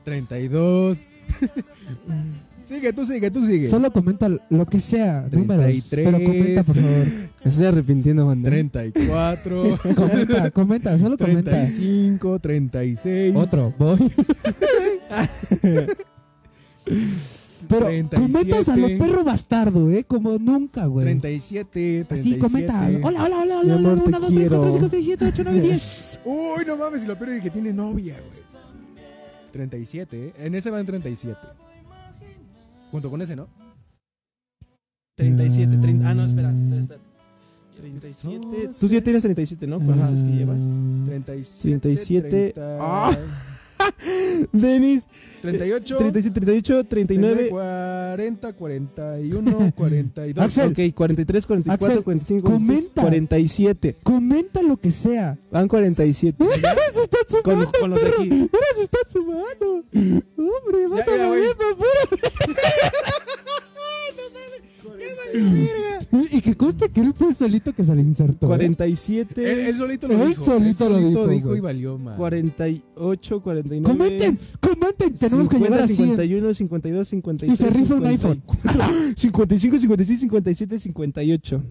32. sigue, tú sigue, tú sigue.
Solo comenta lo que sea, números.
33.
Pero comenta, por favor.
Me estoy arrepintiendo, banda.
34,
Comenta, comenta, solo comenta.
35, 36.
Otro, voy. Pero
37.
comentas a lo perro bastardo, ¿eh? Como nunca, güey.
37, 37.
Así comentas. Hola, hola, hola,
Mi
hola,
amor,
hola,
te
1, 2, 3, 4,
quiero.
5, 6, 7, 8, 9, 10.
Uy, no mames, y lo peor es que tiene novia, güey. 37, ¿eh? En este van 37. Junto con ese, ¿no?
37, 30. Ah, no, espera,
Mm.
espera, espera. 37. Tú ya tienes 37, ¿no? ¿Cuántos años que llevas?
Mm.
37.
37.
30,
¡Ah! Denis,
38.
37, 38,
39,
39.
40, 41, 42.
Axel,
Ok, 43, 44,
Axel,
45, 46,
comenta.
47.
Comenta lo que sea.
Van 47.
¡Se está
Con,
sumando,
con los de aquí.
perro! ¡Se está sumando! ¡Hombre, vas
Ya, mira,
a
güey.
morir, papá! Y que conste que él fue el solito que se le insertó. ¿eh?
47,
Él, él solito lo
Él
dijo.
solito
él
lo
solito
dijo,
dijo
güey.
y valió más.
48, 49.
¡Comenten! ¡Comenten! Tenemos que llegar a 100.
51, 52, 53.
Y se rifa un
55, 56, 57, 58.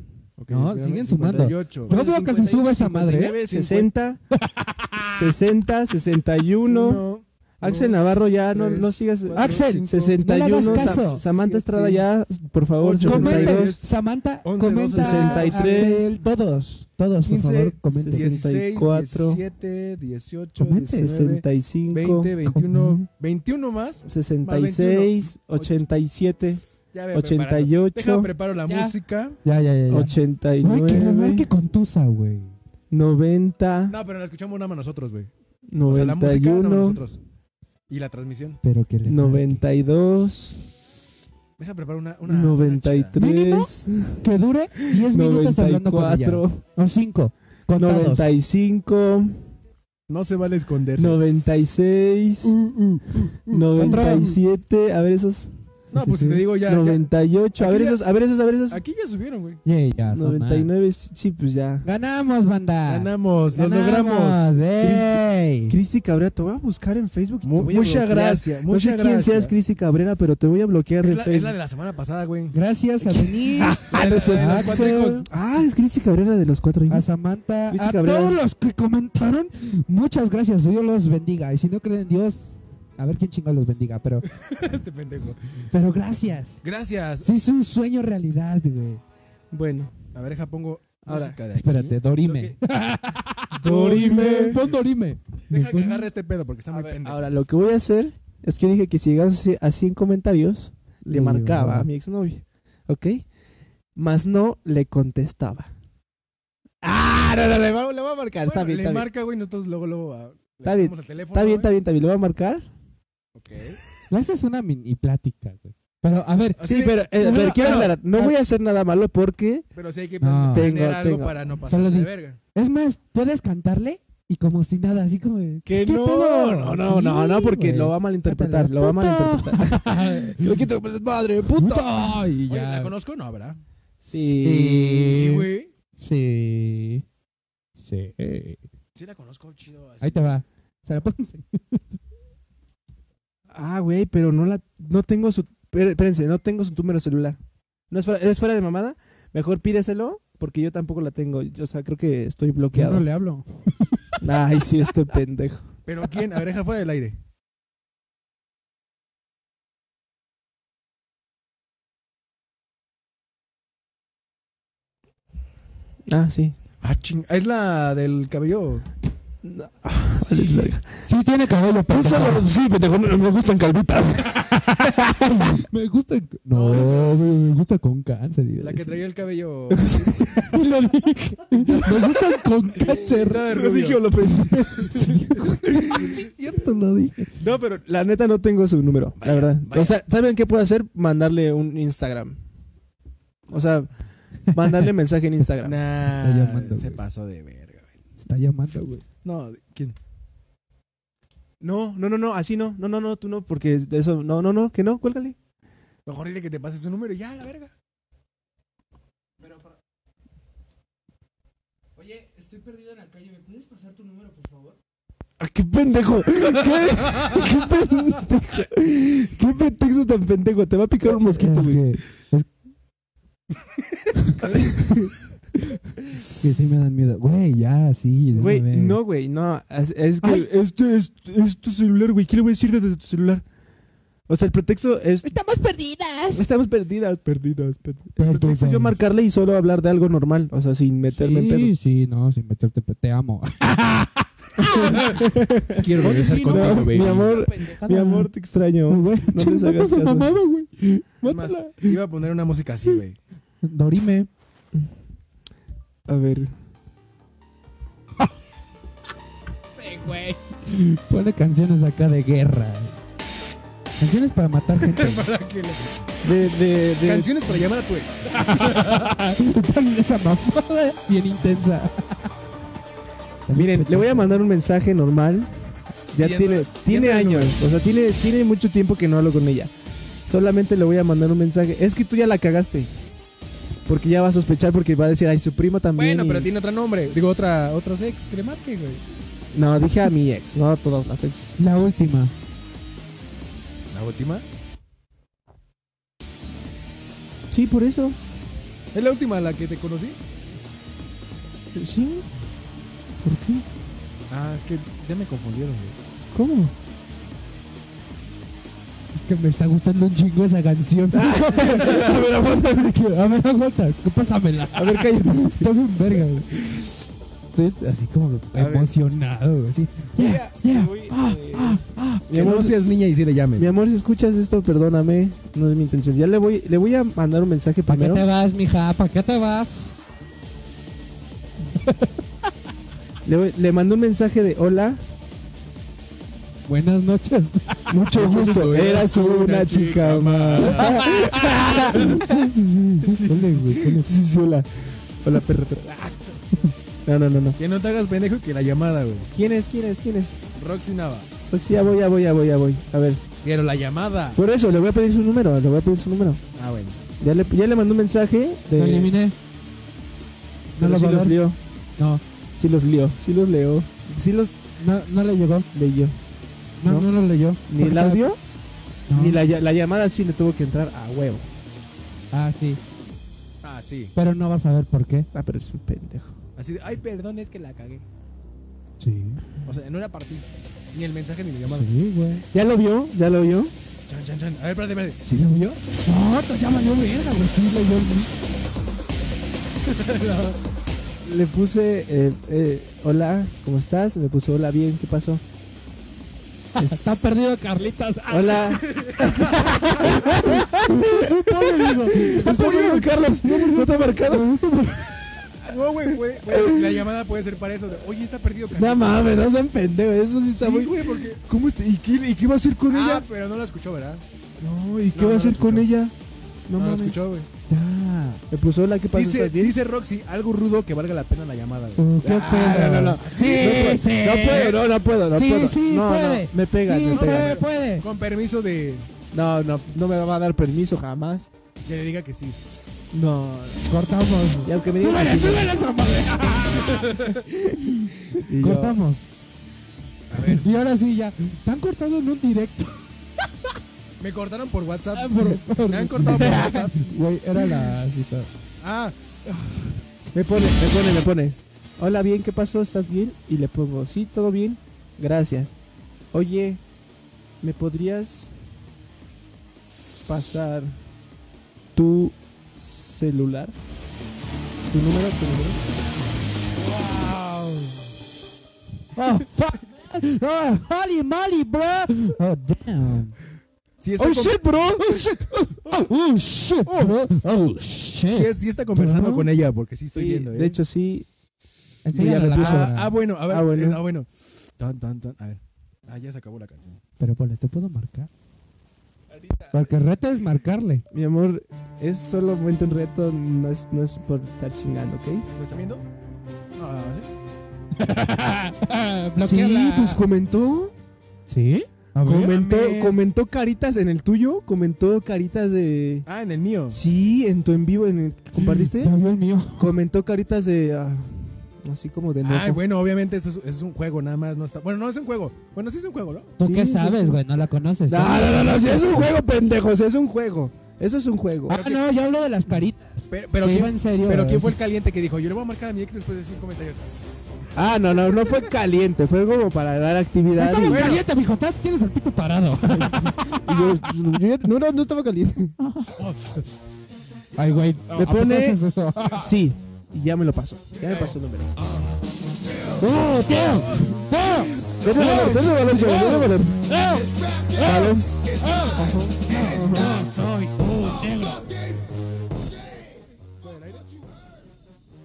No, siguen sumando. Yo veo que se sube esa madre,
59,
¿eh?
60, 60, 61. Axel Navarro, ya no, no sigas.
Axel,
Axel, 61.
no le hagas
Sa-
caso.
Samantha Estrada, ya, por favor,
Ocho,
Comenten,
62.
Samantha,
11,
comenta,
63.
Axel, todos, todos, por
15,
favor, comenten.
16,
64,
17, 18,
Comete.
19,
65,
20, 21, 21 más.
66,
Eh,
87,
Ya me preparo. Deja
88,
preparo la
Ya.
música.
Ya, ya, ya. ya. Güey, que le marque
89,
con Tusa, güey.
90,
No, pero la escuchamos nada más nosotros, güey. O sea, la música nada más
91,
nosotros. Y la transmisión.
Pero que le marque.
92,
Deja preparar una. una una chida.
93,
Que dure 10 minutos hablando con ella.
94,
O 5. Contados.
95,
No se vale esconderse.
Uh,
96, 97, a ver esos.
No, pues te digo ya. ya-
98, a ver
Aquí ya-
esos, a ver esos, a ver esos.
Aquí ya subieron, güey.
Yeah, ya, son
99, sí, pues ya.
más. Ganamos, banda.
Ganamos, lo
Ganamos,
logramos.
¡Ey!
Cristi Cabrera, te voy a buscar en Facebook. y te
Mu-
voy a
Muchas
bloquear.
gracias.
No sé
Muchas
quién seas,
gracias.
Cristi Cabrera, pero te voy a bloquear de
Es la, es
Facebook.
la de la semana pasada, güey.
Gracias a Denise,
Ah, no es cierto.
Axel.
Cuatro hijos.
Ah, es Cristi Cabrera de los cuatro
a
hijos.
Samantha,
Cristi
a
Cabrera.
todos los que comentaron. Muchas gracias, Dios los bendiga. Y si no creen en Dios, a ver quién chingo los bendiga. Pero,
Este pendejo.
pero gracias.
Gracias.
Sí, es un sueño realidad, güey.
Bueno,
A ver, deja pongo
Ahora,
música de aquí.
Espérate, Dorime.
Dorime.
Pon Dorime.
Deja que agarre este pedo porque está
a
muy
ver,
pendejo.
ahora lo que voy a hacer es que dije que si llegamos a 100 comentarios, le
Le
marcaba
llevaba.
a mi exnovia, ¿ok? Más no le contestaba. Ah, no, no, le va- le voy a marcar. está
Bueno,
bien,
le
está bien.
marca, güey, nosotros luego, luego ah, le
Está bien,
damos el teléfono.
Está bien,
güey.
está bien, está bien. Le voy a marcar.
Ok.
Le haces una mini plática, güey. Pero, a ver,
Así
Sí,
de-
pero, eh,
no,
pero quiero
no,
aclarar, no
no.
voy a hacer nada malo porque
Pero sí hay que
No.
tener
Tengo,
algo
tengo.
para no pasarse
Solo
de
di-
verga.
es más, puedes cantarle y como si nada, así como. de,
Que
¿qué
no,
pedo?
no, no, no,
Sí,
no, porque
güey.
lo va a malinterpretar, lo va a malinterpretar. Yo le quito madre, puta.
Puta, y
Oye, ¿la
ya.
conozco? No, ¿verdad? Sí,
Sí,
güey.
Sí. Sí.
Sí la conozco, chido. así.
Ahí te va. pues, Se la pones ahí.
Ah, güey, pero no la, no tengo su, pero, espérense, no tengo su número celular. No es fuera, es fuera de mamada. Mejor pídeselo porque yo tampoco la tengo. Yo, O sea, creo que estoy
Yo no
bloqueado.
le hablo.
Ay, sí, este pendejo.
¿Pero quién? A ver, deja fuera del aire.
Ah, sí.
Ah, ching. Es la del cabello.
No, ah, vales verga.
Sí, tiene cabello.
Pero solo- sí, pendejo, no, no me gustan calvitas.
Me gusta. No, me, me gusta con cáncer. iba a
La que
decir.
traía el cabello.
Lo dije. Me gustan con cáncer.
Pintada de
Lo dije o
rubio.
lo pensé.
Sí, cierto, lo dije.
No, pero la neta no tengo su número, la verdad. O sea, ¿saben qué puedo hacer? Mandarle un Instagram. O sea, mandarle mensaje en Instagram.
Nah,
Está llamando,
se
güey.
pasó de verga. güey.
Está llamando, güey.
No, ¿quién?
No, no, no, no, así no. No, no, no, tú no, porque eso, no, no, no, que no, cuélgale.
Mejor dile que te pase su número y ya, la verga.
Pero para- Oye, estoy perdido en la calle. ¿Me puedes pasar tu número, por favor?
Ah, ¡Qué pendejo! ¿Qué? ¡Qué pendejo! ¡Qué pretexto tan pendejo! Te va a picar un mosquito,
Es
güey.
que, es que sí me dan miedo. Güey, ya, sí. de
Güey,
una vez.
no, güey, no. Es, es que
Ay.
este es, es tu celular, güey. ¿Qué le voy a decir desde tu celular? O sea, el pretexto es.
Estamos perdidas.
Estamos perdidas, perdidas, perdidas. El
Perdidas.
pretexto es yo marcarle y solo hablar de algo normal. O sea, sin meterme en
Sí,
pedos.
sí, no, sin meterte. pe- Te amo.
Quiero regresar
No,
contigo, baby.
mi amor,
Pendejada.
mi amor, te extraño.
Güey,
No les
mata
hagas
esa
caso.
mamada, güey.
Es más,
Mátala.
iba a poner una música así, güey.
Dorime.
A ver.
Pone canciones acá de guerra. Canciones para matar gente.
Para que le-
De, de, de-
Canciones para llamar a tu ex.
Ponen esa mamada bien intensa.
Miren, le voy a mandar un mensaje normal. Ya
Y ya
tiene,
no-
tiene
ya no hay
años. O sea, tiene, tiene mucho tiempo que no hablo con ella. Solamente le voy a mandar un mensaje. Es que tú ya la cagaste. Porque ya va a sospechar porque va a decir, ay, su prima también.
Bueno, pero
y-
tiene otro nombre. Digo, otra, otras ex que le marque, güey.
No, dije a mi ex, no a todas las ex.
La última.
La última.
Sí, por eso.
¿Es la última la que te conocí?
Sí. ¿Por qué?
Ah, es que ya me confundieron, güey.
¿Cómo?
Es que me está gustando un chingo esa canción. a ver, aguanta. A ver, aguanta. Pásamela.
A ver, cállate.
Está bien verga, güey. Estoy así como emocionado, güey. Así. Yeah, yeah. Ah, ah, ah.
Mi amor, si,
es niña y si le llames.
mi amor, si escuchas esto, perdóname. No es mi intención. Ya le voy, le voy a mandar un mensaje
¿Para qué
primero.
te vas, mija? ¿Para qué te vas?
Le, voy- le mandé un mensaje de hola.
Buenas noches.
Mucho gusto. Eras una chica más.
sí, sí, sí, sí. Ponle, güey, ponle.
Sí, sí, hola. Hola, perro. perro. No, no, no, no.
Que no te hagas pendejo y que la llamada, güey.
¿Quién es? ¿Quién es? ¿Quién es?
Roxy Nava.
Roxy, ya voy, ya voy, ya voy, ya voy. A ver.
Quiero la llamada.
Por eso, le voy a pedir su número. Le voy a pedir su número.
Ah, bueno.
Ya le, ya le mandé un mensaje de.
Lo eliminé. No
pero
lo
sí
va a
los
dar.
leo.
No,
Sí los leo. Sí los leo. Sí los
no, no le llegó.
leyó.
No,
¿No?
no, lo leyó.
Ni el audio,
No.
ni la, ll- la llamada sí le tuvo que entrar a huevo.
Ah, sí.
Ah, sí.
Pero no vas a ver por qué.
Ah, pero es un pendejo.
Así de, ay, perdón, es que la cagué.
Sí.
O sea, no era partida. Ni el mensaje ni la llamada.
Sí, güey.
¿Ya lo vio? ¿Ya lo vio?
Chan, chan, chan. A ver, espérate, espérate.
¿Sí lo vio? No, te ya valió verga, güey. Sí leyó el
Le puse, eh, eh, hola, ¿cómo estás? Me puso, hola, bien, ¿qué pasó?
Está perdido Carlitas. Ah,
Hola.
no le digo. Está
Está
perdido.
bien, Carlos. No te ha marcado.
No, güey, puede- puede- la llamada puede ser para eso. de, Oye, está perdido, Carlitos".
No mames, no sean pendejos. Eso sí está
Sí,
muy.
güey, porque.
¿Cómo este? ¿Y qué, ¿Y qué va a hacer con
Ah,
ella?
pero no la escuchó, ¿verdad?
No, ¿y
no,
qué va
no
a
lo
hacer con
escuchó.
ella?
No,
No,
la
mames.
escuchó, güey.
Ya. Me puso, hola, ¿qué pasó?
Dice,
¿Estás bien?
dice Roxy, algo rudo que valga la pena la llamada, güey.
Uh, qué pedo.
no, no, no. No puedo,
Sí, sí.
No puedo, no, no puedo, no
Sí,
puedo.
sí,
No, no,
puede.
me pegan,
Sí,
me pegan.
puede, puede.
Con permiso de
No, no, no me va a dar permiso jamás.
que le diga que sí.
No.
Cortamos.
Y aunque me digan que sí,
esa madre.
y yo-
Cortamos. Y ahora sí, ya. Están cortando en un directo.
Me cortaron por WhatsApp.
Ah, por- por-
Me han cortado por WhatsApp.
Güey, era la cita.
Ah,
me pone, me pone, me pone. Hola, bien, ¿qué pasó? ¿Estás bien? Y le pongo, sí, todo bien. Gracias. Oye, ¿me podrías pasar tu celular? ¿Tu número? ¿Tu número?
Oh, fuck. Oh, holy moly, bro. Oh, damn.
si está,
Oh,
con-
shit, bro. Oh, shit. Oh, oh, shit, bro. Oh, shit.
sí es- sí está conversando
Ajá.
con ella, porque sí estoy
Sí,
viendo, ¿eh?
De hecho, sí.
Enséñale
ya me
la
puso-
ah,
obra.
ah, bueno, a ver.
Ah,
Ah,
bueno.
bueno. ah, bueno. Tan, tan, tan. A ver. Ah, ya se acabó la canción.
Pero, ponle, ¿te puedo marcar? Porque el reto es marcarle.
Mi amor, es solamente un reto, no es, no es por estar chingando, ¿ok?
¿Lo está viendo? Ah, ¿sí?
Bloqueala.
pues comentó.
¿Sí? A ver.
Comentó,
mames.
comentó caritas en el tuyo, comentó caritas de...
Ah, en el mío.
Sí, en tu en vivo, en el que compartiste.
Ya vio el mío.
Comentó caritas de... ah, así como de...
Ah,
enojo.
bueno, obviamente eso es, eso es un juego, nada más. No está... Bueno, no es un juego. Bueno, sí es un juego, ¿no?
¿Tú
Sí,
qué
sí,
sabes,
sí.
güey? No la conoces.
No,
¿no?
no, no, no, sí, es un juego, pendejos, es un juego. Eso es un juego.
Ah, no, yo hablo de las caritas.
Pero, pero,
que
¿quién,
iba en serio.
Mm.
pero ¿quién
güey.
fue el caliente que dijo? Yo le voy a marcar a mi ex después de cinco comentarios.
Ah, no, no, no fue caliente, fue como para dar actividad.
Estamos
y-
caliente, mijo. Estás- Tienes el pito parado.
y yo- yo ya- no, no, no estaba caliente.
Ay, güey.
Me
¿a poco
pone-
haces eso?
Sí, y ya me lo pasó. Ya me pasó el número.
¡Oh, Teo! ¡Teo!
Dale valor, dale valor, chavos, dale valor. Valor.
No soy un Teo.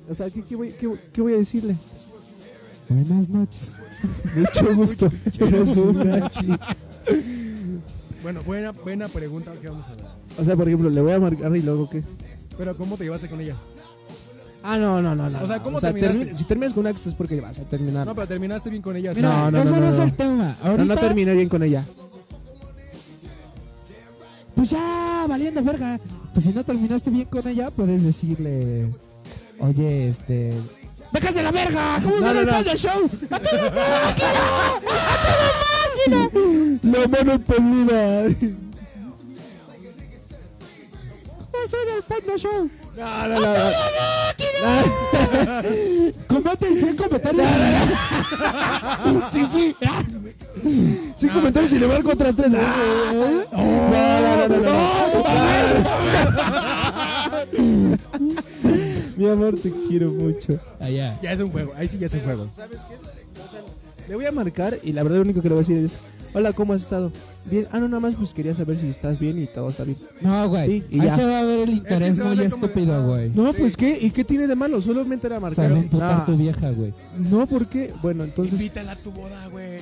O sea, ¿qué, qué voy, qué- qué voy a decirle?
Buenas noches.
Mucho gusto. Eres una chica.
Bueno, buena, buena pregunta que vamos a ver.
O sea, por ejemplo, le voy a marcar y luego qué.
Pero ¿cómo te llevaste con ella?
Ah, no, no, no, no.
O sea,
no.
¿cómo terminaste?
termi- si terminas con una ex es porque vas a terminar.
No,
No,
pero terminaste bien con ella.
Mira,
no, no,
ese no,
no,
es
no.
el tema. Ahorita,
no, terminé bien con ella.
pues ya, valiendo verga. Pues si no terminaste bien con ella, puedes decirle, oye, este... ¡Dejas de la verga! ¿Cómo
No,
se
no,
ve el
no.
Panda show?
La mano perdida.
¡No soy el Panda show!
No, no, no. no.
¡Combate 100 comentarios! sí, sí. Ah,
Sin comentarios y le marco otras tres. Ah. No, no, no, no, no. Mi amor, te quiero mucho.
Ah,
Ya es un juego, ahí sí ya es un juego.
Le voy a marcar y la verdad lo único que le voy a decir es, hola, ¿cómo has estado? Bien, ah, no, nada más pues quería saber si estás bien y todo está bien.
No, güey.
Sí, y
Ahí
ya.
se va a ver el interés
se va a
muy
ver como-
estúpido, güey.
No, pues qué, ¿y qué tiene de malo? Solamente era
O sea,
marcar.
no emputar
Ah,
tu vieja, güey.
no, ¿por qué? Bueno, entonces...
Invítala a tu boda, güey.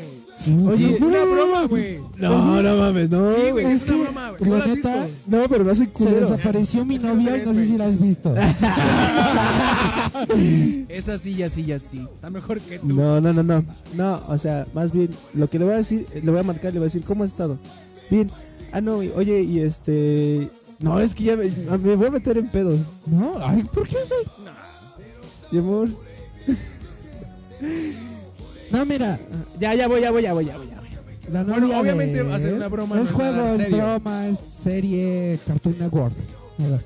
Oye,
Una broma, güey.
No, no mames, no.
Sí, güey, es
es
una
que,
broma, güey. ¿No la
la
has
neta,
visto?
No, pero no soy
Se
culero.
desapareció mi
Es que no te
novia,
ves,
no sé
güey.
si la has visto.
Es así, y así, y así. Está mejor que tú.
No, no, no, no. No, o sea, más bien, lo que le voy a decir, eh, le voy a marcar, le voy a decir, ¿cómo has estado? Bien. Ah, no, y- oye, y este... No, es que ya me, ah, me voy a meter en pedos.
No, ay, ¿por qué, güey?
Mi amor.
No, mira,
Ya, ya voy, ya voy, ya voy, ya voy. Ya voy.
la
Bueno,
novia
obviamente
de-
va a ser una broma,
Es
no es nada
juego, es
serio.
broma, es serie, Cartoon Network. A ver.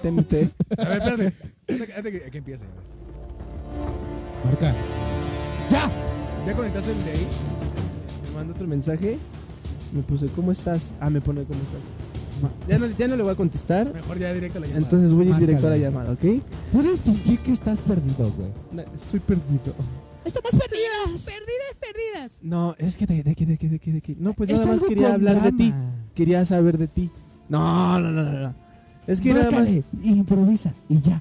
TNT.
A ver, espérate. Espérate antes que, que empiece.
Marca. ¡Ya!
¿Ya conectaste el de ahí?
Me manda otro mensaje. Me puse, ¿cómo estás? Ah, me pone, ¿cómo estás? Ya no, ya no le voy a contestar.
Mejor ya directo a la llamada.
Entonces voy a ir directo a la
Márcale.
llamada, ¿ok?
Puedes fingir que estás perdido, güey.
No, estoy perdido.
Estamos perdidas, perdidas, perdidas.
No, es que de, de qué, de qué, de qué, de qué. No, pues
Es
nada más
algo
quería
con
hablar de ti.
drama.
Quería saber de ti. No, no, no, no. no. Es que nada más.
Márcale, improvisa y ya.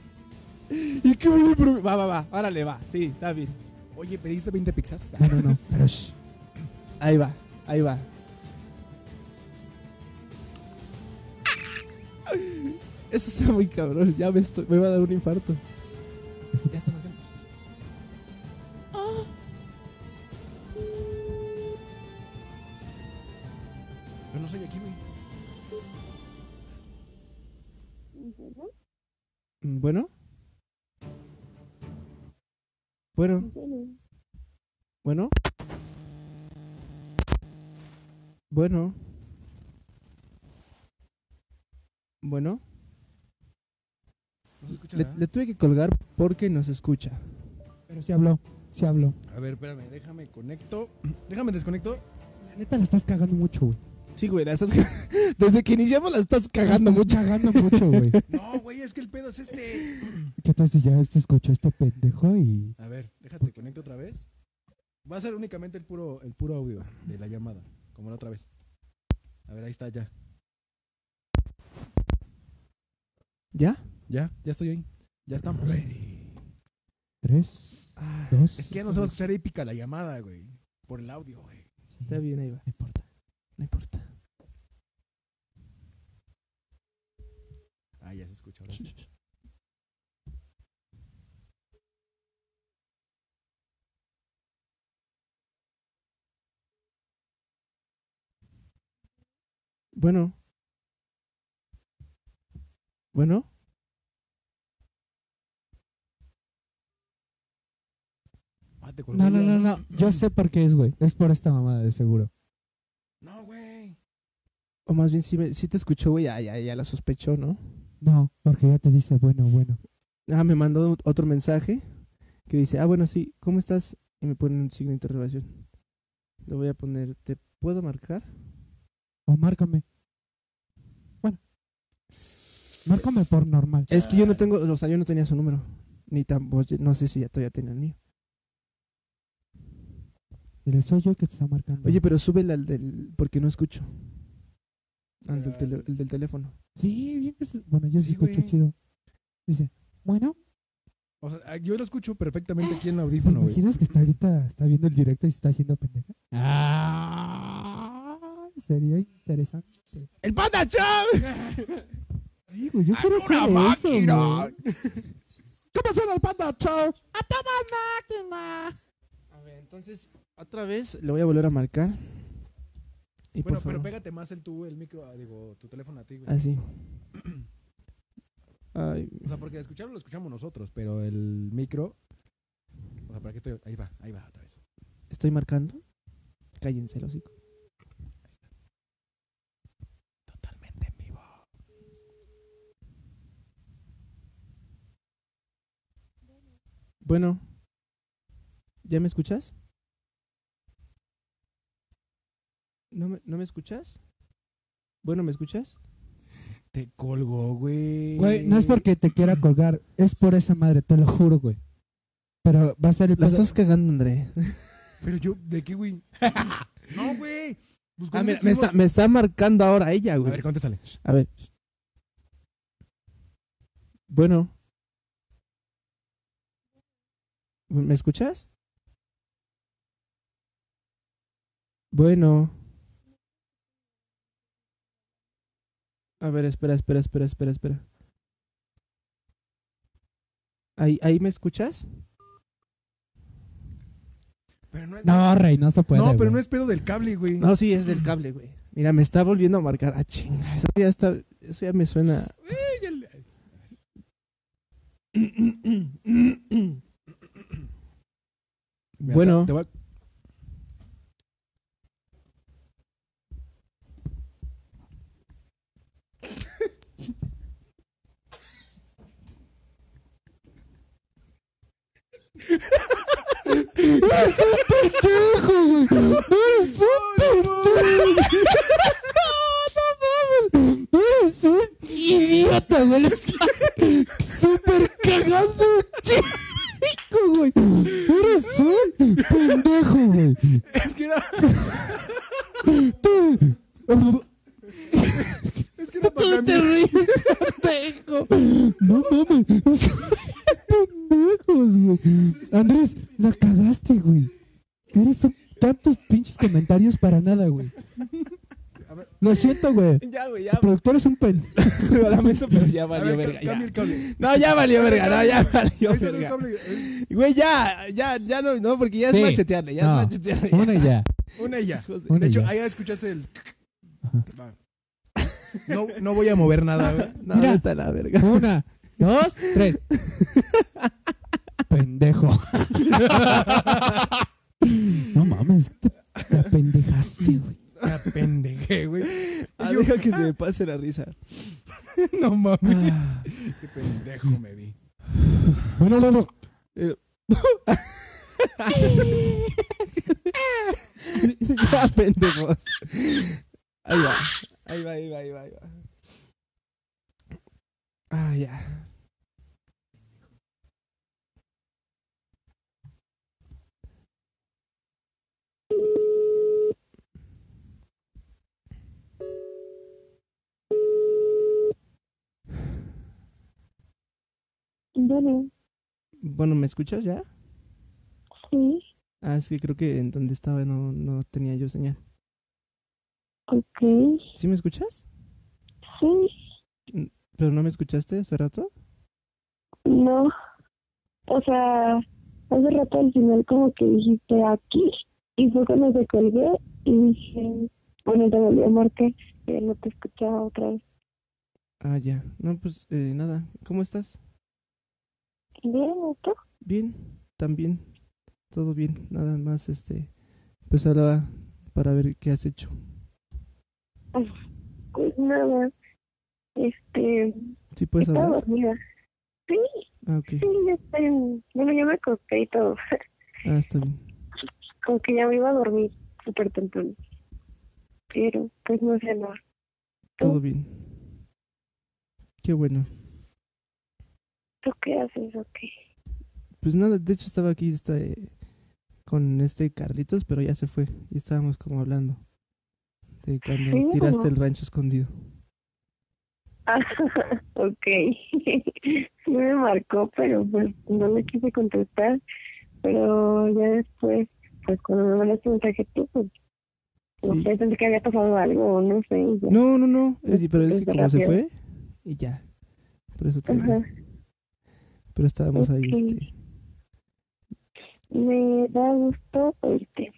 ¿Y qué voy a impro- Va, va, va. Órale, va. Sí, está bien.
Oye, ¿pediste 20 pizzas?
No, no, no, pero shh.
Ahí va, ahí va. Eso está muy cabrón. Ya me, estoy, me va a dar un infarto.
Ya está marcando. Yo no soy aquí, güey.
Mm, Bueno. Bueno. Bueno. Bueno. Bueno.
No se escucha
Le,
nada.
le tuve que colgar porque nos escucha.
Pero sí habló, sí habló.
A ver, espérame, déjame conecto. Déjame desconecto.
La neta la estás cagando mucho, güey.
Sí, güey, la estás ca- Desde que iniciamos la estás cagando mucho.
Cagando mucho, güey.
No, güey, es que el pedo es este.
¿Qué tal si ya se escuchó este pendejo y.
A ver, déjate conecto otra vez. Va a ser únicamente el puro, el puro audio de la llamada, como la otra vez. A ver, ahí está ya.
¿Ya?
Ya, ya estoy ahí. Ya estamos.
Tres,
Ah,
dos.
Es que ya no se va a escuchar épica la llamada, güey. Por el audio, güey.
Está bien, ahí va.
No importa.
No importa.
Ah, ya se escucha. ahora sí.
Bueno. Bueno.
Ah, te colgó
No, no,
ya,
no, no. Yo sé por qué es, güey. Es por esta mamada, de seguro.
No, güey.
O más bien, si, me- si te escuchó, güey, ya, ya, ya la sospechó, ¿no?
No, porque ya te dice, bueno, bueno.
Ah, me mandó otro mensaje que dice, ah, bueno, sí, ¿cómo estás? Y me pone un signo de interrogación. Le voy a poner, ¿te puedo marcar?
O márcame. Bueno. Márcame por normal.
Es que yo
Ah.
no tengo, o sea, yo no tenía su número. Ni tampoco, no sé si ya todavía tenía el mío.
Pero soy yo que te está marcando.
Oye, pero súbele al del, porque no escucho. Al del, tele- el del teléfono.
Sí, bien que se... Bueno, yo sí,
Sí,
escucho
güey.
chido. Dice, bueno,
O sea, ah, yo lo escucho perfectamente aquí en
¿Te
audífono, güey.
imaginas que está ahorita está viendo el directo y se está haciendo pendeja? Ah, sería interesante.
¡El Panda
Sí, güey, yo quiero hacer eso, güey.
¿Cómo suena el Panda Show?
A ver, entonces, otra vez le voy a volver a marcar. Y
Bueno,
por
pero
favor.
pégate más el tu, el micro, ah, digo, tu teléfono a ti, güey.
Así. Ay,
O sea, porque escucharlo lo escuchamos nosotros, pero el micro. O sea, ¿para qué estoy? Ahí va, ahí va, otra vez.
¿Estoy marcando? Cállense, el hocico.
Totalmente en vivo.
Bueno. ¿Ya me escuchas? ¿No me, ¿No me escuchas? Bueno, ¿me escuchas?
Te colgó, güey.
Güey, no es porque te quiera colgar, es por esa madre, te lo juro, güey. Pero va a ser el
La
pedo-
estás cagando, André.
Pero yo, ¿de qué, güey? no, güey. Pues,
Ah,
¿cómo
mira,
nos
me,
fuimos?
está, me está marcando ahora ella,
A
güey.
ver, contéstale.
A ver. Bueno. ¿Me escuchas? Bueno. A ver, espera, espera, espera, espera, espera. ¿Ahí, ahí me escuchas?
Pero no es.
No, rey, no se puede.
No, pero
güey.
no es pedo del cable, güey.
No, sí, es del cable, güey. Mira, me está volviendo a marcar. Ah, chinga. Eso ya está. Eso ya me suena.
Ey, el- Mira,
Bueno.
te- te voy a-
¡Eres un idiota, güey! ¡Lo estás súper cagando, chico, güey! ¡Eres un pendejo, güey!
Es que era.
Tú-
Es que era para mí.
¡No mames! o sea, ¡Pendejos, güey! Andrés, la cagaste, güey. Eres un... Tantos pinches comentarios para nada, güey. Lo siento, güey.
Ya, güey,
El
ya.
productor es un pendejo.
Lo lamento, pero ya
A
valió
ver,
verga.
ca-
ya.
cambia el cable.
No, ya valió verga, no, ya valió
Ahí está el
verga.
cable. eh,
Güey, ya, ya, ya no, no, porque ya es
Sí.
machetearle, ya
No.
es machetearle. ya.
Una y ya.
Una y ya.
Hijos de-
Una
De
y
hecho,
ya.
ahí escuchaste el. Va. No, no voy a mover nada, güey.
No,
Mira.
vete a la verga.
Una, dos, tres. Pendejo. No mames, te, te apendejaste, güey.
La pendejé, güey.
Ah,
Yo-
deja que se me pase la risa.
No mames. Qué pendejo me vi.
Bueno, Lolo.
ya, pendejos. Ahí va, ahí va, ahí va, ahí va, ahí va. Ah, ya.
Bueno,
Bueno, ¿me escuchas ya?
sí,
Ah, es que creo que en donde estaba no, no tenía yo señal.
ok,
¿Sí me escuchas?
sí,
¿Pero no me escuchaste hace rato?
no. O sea, hace rato al final como que dijiste aquí y fue cuando te colgué y dije, bueno, te volví a marcar, pero no te escuchaba otra vez.
Ah, ya. No, pues eh, nada. ¿Cómo estás?
Bien, ¿y tú?
Bien, también, todo bien, nada más, este, pues hablaba para ver qué has hecho.
Pues nada, este,
¿Sí puedes
estaba
hablar?
dormida. Sí,
Ah, ok,
sí, ya está en- Bueno, ya me acosté y todo,
ah, está bien.
como que ya me iba a dormir súper temprano. Pero, pues no sé nada.
Todo bien. Qué bueno.
¿Tú qué haces o qué?
Pues nada, de hecho estaba aquí esta, eh, con este Carlitos, pero ya se fue y estábamos como hablando de cuando
Sí,
tiraste
¿no?
el rancho escondido.
Ah, ok. No me marcó, pero pues no le quise contestar. Pero ya después, pues cuando me mandaste mensaje tú, pues no
Sí.
sé, pensé que había pasado algo, o no sé. y ya.
No, no, no. Es- pero es que como se
Terapia.
fue y ya. Por eso te
Ajá.
Pero estábamos ahí,
Ok.
este.
Me da gusto este, oírte.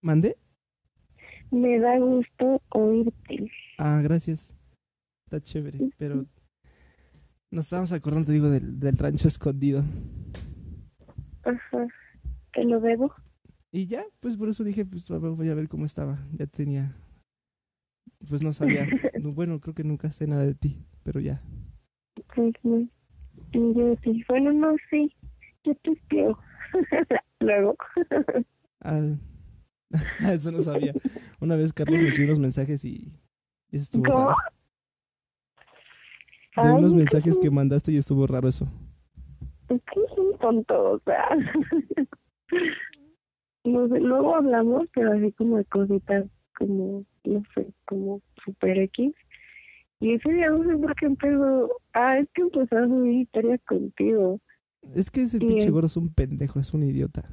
¿Mandé?
Me da gusto oírte.
Ah, gracias. Está chévere, pero nos estábamos acordando, te digo, del, del rancho escondido.
Ajá. Te lo debo.
Y ya, pues por eso dije, pues va- va- voy a ver cómo estaba. Ya tenía. Pues no sabía. No, bueno, creo que nunca sé nada de ti, pero ya.
Pues no. Y yo dije, bueno, no, sí. Yo te espero. Luego.
Ah, eso no sabía. Una vez Carlos me dio unos mensajes y. y eso estuvo
¿Cómo?
raro. De unos
Ay,
mensajes
qué-
que mandaste y estuvo raro eso.
Es que es un tonto, o sea. No sé, luego hablamos, pero así como de cositas, como, no sé, como super X. Y ese día no sé por qué empezó. Ah, es que empezó a subir historias contigo.
Es que ese
Sí.
pinche gordo es un pendejo, es un idiota.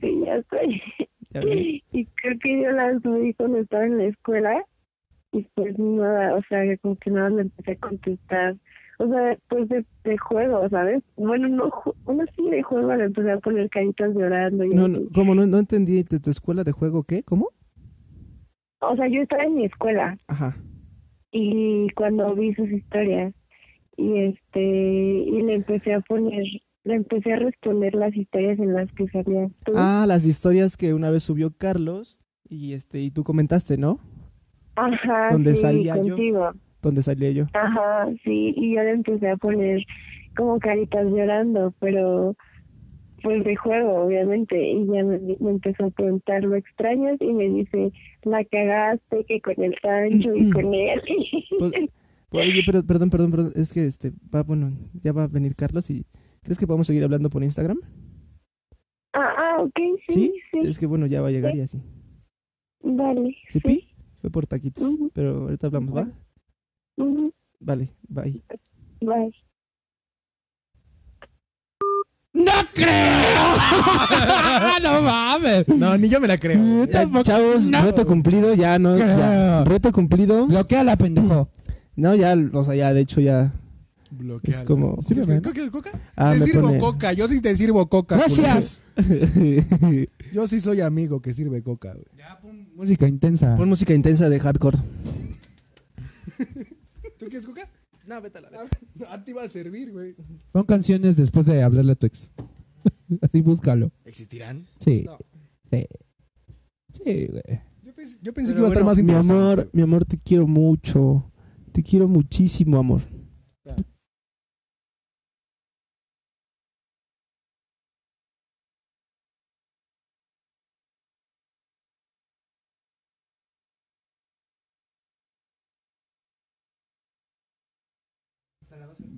Sí, ya estoy.
Ya ves.
Y creo que yo la subí cuando estaba en la escuela. Y pues nada, o sea, que como que nada le empecé a contestar. O sea, después de, de juego, ¿sabes? Bueno, no, ju- uno sí de juego le empecé a poner caritas llorando. Y
No,
así.
no, ¿cómo no, no entendí de tu escuela de juego qué? ¿Cómo?
O sea, yo estaba en mi escuela
Ajá.
y cuando vi sus historias y este y le empecé a poner, le empecé a responder las historias en las que salías tú.
Ah, las historias que una vez subió Carlos y este y tú comentaste, ¿no?
Ajá,
¿dónde
sí,
salía yo?
contigo.
Donde salía yo.
Ajá, sí, y yo le empecé a poner como caritas llorando, pero pues de juego, obviamente, y ya me, me empezó a preguntar lo extrañas y me dice, la cagaste, que con el Sancho y
Mm,
con él.
Pues- Oye, pero, perdón, perdón, perdón, es que este va, bueno, ya va a venir Carlos y ¿crees que podemos seguir hablando por Instagram?
ah, ah, ok, sí, sí,
Es que bueno, ya va a llegar y así.
vale.
¿Sí, Pi? Fue por taquitos,
Ujú.
pero ahorita hablamos, ¿va?
Ujú,
Vale, bye.
Bye.
¡No creo! ¡No mames!
No, ni yo me la creo.
Ya,
Tampoco-
chavos,
no.
reto cumplido, ya no, ya, reto cumplido.
Bloqueala, pendejo.
No, ya, o sea, ya, de hecho, ya
Bloquear.
es como...
Sí, me ven.
¿Quieres coca?
Ah,
te
me
sirvo
pone-
coca. Yo sí te sirvo coca.
Gracias.
culero. Yo sí soy amigo que sirve coca, güey.
Ya, pon.
Música intensa.
Pon música intensa de hardcore.
¿Tú quieres coca? No, vete a la A ti va a servir, güey.
Pon canciones después de hablarle a tu ex. Así búscalo.
¿Existirán?
Sí.
No.
Sí. Sí, güey.
Yo pensé, yo pensé que
Pero
iba a estar
bueno,
más
mi
interesante.
amor, mi amor, te quiero mucho. Te quiero muchísimo, amor.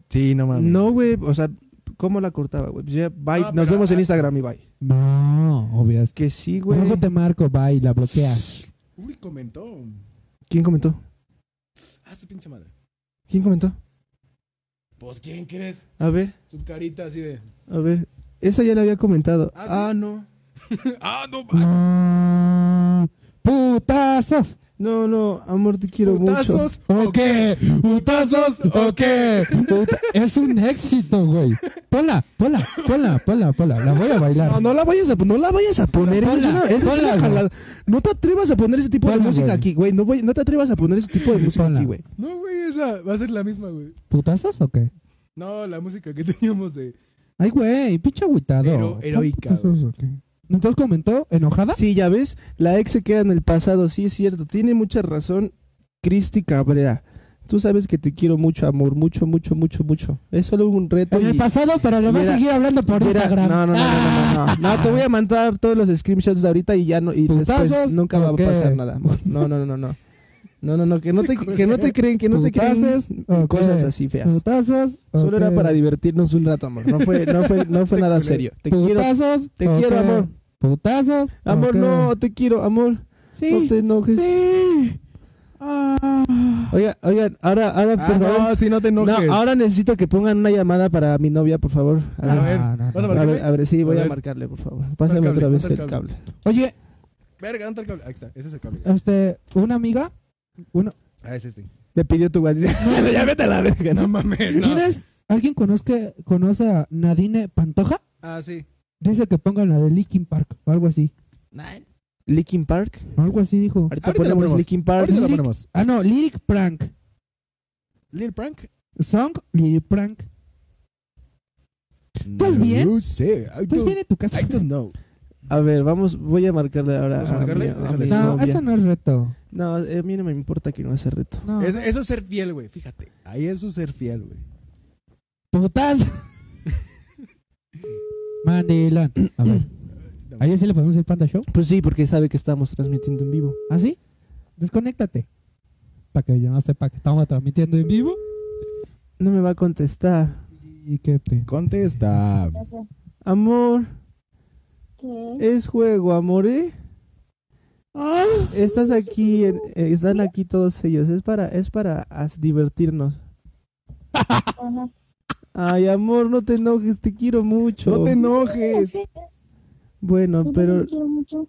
Sí, no mames.
No, güey, o sea, ¿cómo la cortaba, güey? Pues ya, bye,
Ah,
nos
pero-
vemos en Instagram y bye.
No, obvias.
Que sí, güey.
Luego te marco, va y la bloqueas.
Uy, comentó.
¿Quién comentó?
Ah, su pinche madre.
¿Quién comentó?
Pues, ¿quién crees?
A ver,
Su carita así de.
a ver. Esa ya la había comentado.
Ah,
Ah,
sí.
no.
¡Ah, no!
Mm, ¡Putazos!
No, no, amor, te quiero mucho.
¡Putazos!
¿O qué? ¿Putazos? ¿O qué? Puta- Es un éxito, güey. Ponla, ponla, ponla, ponla, ponla. La voy a bailar.
No, no la vayas a, no la vayas a poner. esa es
Ponla,
una- esa es una
ponla, güey.
jalada. No te atrevas a poner ese tipo de
Ponla,
música
güey.
aquí, güey. No, voy- no te atrevas a poner ese tipo de música
Ponla.
aquí, güey.
No, güey, es la- va a ser la misma, güey.
¿Putazos o qué?
No, la música que teníamos de.
Ay, güey, pinche agüitado.
Hero- heroica,
Pon putazos o qué. Entonces comentó, ¿enojada?
Sí, ya ves, la ex se queda en el pasado, sí es cierto, tiene mucha razón Cristi Cabrera. Tú sabes que te quiero mucho, amor, mucho, mucho, mucho, mucho. Es solo un reto.
En el
y-
pasado, pero le va a
Mira,
seguir hablando por
Mira,
Instagram. Ah,
no, no, no, no, no, no, no. No, te voy a mandar todos los screenshots de ahorita y ya no, y después
Putazos,
nunca va a
¿o qué?
pasar nada, amor. No, no, no, no, no. No, no, no, que no te, que no te creen, que no te creen
¿Putazos o
cosas
qué?
así feas.
¿Putazos o
Solo era
qué?
para divertirnos un rato, amor. No fue, no fue, no fue nada serio. Te quiero,
¿Putazos?
te
o
quiero,
qué?
amor.
¿Putazos? o
Amor,
qué?
no, te quiero, amor. No
Sí. Ah.
te enojes.
Sí.
Oigan, oigan, ahora, ahora, por favor.
Ah, no, si no te
Ah, No, ah.
enojes.
ahora necesito que pongan una llamada para mi novia, por favor. A
A
ver,
ver,
Ah, No, no,
¿vas a
no.
a
marcarme?
ver, a ver, sí, voy
A
a
ver.
marcarle, por favor. Pásame
cable,
otra vez
ponte el
el
cable.
cable.
Oye,
Verga, ¿dónde está el cable? Ahí está, ese es el cable.
este, una amiga. Uno,
Ah, es este.
Me pidió tu WhatsApp. ya vete a la verga, no mames. no.
¿Tienes? ¿Alguien conozca, conoce a Nadine Pantoja?
Ah, sí.
Dice que pongan la de Linkin Park o algo así.
Linkin Park.
Algo así dijo.
Ahorita,
Ahorita la
ponemos
ponemos.
Linkin Park.
Ahorita la
Lyric-
ponemos.
Ah, no, Lyric Prank.
Lil Prank.
Song Lyric Prank. ¿Estás bien?
No sé. I
Pues
don't-
viene tu casa.
I don't know.
A ver, vamos, voy a marcarle ahora.
¿Vas a
a
marcarle?
mi- a
Déjale.
mi
No,
novia.
eso no es reto.
No, eh, a mí no me importa que no hace reto.
No.
Es- eso es ser fiel, güey. Fíjate. Ahí eso es ser fiel, güey.
Putas. Mandilón. A ver. ¿Ayer sí le podemos el Panda Show?
Pues sí, porque sabe que estamos transmitiendo en vivo.
¿Ah, sí? Desconéctate. Para que yo no sepa que estamos transmitiendo en vivo.
No me va a contestar.
Y qué pe...
Contesta.
Amor, es juego, amor, ¿eh? Estás aquí, en- eh, están aquí todos ellos. Es para, es para as- divertirnos. Ay, amor, no te enojes, te quiero mucho.
No te enojes.
Bueno, pero
Pero... quiero mucho.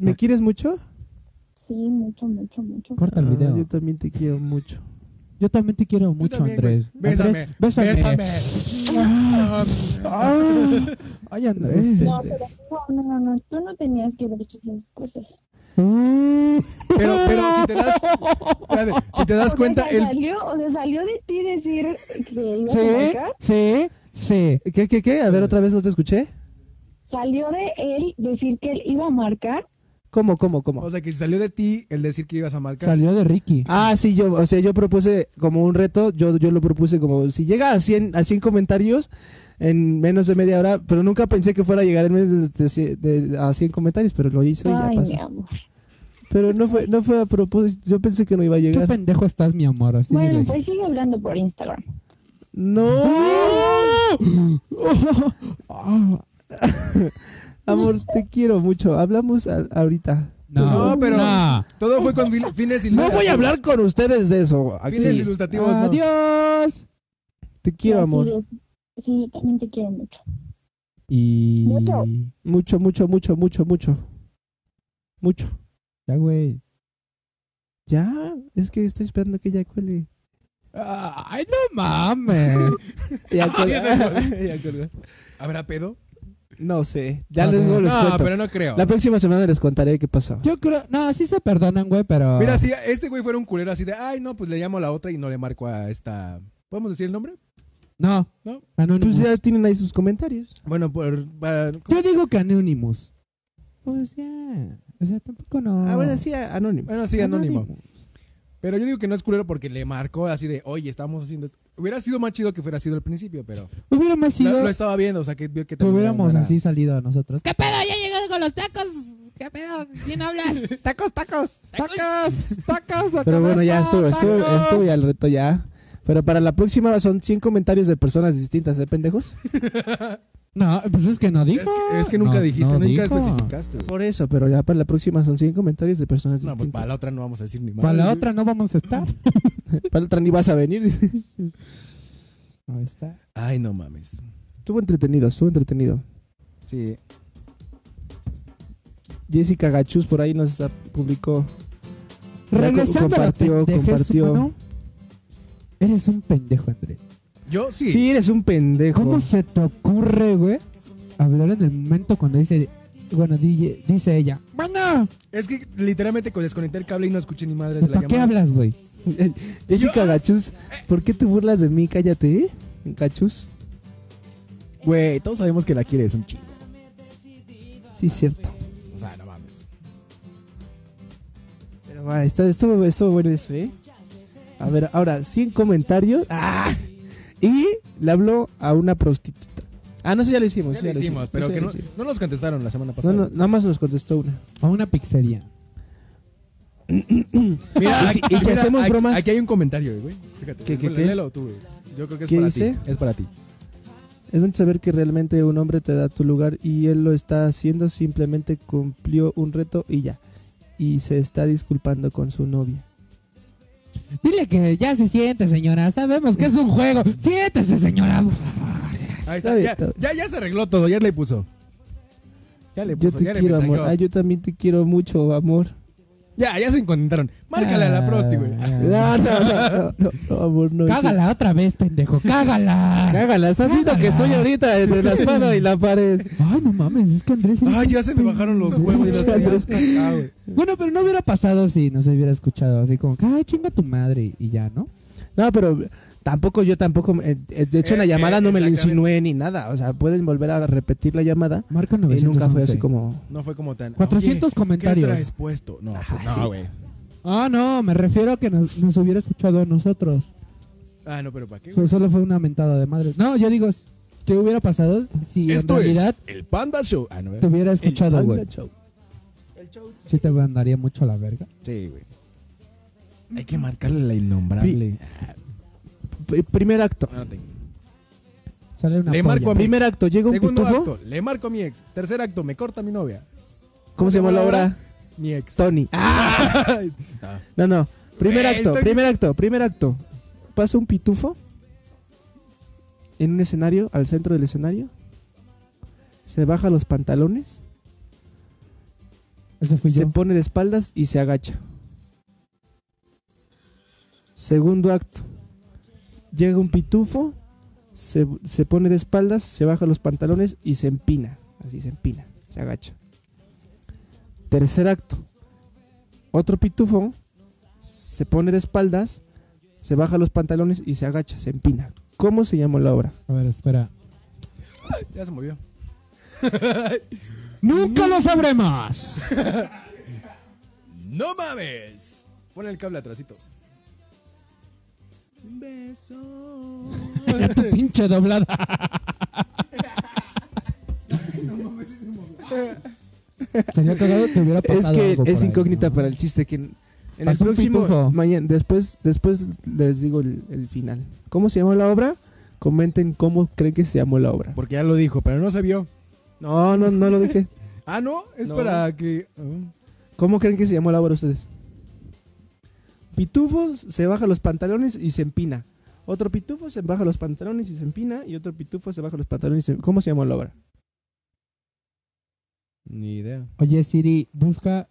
¿me quieres mucho?
Sí, mucho, mucho, mucho.
Corta el
Ah,
video.
yo también te quiero mucho.
Yo también te quiero mucho,
también, güey.
Andrés.
Bésame,
Andrés, Bésame.
Bésame.
Ah. Ay,
No
Andrés.
seas
No,
pendejo.
pero no, no, no, tú no tenías que haber hecho esas cosas.
Pero, pero si te das, espérate, si te das
O
cuenta,
sea,
el,
salió, o sea, salió de ti decir que ibas a
Sí,
marcar.
sí, sí.
¿Qué, qué, qué? A ver, otra vez no te escuché.
Salió de él decir que él iba a marcar.
¿Cómo, cómo, cómo?
o sea, que salió de ti el decir que ibas a marcar.
Salió de Ricky.
Ah, sí, yo, o sea, yo propuse como un reto, yo, yo lo propuse como si llega a 100, a 100 comentarios en menos de media hora, pero nunca pensé que fuera a llegar en menos de, cien- de- a 100 comentarios, pero lo hizo y ya
Ay,
pasó.
mi amor.
Pero no fue, no fue a propósito, yo pensé que no iba a
Qué
llegar.
pendejo estás, mi amor. Así
Bueno,
dile.
pues sigue hablando por Instagram.
¡No! Amor, te quiero mucho. Hablamos a- ahorita.
No,
No, pero-
no.
Todo fue con vil- fines
No
ilustrativos.
voy a hablar con ustedes de eso. aquí.
Fines ilustrativos, no.
Adiós.
Te quiero,
Así
amor.
es. Sí, yo también te quiero mucho.
Y.
Mucho.
Mucho, mucho, mucho, mucho, mucho. Mucho.
Ya, güey.
Ya, es que estoy esperando que ya cuele.
Ay, no mames.
Ah, Ya cuele.
Ya colgó. ¿Habrá pedo?
no sé. Ya
A
luego
ver.
les
No,
cuento.
pero no creo.
La próxima semana les contaré qué pasó.
Yo creo. No, sí se perdonan, güey, pero.
Mira, si este güey fuera un culero así de, ay, no, pues le llamo a la otra y no le marco a esta. ¿Podemos decir el nombre?
No.
No.
Anonymous.
Pues ya tienen ahí sus comentarios.
Bueno, por. para-
Yo digo que Anonymous. Pues ya. O sea, tampoco no.
Ah, bueno, sí, a- anónimo.
Bueno, sí, anónimo. Pero yo digo que no es culero porque le marcó así de, oye, estamos haciendo esto. Hubiera sido más chido que fuera sido al principio, pero
Hubiéramos sido.
lo, lo estaba viendo, o sea, que vio que
que
también era
hubiéramos
una-
así salido nosotros.
¿Qué pedo? Ya llegado con los tacos. ¿Qué pedo? ¿Quién hablas?
¡Tacos, tacos! ¡Tacos! ¡Tacos! la
Pero bueno, ya
cabeza,
estuvo, estuvo,
tacos.
estuvo ya el reto ya. Pero para la próxima son 100 comentarios de personas distintas, ¿eh, pendejos?
No, pues es que no
Es
dijo.
que, es que nunca
No,
dijiste,
no
nunca
dijo.
especificaste. güey.
Por eso, pero ya para la próxima son 100 comentarios de personas
No, pues
distintas.
para la otra no vamos a decir ni más.
Para la otra no vamos a estar.
para la otra ni vas a venir. dice.
Ahí está.
Ay, no mames.
estuvo entretenido, estuvo entretenido.
Sí.
Jessica Gachus por ahí nos ah, publicó. Ya co-
Regresando a
compartió,
la pendejez
compartió.
humano, Eres un pendejo, Andrés.
Yo sí.
Sí, eres un pendejo.
¿Cómo se te ocurre, güey, hablar en el momento cuando dice... Bueno, di- dice ella. ¡Bueno!
Es que literalmente con- desconecté el cable y no escuché ni madres de la
¿Para qué
llamada.
hablas, güey?
Jessica Gachus, ¿por qué te burlas de mí? Cállate, ¿eh? Gachus.
Güey, todos sabemos que la quieres un chingo.
Sí, cierto.
O sea, no mames.
Pero va, esto, esto, esto bueno eso, ¿eh? A ver, ahora, 100 comentarios. ¡Ah! Y le habló a una prostituta. Ah, no, eso ya lo hicimos.
Ya
eso
lo hicimos, pero
eso
que
ya
no,
lo hicimos.
no nos contestaron la semana
No,
pasada.
no, nada más nos contestó una.
A una pizzería.
Mira,
Y si-
aquí,
y si
mira,
hacemos
aquí-
bromas-
Aquí hay un comentario, güey. Fíjate.
¿Qué, qué,
Bueno,
qué?
léelo tú, güey. Yo creo que es
¿Qué
para
dice?
ti. Es para ti.
Es bueno saber que realmente un hombre te da tu lugar y él lo está haciendo, simplemente cumplió un reto y ya. Y se está disculpando con su novia.
Dile que ya se siente, señora. Sabemos que es un juego. Siéntese, señora. por favor.
Ahí
Está
está.
bien,
Ya,
está bien.
ya, ya se arregló todo, ya le puso. Ya le
Yo
puso,
te
ya le
quiero, amor.
mensajeó.
Ah, yo también te quiero mucho, amor.
Ya, ya se encontraron. Márcale a la prosti, güey.
Ah.
No, no, no, no, no, no, amor, no.
Cágala otra vez, pendejo. Cágala.
Cágala, estás viendo que estoy ahorita entre la espada y la pared.
Ay, no mames, es que Andrés. eres
Ay,
un
ya se me bajaron los
pendejo.
huevos. ya los tenía. Ah, güey.
Bueno, pero no hubiera pasado si no se hubiera escuchado así como, que, ay, chinga tu madre y ya, ¿no?
No, pero tampoco yo tampoco. eh, eh, de hecho, en la
Eh,
llamada
eh,
no me la
exactamente.
insinué ni nada. O sea, pueden volver a repetir la llamada.
Marca
Y
911.
nunca fue así como.
No fue como tan.
400
oye, ¿Qué traes
comentarios.
puesto? No, pues
sí.
no, güey.
Ah, no, me refiero a que nos, nos hubiera escuchado a nosotros.
Ah, no, pero ¿para qué? güey?
So- Solo fue una mentada de madre. No, yo digo, ¿qué hubiera pasado si
Esto
en realidad
es el Panda Show. Ah, no,
te
¿verdad?
hubiera escuchado,
Anda,
güey?
chao.
Sí te mandaría mucho a la verga.
Sí, güey. Hay que marcarle la innombrable.
P- eh, Primer acto.
Ah, no tengo.
Sale una
Le
polla.
marco a mi
Primer acto, llega un
Segundo
pitufo.
acto, le marco a mi ex. Tercer acto, me corta mi novia.
¿Cómo se llama la obra?
Mi ex.
Tony. No, no. Primer
Güey,
acto,
estoy-
primer acto, primer acto. Pasa un pitufo en un escenario, al centro del escenario. Se baja los pantalones,
Ese fui
se
Pues yo.
pone de espaldas y se agacha. Segundo acto. Llega un pitufo, se, se pone de espaldas, se baja los pantalones y se empina. Así se empina, se agacha. Tercer acto. Otro pitufo se pone de espaldas, se baja los pantalones y se agacha, se empina. ¿Cómo se llamó la obra?
A ver, espera.
Ya se movió.
¡Nunca lo sabremos!
¡No mames! Pon el cable atrasito.
Ya tu pinche doblada. Sería cagado que hubiera
Es
pasado
que
algo por
es
ahí,
incógnita
¿no?
para el chiste que en en el
Pasó un
próximo
pitufo.
mañana después después les digo el, el final. ¿Cómo se llamó la obra? Comenten cómo creen que se llamó la obra.
Porque ya lo dijo, pero no se vio.
No, no, no lo dije.
Ah, no, es
No.
para que. ah.
¿Cómo creen que se llamó la obra ustedes? Pitufo se baja los pantalones y se empina. Otro pitufo se baja los pantalones y se empina. Y otro pitufo se baja los pantalones y se ¿Cómo se llamó la obra?
Ni idea.
Oye, Siri, busca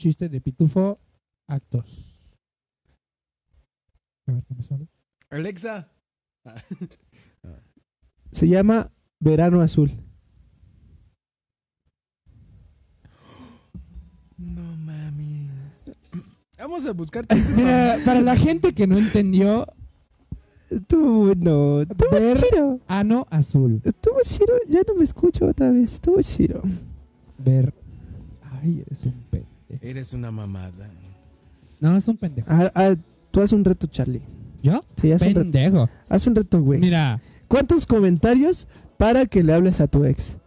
chiste de pitufo, actos. A ver, ¿qué me sale?
Alexa.
Se llama Verano Azul.
No mames. Vamos a buscar chistes.
Mira, para la gente que no entendió,
Tú no. Tú
Ver-
Chiro.
ano azul.
Tú Chiro. Ya no me escucho otra vez. Tú Chiro.
Ver. Ay, eres un pendejo.
Eres una mamada.
No, es un pendejo.
Ah, ah, tú haz un reto, Charlie.
¿Yo?
Sí, haz un reto.
Pendejo.
Haz un reto, güey.
Mira,
¿Cuántos comentarios para que le hables a tu ex?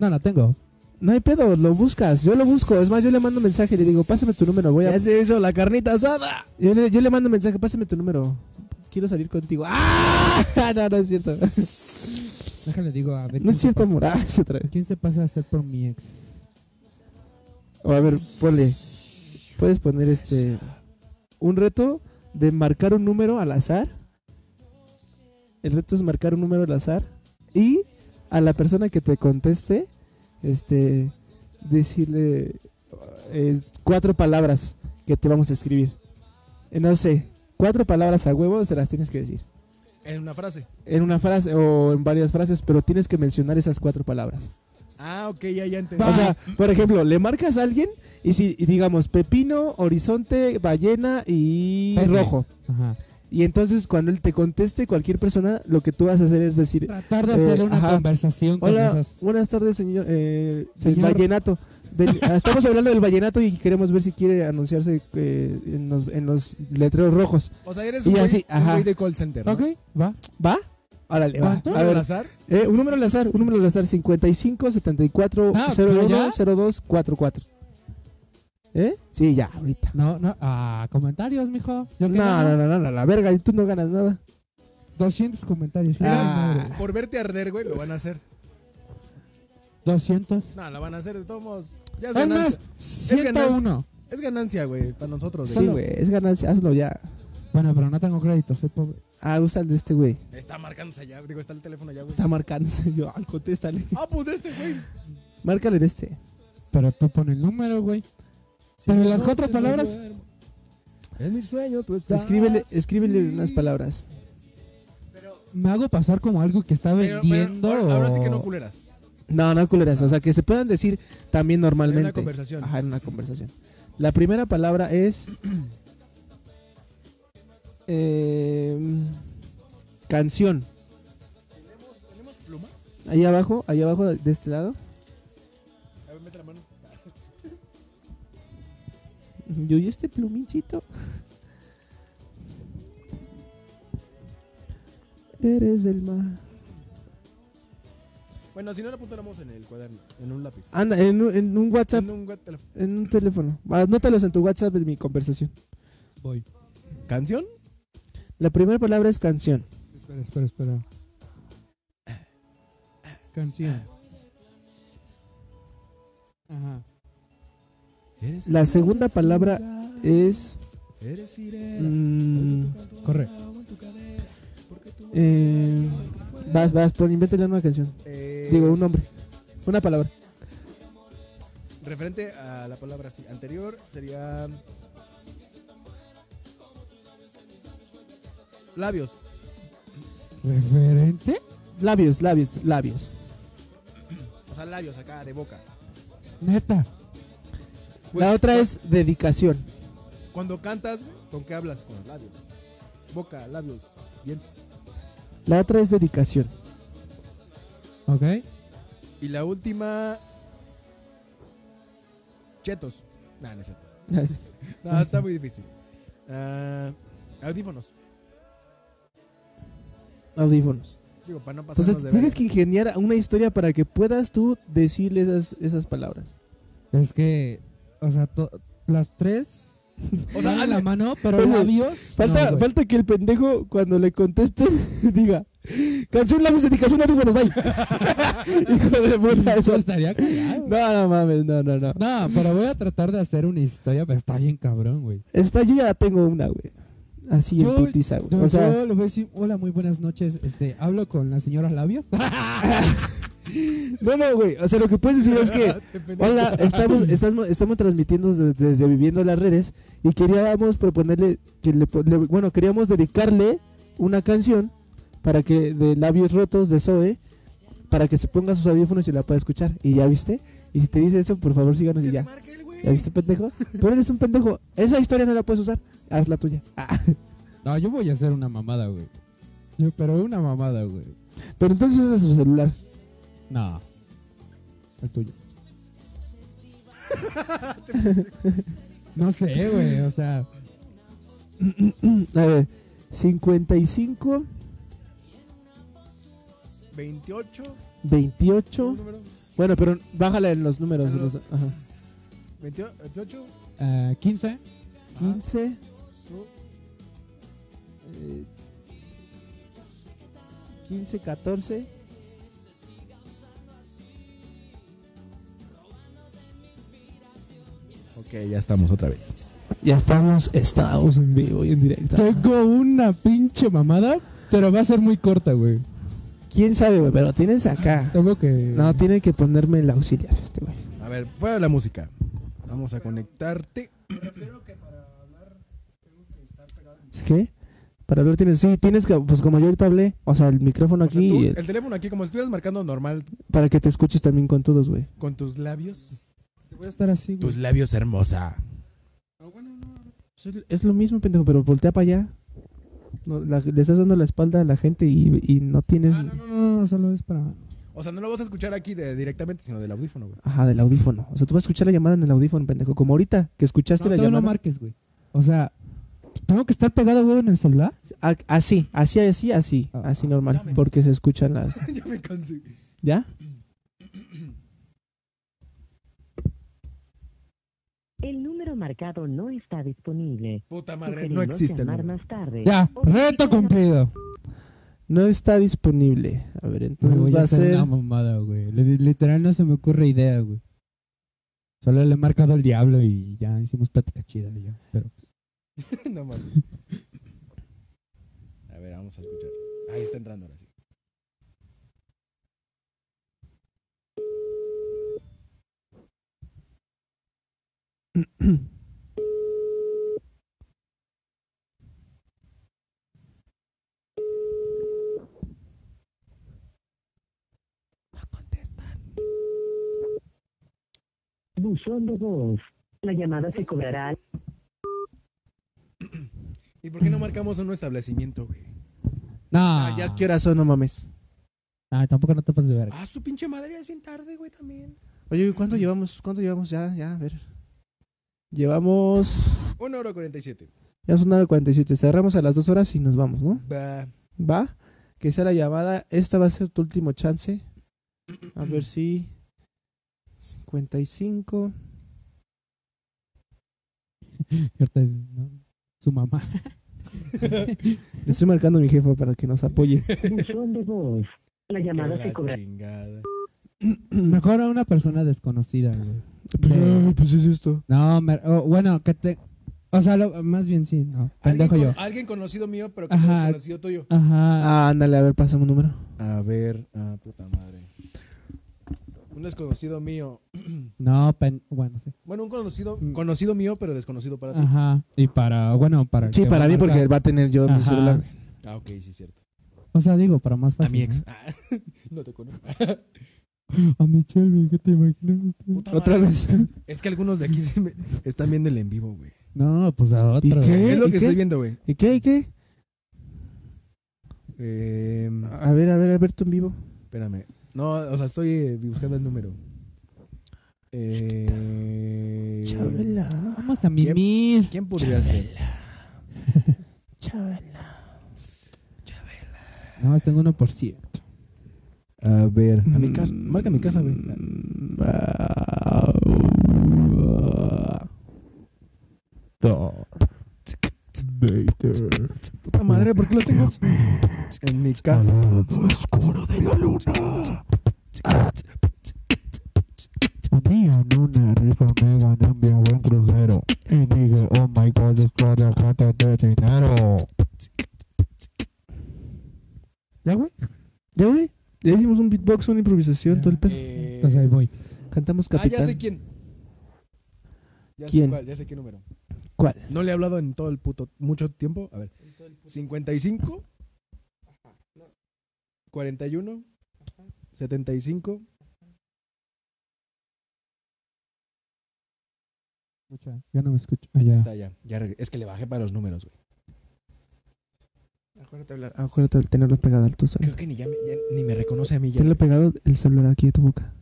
no la tengo.
No hay pedo, lo buscas. Yo lo busco. Es más, yo le mando mensaje y le digo, pásame tu número. Voy a...
Ya se hizo la carnita asada.
Yo le, yo le mando mensaje, pásame tu número. Quiero salir contigo. ¡Ah! No, no es cierto.
Déjale, digo, a ver.
No
quién
es
se
cierto,
pasa-
Morales, otra vez.
¿Quién se pasa a hacer por mi ex?
O a ver, ponle. Puedes poner este. Un reto de marcar un número al azar. El reto es marcar un número al azar. Y a la persona que te conteste, este. Decirle. es, cuatro palabras que te vamos a escribir. Eh, No sé. Cuatro palabras a huevo se las tienes que decir.
En una frase.
En una frase o en varias frases, pero tienes que mencionar esas cuatro palabras.
Ah, ok, ya, ya entendí.
O sea, por ejemplo, le marcas a alguien y si y digamos pepino, horizonte, ballena y
Peje.
rojo.
Ajá.
Y entonces cuando él te conteste cualquier persona, lo que tú vas a hacer es decir,
Tratar de
Eh,
hacer una
ajá.
conversación con
hola,
esas.
buenas tardes, señor, eh, del
Señor.
vallenato. Del- ah, estamos hablando del vallenato y queremos ver si quiere anunciarse eh, en, los, en los letreros rojos.
O sea, eres
Y
un güey,
así,
un
ajá.
güey de call center. ¿no?
Ok, va.
¿Va? Órale, va.
¿Cuánto?
A ver,
¿Al azar?
eh, un número al azar, un número al azar, 55 74
Ah, ¿pero
01
ya?
02 44. ¿Eh? Sí, ya, ahorita.
No, no. Ah, comentarios, mijo. Yo que
No, no,
gano.
no, no, no, la verga, y tú no ganas nada.
200 comentarios.
Ah.
Mira, madre.
Por verte arder, güey, lo van a hacer.
200.
No, la van a hacer de todos modos. Ya es
Es
ganancia.
más, 101.
Es ganancia, güey, para nosotros.
Sí,
güey.
güey, es ganancia, hazlo ya.
Bueno, pero no tengo crédito, soy pobre.
Ah, usa el de este güey.
Está marcándose allá. Digo, está el teléfono allá, güey.
Está marcándose. Yo, ay, contéstale.
Ah, pues de este, güey.
Márcale de este.
Pero tú pon el número, güey. Pero las cuatro
pues,
palabras.
Es mi sueño, tú estás.
Escríbele, escríbele unas palabras.
Me hago pasar como algo que está
Pero, pero
vendiendo.
ahora, ahora sí que
o-
no culeras.
No, no culeras. O sea, que se puedan decir también
En
normalmente.
una conversación.
Ajá, en una conversación. La primera palabra es. em, canción.
¿Tenemos plumas?
Ahí abajo, ahí abajo de este lado.
A ver, mete la mano.
Yo y este plumincito. Eres el mar.
Bueno, si no la apuntáramos en el cuaderno, en un lápiz.
Anda, en un, en un WhatsApp,
En un guat- teléfono.
en un teléfono. Anótalos en tu WhatsApp de mi conversación.
¿Canción?
La primera palabra es canción.
Espera, espera, espera. Canción. Ajá.
Eres,
La segunda palabra es.
eres sirena.
mm,
Corre.
eh, vas, vas, pon, invéntale una canción.
Eh,
Digo, un nombre. Una palabra.
Referente a la palabra sí, anterior sería. Labios.
¿Referente?
Labios, labios, labios.
O sea, labios acá, de boca.
Neta.
Pues,
la otra
cu-
es dedicación.
Cuando cantas, güey, ¿con qué hablas? Con los labios. Boca, labios, dientes.
La otra es dedicación.
Ok.
Y la última. Chetos. Nah, no es cierto. No, está muy difícil. Ah, audífonos.
Audífonos.
Digo, para no pasarnos
Entonces
de
tienes
verga.
que ingeniar una historia para que puedas tú decirle esas, esas palabras.
Es que, o sea, to- las tres.
O sea,
van a
hace-
la mano, pero
Oye,
labios.
Falta,
no, güey.
falta que el pendejo, cuando le conteste, diga: Canción, labios, dedicación, audífonos, bye. Hijo de puta,
Eso
eso.
estaría cagado.
No, no mames, no, no, no.
No, pero voy a tratar de hacer una historia, pero está bien cabrón, güey.
Esta yo ya tengo una, güey. Así
Yo-
en putiza, güey.
Yo,
o sea,
yo le voy a decir, hola, muy buenas noches. Este, hablo con la señora Labios.
no, no, güey. O sea, lo que puedes decir es que, hola, estamos, estamos, estamos transmitiendo desde, desde Viviendo las Redes y queríamos proponerle, que le, po- le- bueno, queríamos dedicarle una canción para que, de Labios Rotos, de Zoe, para que se ponga sus audífonos y la pueda escuchar. ¿Y ya viste? Y si te dice eso, por favor, síganos y ya. ¿Ya viste, pendejo? Pero eres un pendejo. Esa historia no la puedes usar. Haz la tuya. Ah.
no, yo voy a hacer una mamada, güey. Yo- Pero una mamada, güey.
Pero entonces usa su celular.
No. El tuyo. no sé, güey. O sea,
Mm, A ver, 55,
28.
28.
un número,
Bueno, pero bájala en los números.
En los-
los- ajá.
28, 28.
eh, 15.
15.
No.
eh, 15, 14.
Ok, ya estamos otra vez.
Ya estamos, estamos en vivo y en directo.
Tengo una pinche mamada, pero va a ser muy corta, güey.
¿Quién sabe, güey? Pero tienes acá.
Tengo que.
No, tiene que ponerme el auxiliar este güey.
A ver, fuera la música. Vamos a conectarte.
¿Qué? Para hablar tienes, sí, tienes que, pues como yo ahorita hablé, o sea, el micrófono
O sea,
aquí,
tú,
y el-
el teléfono aquí, como si estuvieras marcando normal
para que te escuches también con todos, güey.
con tus labios.
voy a estar así, güey.
labios hermosa.
Pues Es, es lo mismo, pendejo, pero voltea para allá. No, la- le estás dando la espalda a la gente y, y no tienes.
Ah, no, no, no, no, solo es para.
O sea, no lo vas a escuchar aquí de- directamente, sino del audífono, güey.
Ajá, del audífono. O sea, tú vas a escuchar la llamada en el audífono, pendejo. Como ahorita que escuchaste
No,
Este la
tú no
llamada.
marques, güey. O sea, ¿tengo que estar pegado, güey, en el celular?
A- así, así, así, así.
Ah,
así normal. porque se escuchan las.
Yo me cansé.
¿Ya?
El número marcado no está disponible.
Puta madre, no
Sugerimos
existe. el
llamar
número.
más tarde.
Ya, reto cumplido.
No está disponible. A ver, entonces
Voy
Pues va a
hacer
ser.
una mamada, güey. Li- Literal no se me ocurre idea, güey. Solo le he pues marcado al diablo y ya hicimos plática chida. y Ya. Pero
no mames.
Vamos a escuchar. Ahí está entrando ahora sí.
Buzón de voz. La llamada se cobrará.
¿Y por qué no marcamos un establecimiento, güey?
No.
Ah, ya qué horas son, no mames.
Ah, tampoco no te pases de verga.
Ah, su pinche madre ya es bien tarde, güey, también.
Oye, ¿cuánto llevamos? ¿Cuánto llevamos ya? Ya, a ver. Llevamos.
Una hora cuarenta y siete.
Ya son una hora 47. Cerramos a las dos horas y nos vamos, ¿no?
Va.
Va. Que sea la llamada. Esta va a ser tu último chance. A ver si. 55.
Y ahorita es, ¿no? Su mamá.
Le estoy marcando a mi jefa para que nos apoye.
Buzón de voz. La llamada se
Qué la
cobrará.
chingada.
Mejor a una persona desconocida, güey.
Ah, pues es esto.
No, me- oh, bueno, que te. O sea, lo- más bien sí, no.
¿Alguien,
Pendejo yo.
con- alguien conocido mío, pero que sea
Ajá.
desconocido tuyo.
Ajá.
Ah, ándale, a ver, pásame un número.
A ver, ah, puta madre.
Un desconocido mío.
No, pen- bueno, sí.
Bueno, un conocido, conocido mío, pero desconocido para ti.
Ajá. Y para, bueno, para. el
Sí,
que va
para
a
mí,
marcar.
porque va a tener yo mi
Ajá.
celular.
Ah, ok, sí, cierto.
O sea, digo, para más
A
fácil.
mi ex.
¿no?
Ah, no te conozco.
A mi Chelvi, ¿qué te imaginas?
Puta
Otra
madre.
vez.
Es que algunos de aquí se me- están viendo el en vivo, güey.
No, pues a otro.
¿Y qué?
Es lo que
¿Y qué?
estoy viendo, güey.
¿Y qué? ¿Y qué?
Eh,
A ver, a ver, a ver tú en vivo.
espérame. No, o sea, estoy eh, buscando el número. Eh,
Chabela.
Vamos a mimir.
¿Quién podría ser?
Chabela.
No, más tengo uno por ciento.
A ver, a mi casa. Marca mi casa, güey. Puta madre, ¿por qué lo tengo? En mi casa.
Un día en una rifa me gané un viaje en crucero y dije, oh my god, es que de jato de dinero.
¿Ya, güey?
¿Ya, güey? Ya hicimos un beatbox, una improvisación,
Ya.
todo el pedo.
Eh,
Entonces ahí voy.
Cantamos
ah,
Capitán.
ya sé quién. Ya
¿Quién?
Sé cuál, ya sé qué número.
¿Cuál?
No le he hablado en todo el puto. mucho tiempo. A ver. 55. 41. 75.
Escucha, ya no me escucho. Allá.
Está ya. ya regre- es que le bajé para los números, güey.
Acuérdate, hablar. Ah, Acuérdate de tenerlo pegado al tu
Creo
celular.
que ni, ya me- ya ni me reconoce a mí ya.
Tenerlo pegado el celular aquí de tu boca.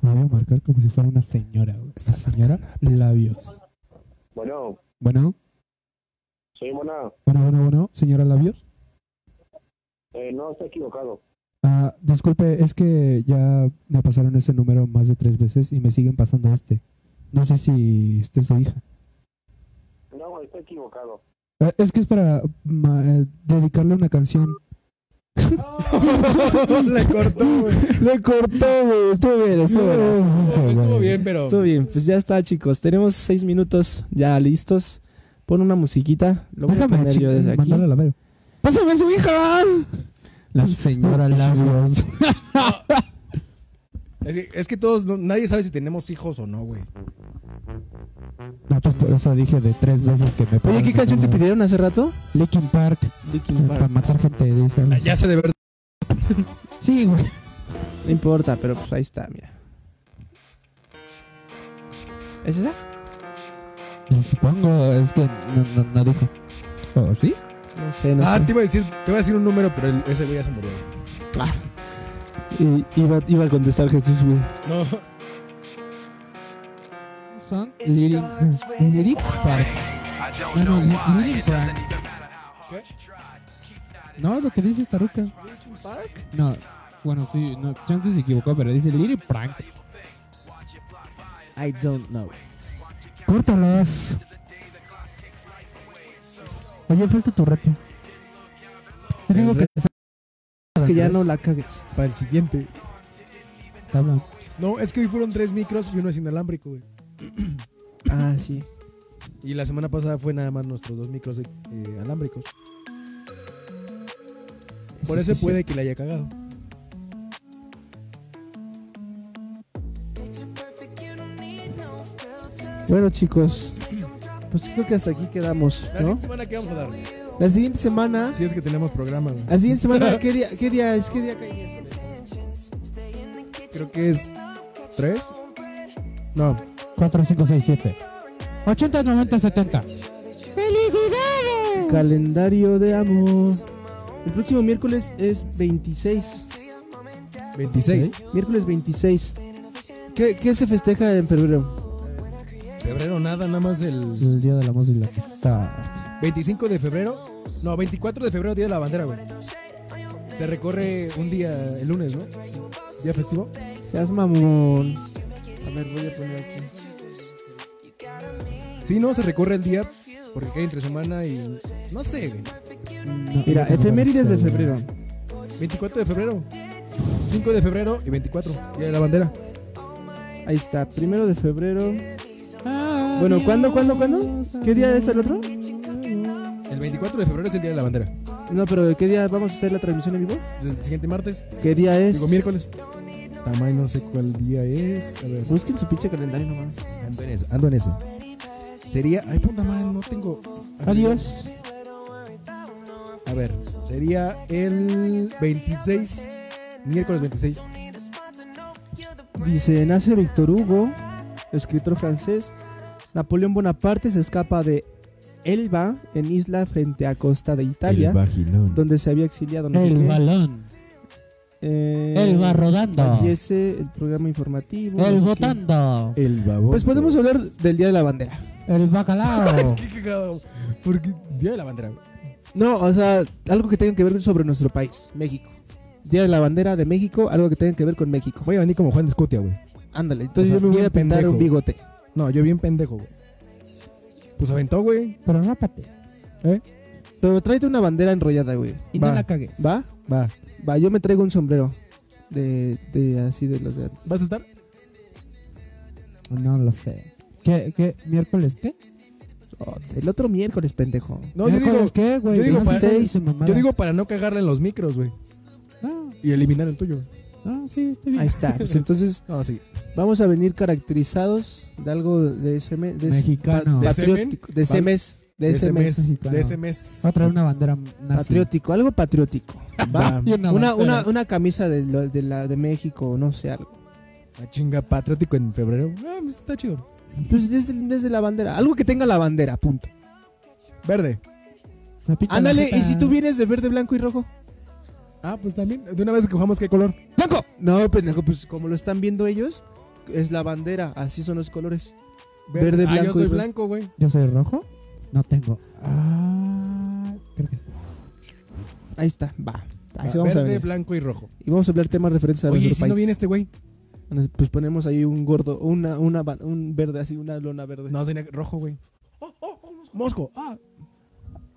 Me voy a marcar como si fuera una señora, güey. La señora Labios.
Bueno,
Bueno,
soy Mona.
bueno, bueno, bueno. Señora Labios.
Eh, no, está equivocado.
Ah, disculpe, es que ya me pasaron ese número más de tres veces y me siguen pasando este. No sé si este es su hija.
No, está equivocado.
Eh, Es que es para ma- eh, dedicarle una canción.
le cortó, güey.
Le cortó, güey. Estuvo bien, estuvo bien.
Estuvo bien, pero.
Estuvo bien, pues ya está, chicos. Tenemos seis minutos ya listos. Pon una musiquita. Lo voy a
Déjame
poner yo
ching-
desde aquí.
mandarle a la verga. ¡Pásame a su hija! La señora Labios.
Es que, es que todos. no- nadie sabe si tenemos hijos o no, güey.
No, pues por eso dije de tres veces que me
Oye, ¿qué canción te pidieron hace rato?
Linkin Park.
Linkin
Para
Park. Ah,
matar gente, dice. algo.
Ya sé de verdad.
Sí, güey.
No importa, pero pues ahí está, mira. ¿Es esa?
Supongo, es que no, no, no dijo. ¿O sí?
No sé, no
ah,
sé.
te iba a decir, te iba a decir un número, pero el- ese güey ya se murió. güey.
I- iba, iba a contestar Jesús, güey.
No.
Son Lyric, Lyric Park. Ah, no, Li- Lyric Park. No, lo que dice es Taruca. No, bueno, sí, no, chance se equivocó, pero dice Lyric Prank.
I don't know.
Córtalas. Oye, falta tu reto. Yo digo que
Es que ya no la cagues.
Para el siguiente.
Habla.
No, es que hoy fueron tres micros y uno es inalámbrico, güey.
Ah, sí.
Y la semana pasada fue nada más nuestros dos micros eh, alámbricos. Por
Sí,
eso
sí,
puede que le haya cagado.
Bueno, chicos, pues creo que hasta aquí quedamos,
La
¿no?
siguiente semana, ¿qué vamos a dar? güey?
La siguiente semana.
Si es que tenemos programa, güey.
La siguiente semana, ¿qué día, qué día es? ¿Qué día cae miércoles?
Creo que es. ¿Tres? No.
4, 5, 6, 7. 80, 90, 70.
¡Felicidades! Calendario de amor. El próximo miércoles es 26.
26.
Ok, Miércoles 26. ¿Qué, qué se festeja en febrero?
Febrero nada, nada más el.
El día de la música. Está.
25 de febrero. No, 24 de febrero, día de la bandera, güey. Se recorre un día el lunes, ¿no? Día festivo.
Seas mamón. A ver, voy a poner aquí.
Sí, no, se recorre el día porque cae entre semana y. No sé, güey.
Mira, efemérides de febrero.
24 de febrero. 5 de febrero y 24. Día de la bandera.
Ahí está, primero de febrero. Bueno, ¿cuándo, cuándo, cuándo? ¿Qué día es el otro?
El 24 de febrero es el día de la bandera.
No, pero ¿qué día vamos a hacer la transmisión en vivo?
Entonces, El siguiente martes.
¿Qué día es?
Digo, miércoles. Tamay, no sé cuál día es. A ver.
Busquen su pinche calendario nomás.
Ando en eso. Ando en eso. Sería. Ay, puta madre, no tengo.
Adiós.
A ver, sería el 26. Miércoles 26.
Dice, nace Víctor Hugo, escritor francés. Napoleón Bonaparte se escapa de Elba, en isla frente a costa de Italia,
El vagilón.
donde se había exiliado. No sé
El
qué.
balón.
Eh,
El va rodando.
fallece el programa informativo. no sé
El
qué.
votando.
El baboso.
Pues podemos hablar del Día de la Bandera.
El bacalao.
Qué cagado. Porque día de la bandera. güey.
No, o sea, algo que tenga que ver sobre nuestro país, México. Día de la Bandera de México, algo que tenga que ver con México.
Voy a venir como Juan de Escutia, güey.
Ándale, entonces
O sea,
yo me voy
bien
a pintar
pendejo.
un bigote.
No, yo bien pendejo, güey. Pues aventó, güey.
Pero rápate.
Pero tráete una bandera enrollada, güey.
Y
Va.
no la cagues.
¿Va?
Va.
Va, yo me traigo un sombrero. De, de así de los de antes.
¿Vas a estar?
No lo sé. ¿Qué? ¿Qué? ¿Miércoles qué?
Oh, el otro miércoles, pendejo.
No, yo digo,
¿Miércoles qué, güey?
yo digo
No
para-
sé, esa mamada.
yo digo para no cagarle en los micros, güey.
No,
Y eliminar el tuyo.
no, Ah, sí, estoy
Ahí
bien.
está. Pues entonces
No, sí.
vamos a venir caracterizados de algo de ese mes. De ese-
Mexicano.
pa-
¿De ese
patriótico. De ese
Vale.
mes. De
De
ese
ese
mes.
mes.
Mexicano.
De ese mes.
Va a traer una bandera nazi.
Patriótico. Algo patriótico.
Va.
Y una
Una,
bandera.
una, una camisa de, lo- de la de México, no sé, algo.
La chinga patriótico en febrero. Ah, pues está chido.
Pues desde, desde la bandera. Algo que tenga la bandera, punto.
Verde.
Me pica la
Ándale,
jeta.
¿y si tú vienes de verde, blanco y rojo?
Ah, pues también. De una vez cojamos qué color.
¡Blanco! No, pendejo, pues como lo están viendo ellos, es la bandera, así son los colores. Verde,
Ah, yo
blanco y
soy
rojo.
blanco, güey.
¿Yo soy rojo? No tengo. Ah, creo que sí.
Ahí está, va. Ahí
Va,
se Ah, vamos a
verde,
venir.
blanco y rojo.
Y vamos a hablar temas referentes a
Oye, ¿y
nuestro
si
país.
no viene este güey?
Nos- Pues ponemos ahí un gordo, una, una, ba- un verde así, una lona verde.
No, sería rojo, güey. Oh, oh, oh, mosco. Ah.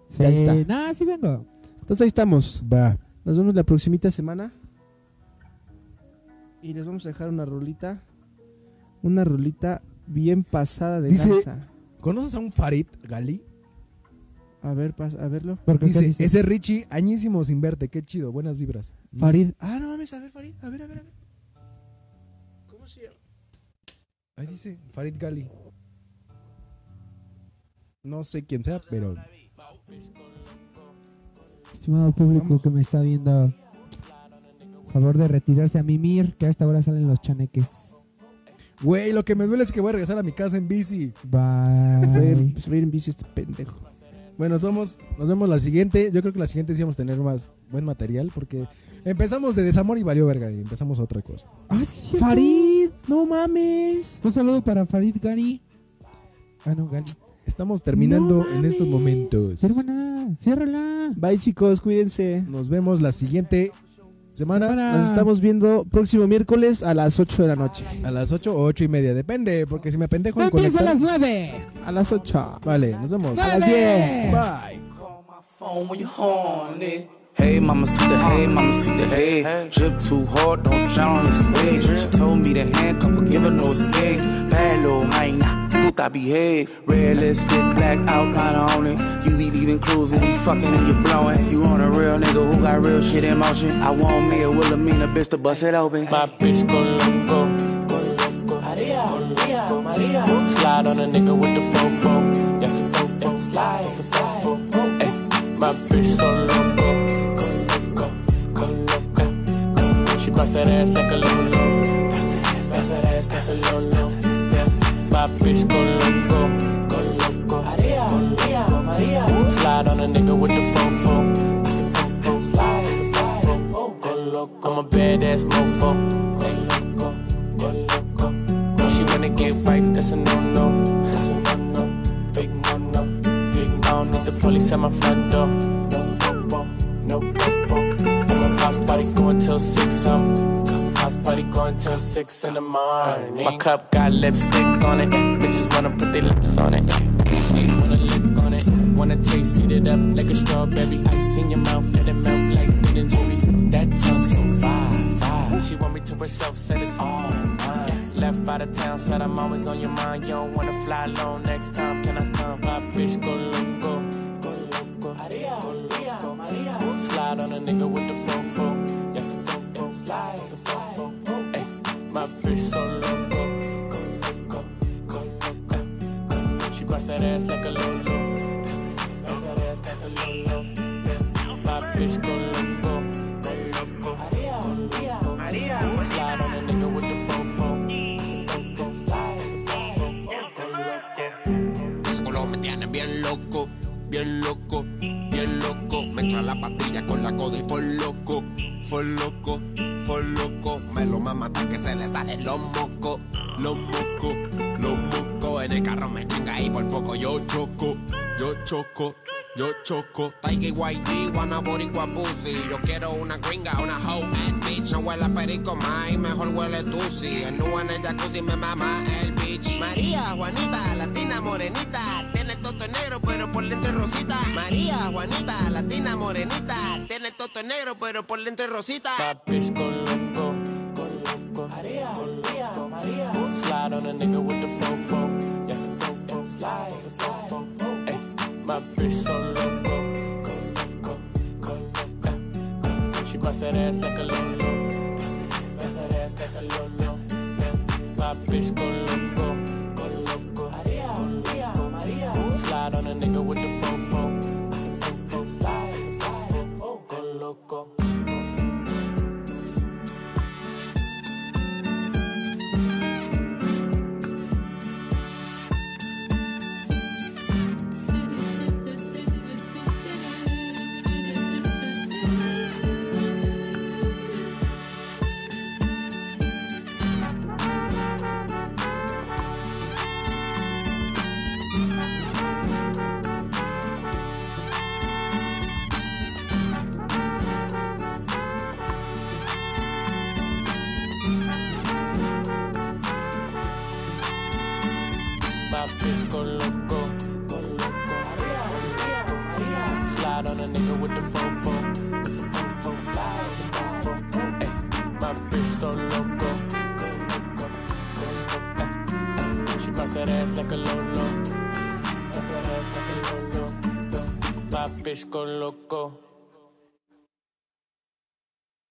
Sí,
ahí está.
No, sí vengo.
Entonces ahí estamos.
Va.
Nos vemos la próxima semana. Y les vamos a dejar una rolita. Una rolita bien pasada de
Dice-
lanza.
¿Conoces a un Farid Gali?
A ver, pas- a verlo.
Porque
Dice,
¿qué dice?
ese Richie, añísimo sin verte, qué chido, buenas vibras.
Farid. Ah, no mames, a ver, Farid. A ver, a ver, a ver. ¿Cómo se llama?
Ahí dice, Farid Gali. No sé quién sea, pero
Estimado público que me está viendo, favor de retirarse a mimir, que a esta hora salen los chaneques.
Güey, lo que me duele es que voy a regresar a mi casa en bici.
Bye.
Se va a ir en bici este pendejo.
Bueno, tomos, nos vemos la siguiente. Yo creo que la siguiente sí vamos a tener más buen material porque empezamos de desamor y valió verga y empezamos a otra cosa.
Ah, sí, cierto.
Farid, no mames.
Un saludo para Farid Gari. Ah, no, Gali.
Estamos terminando
No
en estos
mames.
momentos.
Hermana, ciérrala.
Bye, chicos, cuídense.
Nos vemos la siguiente semana
Nos estamos viendo próximo miércoles a las 8 de la noche.
a las 8 o 8 y media, depende, porque si me pendejo
No
en
empieza
conectar-
a las nueve.
A las 8.
Vale, nos vemos.
A las
diez.
Bye.
phone when you horny. Hey, mama, see the hey, mama, see the hey. Drip too hard, don't drown on this wig. She told me to handcuff her, give her no stick. Bad little hyena,
truth, I behave. Realistic, black outline on it. You be leaving clues when we fucking and you blowing. You on a real nigga who got real shit in motion. I want me a Wilhelmina bitch to bust it open. My bitch go loco.
María, María, María.
Slide on a nigga with the fofo. Yeah, fofo. Slide, slide. My bitch so loco. Go loco, go loco. She bust that ass like a lolo. Bust that ass, bust that ass like a lolo. Yeah, my bitch go loco. Go loco.
María, María, María.
Slide on a nigga with the fofo. Slide, slide. Go loco. I'm a badass mofo. Go loco, go loco. When she wanna get right, that's a no-no. That's a no-no. Big no-no. Big no no. The police at my front door. No popo, no popo. I'm a house party going till six. I'm house party going till six in the morning. My cup got lipstick on it. Bitches wanna put their lips on it. Sweet, wanna lick on it. Wanna taste eat it up like a strawberry. Ice in your mouth, let it melt like Ben and Jerry. That tongue so fine, fine. She want me to herself, said it's all mine. Left out of town, said I'm always on your mind. You don't wanna fly alone next time. Can I come? My bitch go loco.
María, María, María.
Slide on a nigga with the fofo. Yeah, fofo. Slide, slide. Ayy, my bitch so loco. Go loco, go loco. She bust that ass like a lolo. Bust that ass like a lolo. My bitch go loco. Go loco.
María, María, María.
Slide on a nigga with the fofo. Fofo. Slide, slide. Go loco.
Ese culo me tiene bien loco, bien loco, bien loco. Mezcla la pastilla con la coda y por loco, por loco, por loco. Me lo mama hasta que se le salen los mocos, los mocos, los mocos. En el carro me chinga y por poco yo choco, yo choco. Yo choco, Tiger YG, wanna boricua pussy Yo quiero una gringa, una hoe ass bitch No huele a perico, mai, mejor huele tú si El nu en el jacuzzi me mama el bitch María, Juanita, latina morenita Tiene el toto negro, pero por dentro es rosita María, Juanita, latina morenita Tiene el toto negro, pero por dentro es rosita
My bitch go loco.
María, María, María.
Slide on a nigga with the fofo. Yeah, fofo. Slide, slide. Ayy, my bitch so loco. Go loco, go loco. She bust that ass like a lolo. Bust that ass like a lolo. My bitch go loco. Go loco.
María, María, María.
Slide on a nigga with the fofo. Fofo. Slide, slide. Go loco. My bitch go loco. Go loco. Slide on a nigga with the fofo. Fofo. Slide, slide. Ayy, My bitch so loco. Go loco. Go loco. Ayy, She bust that ass like a lolo. Bust that ass like a lolo. My bitch go loco.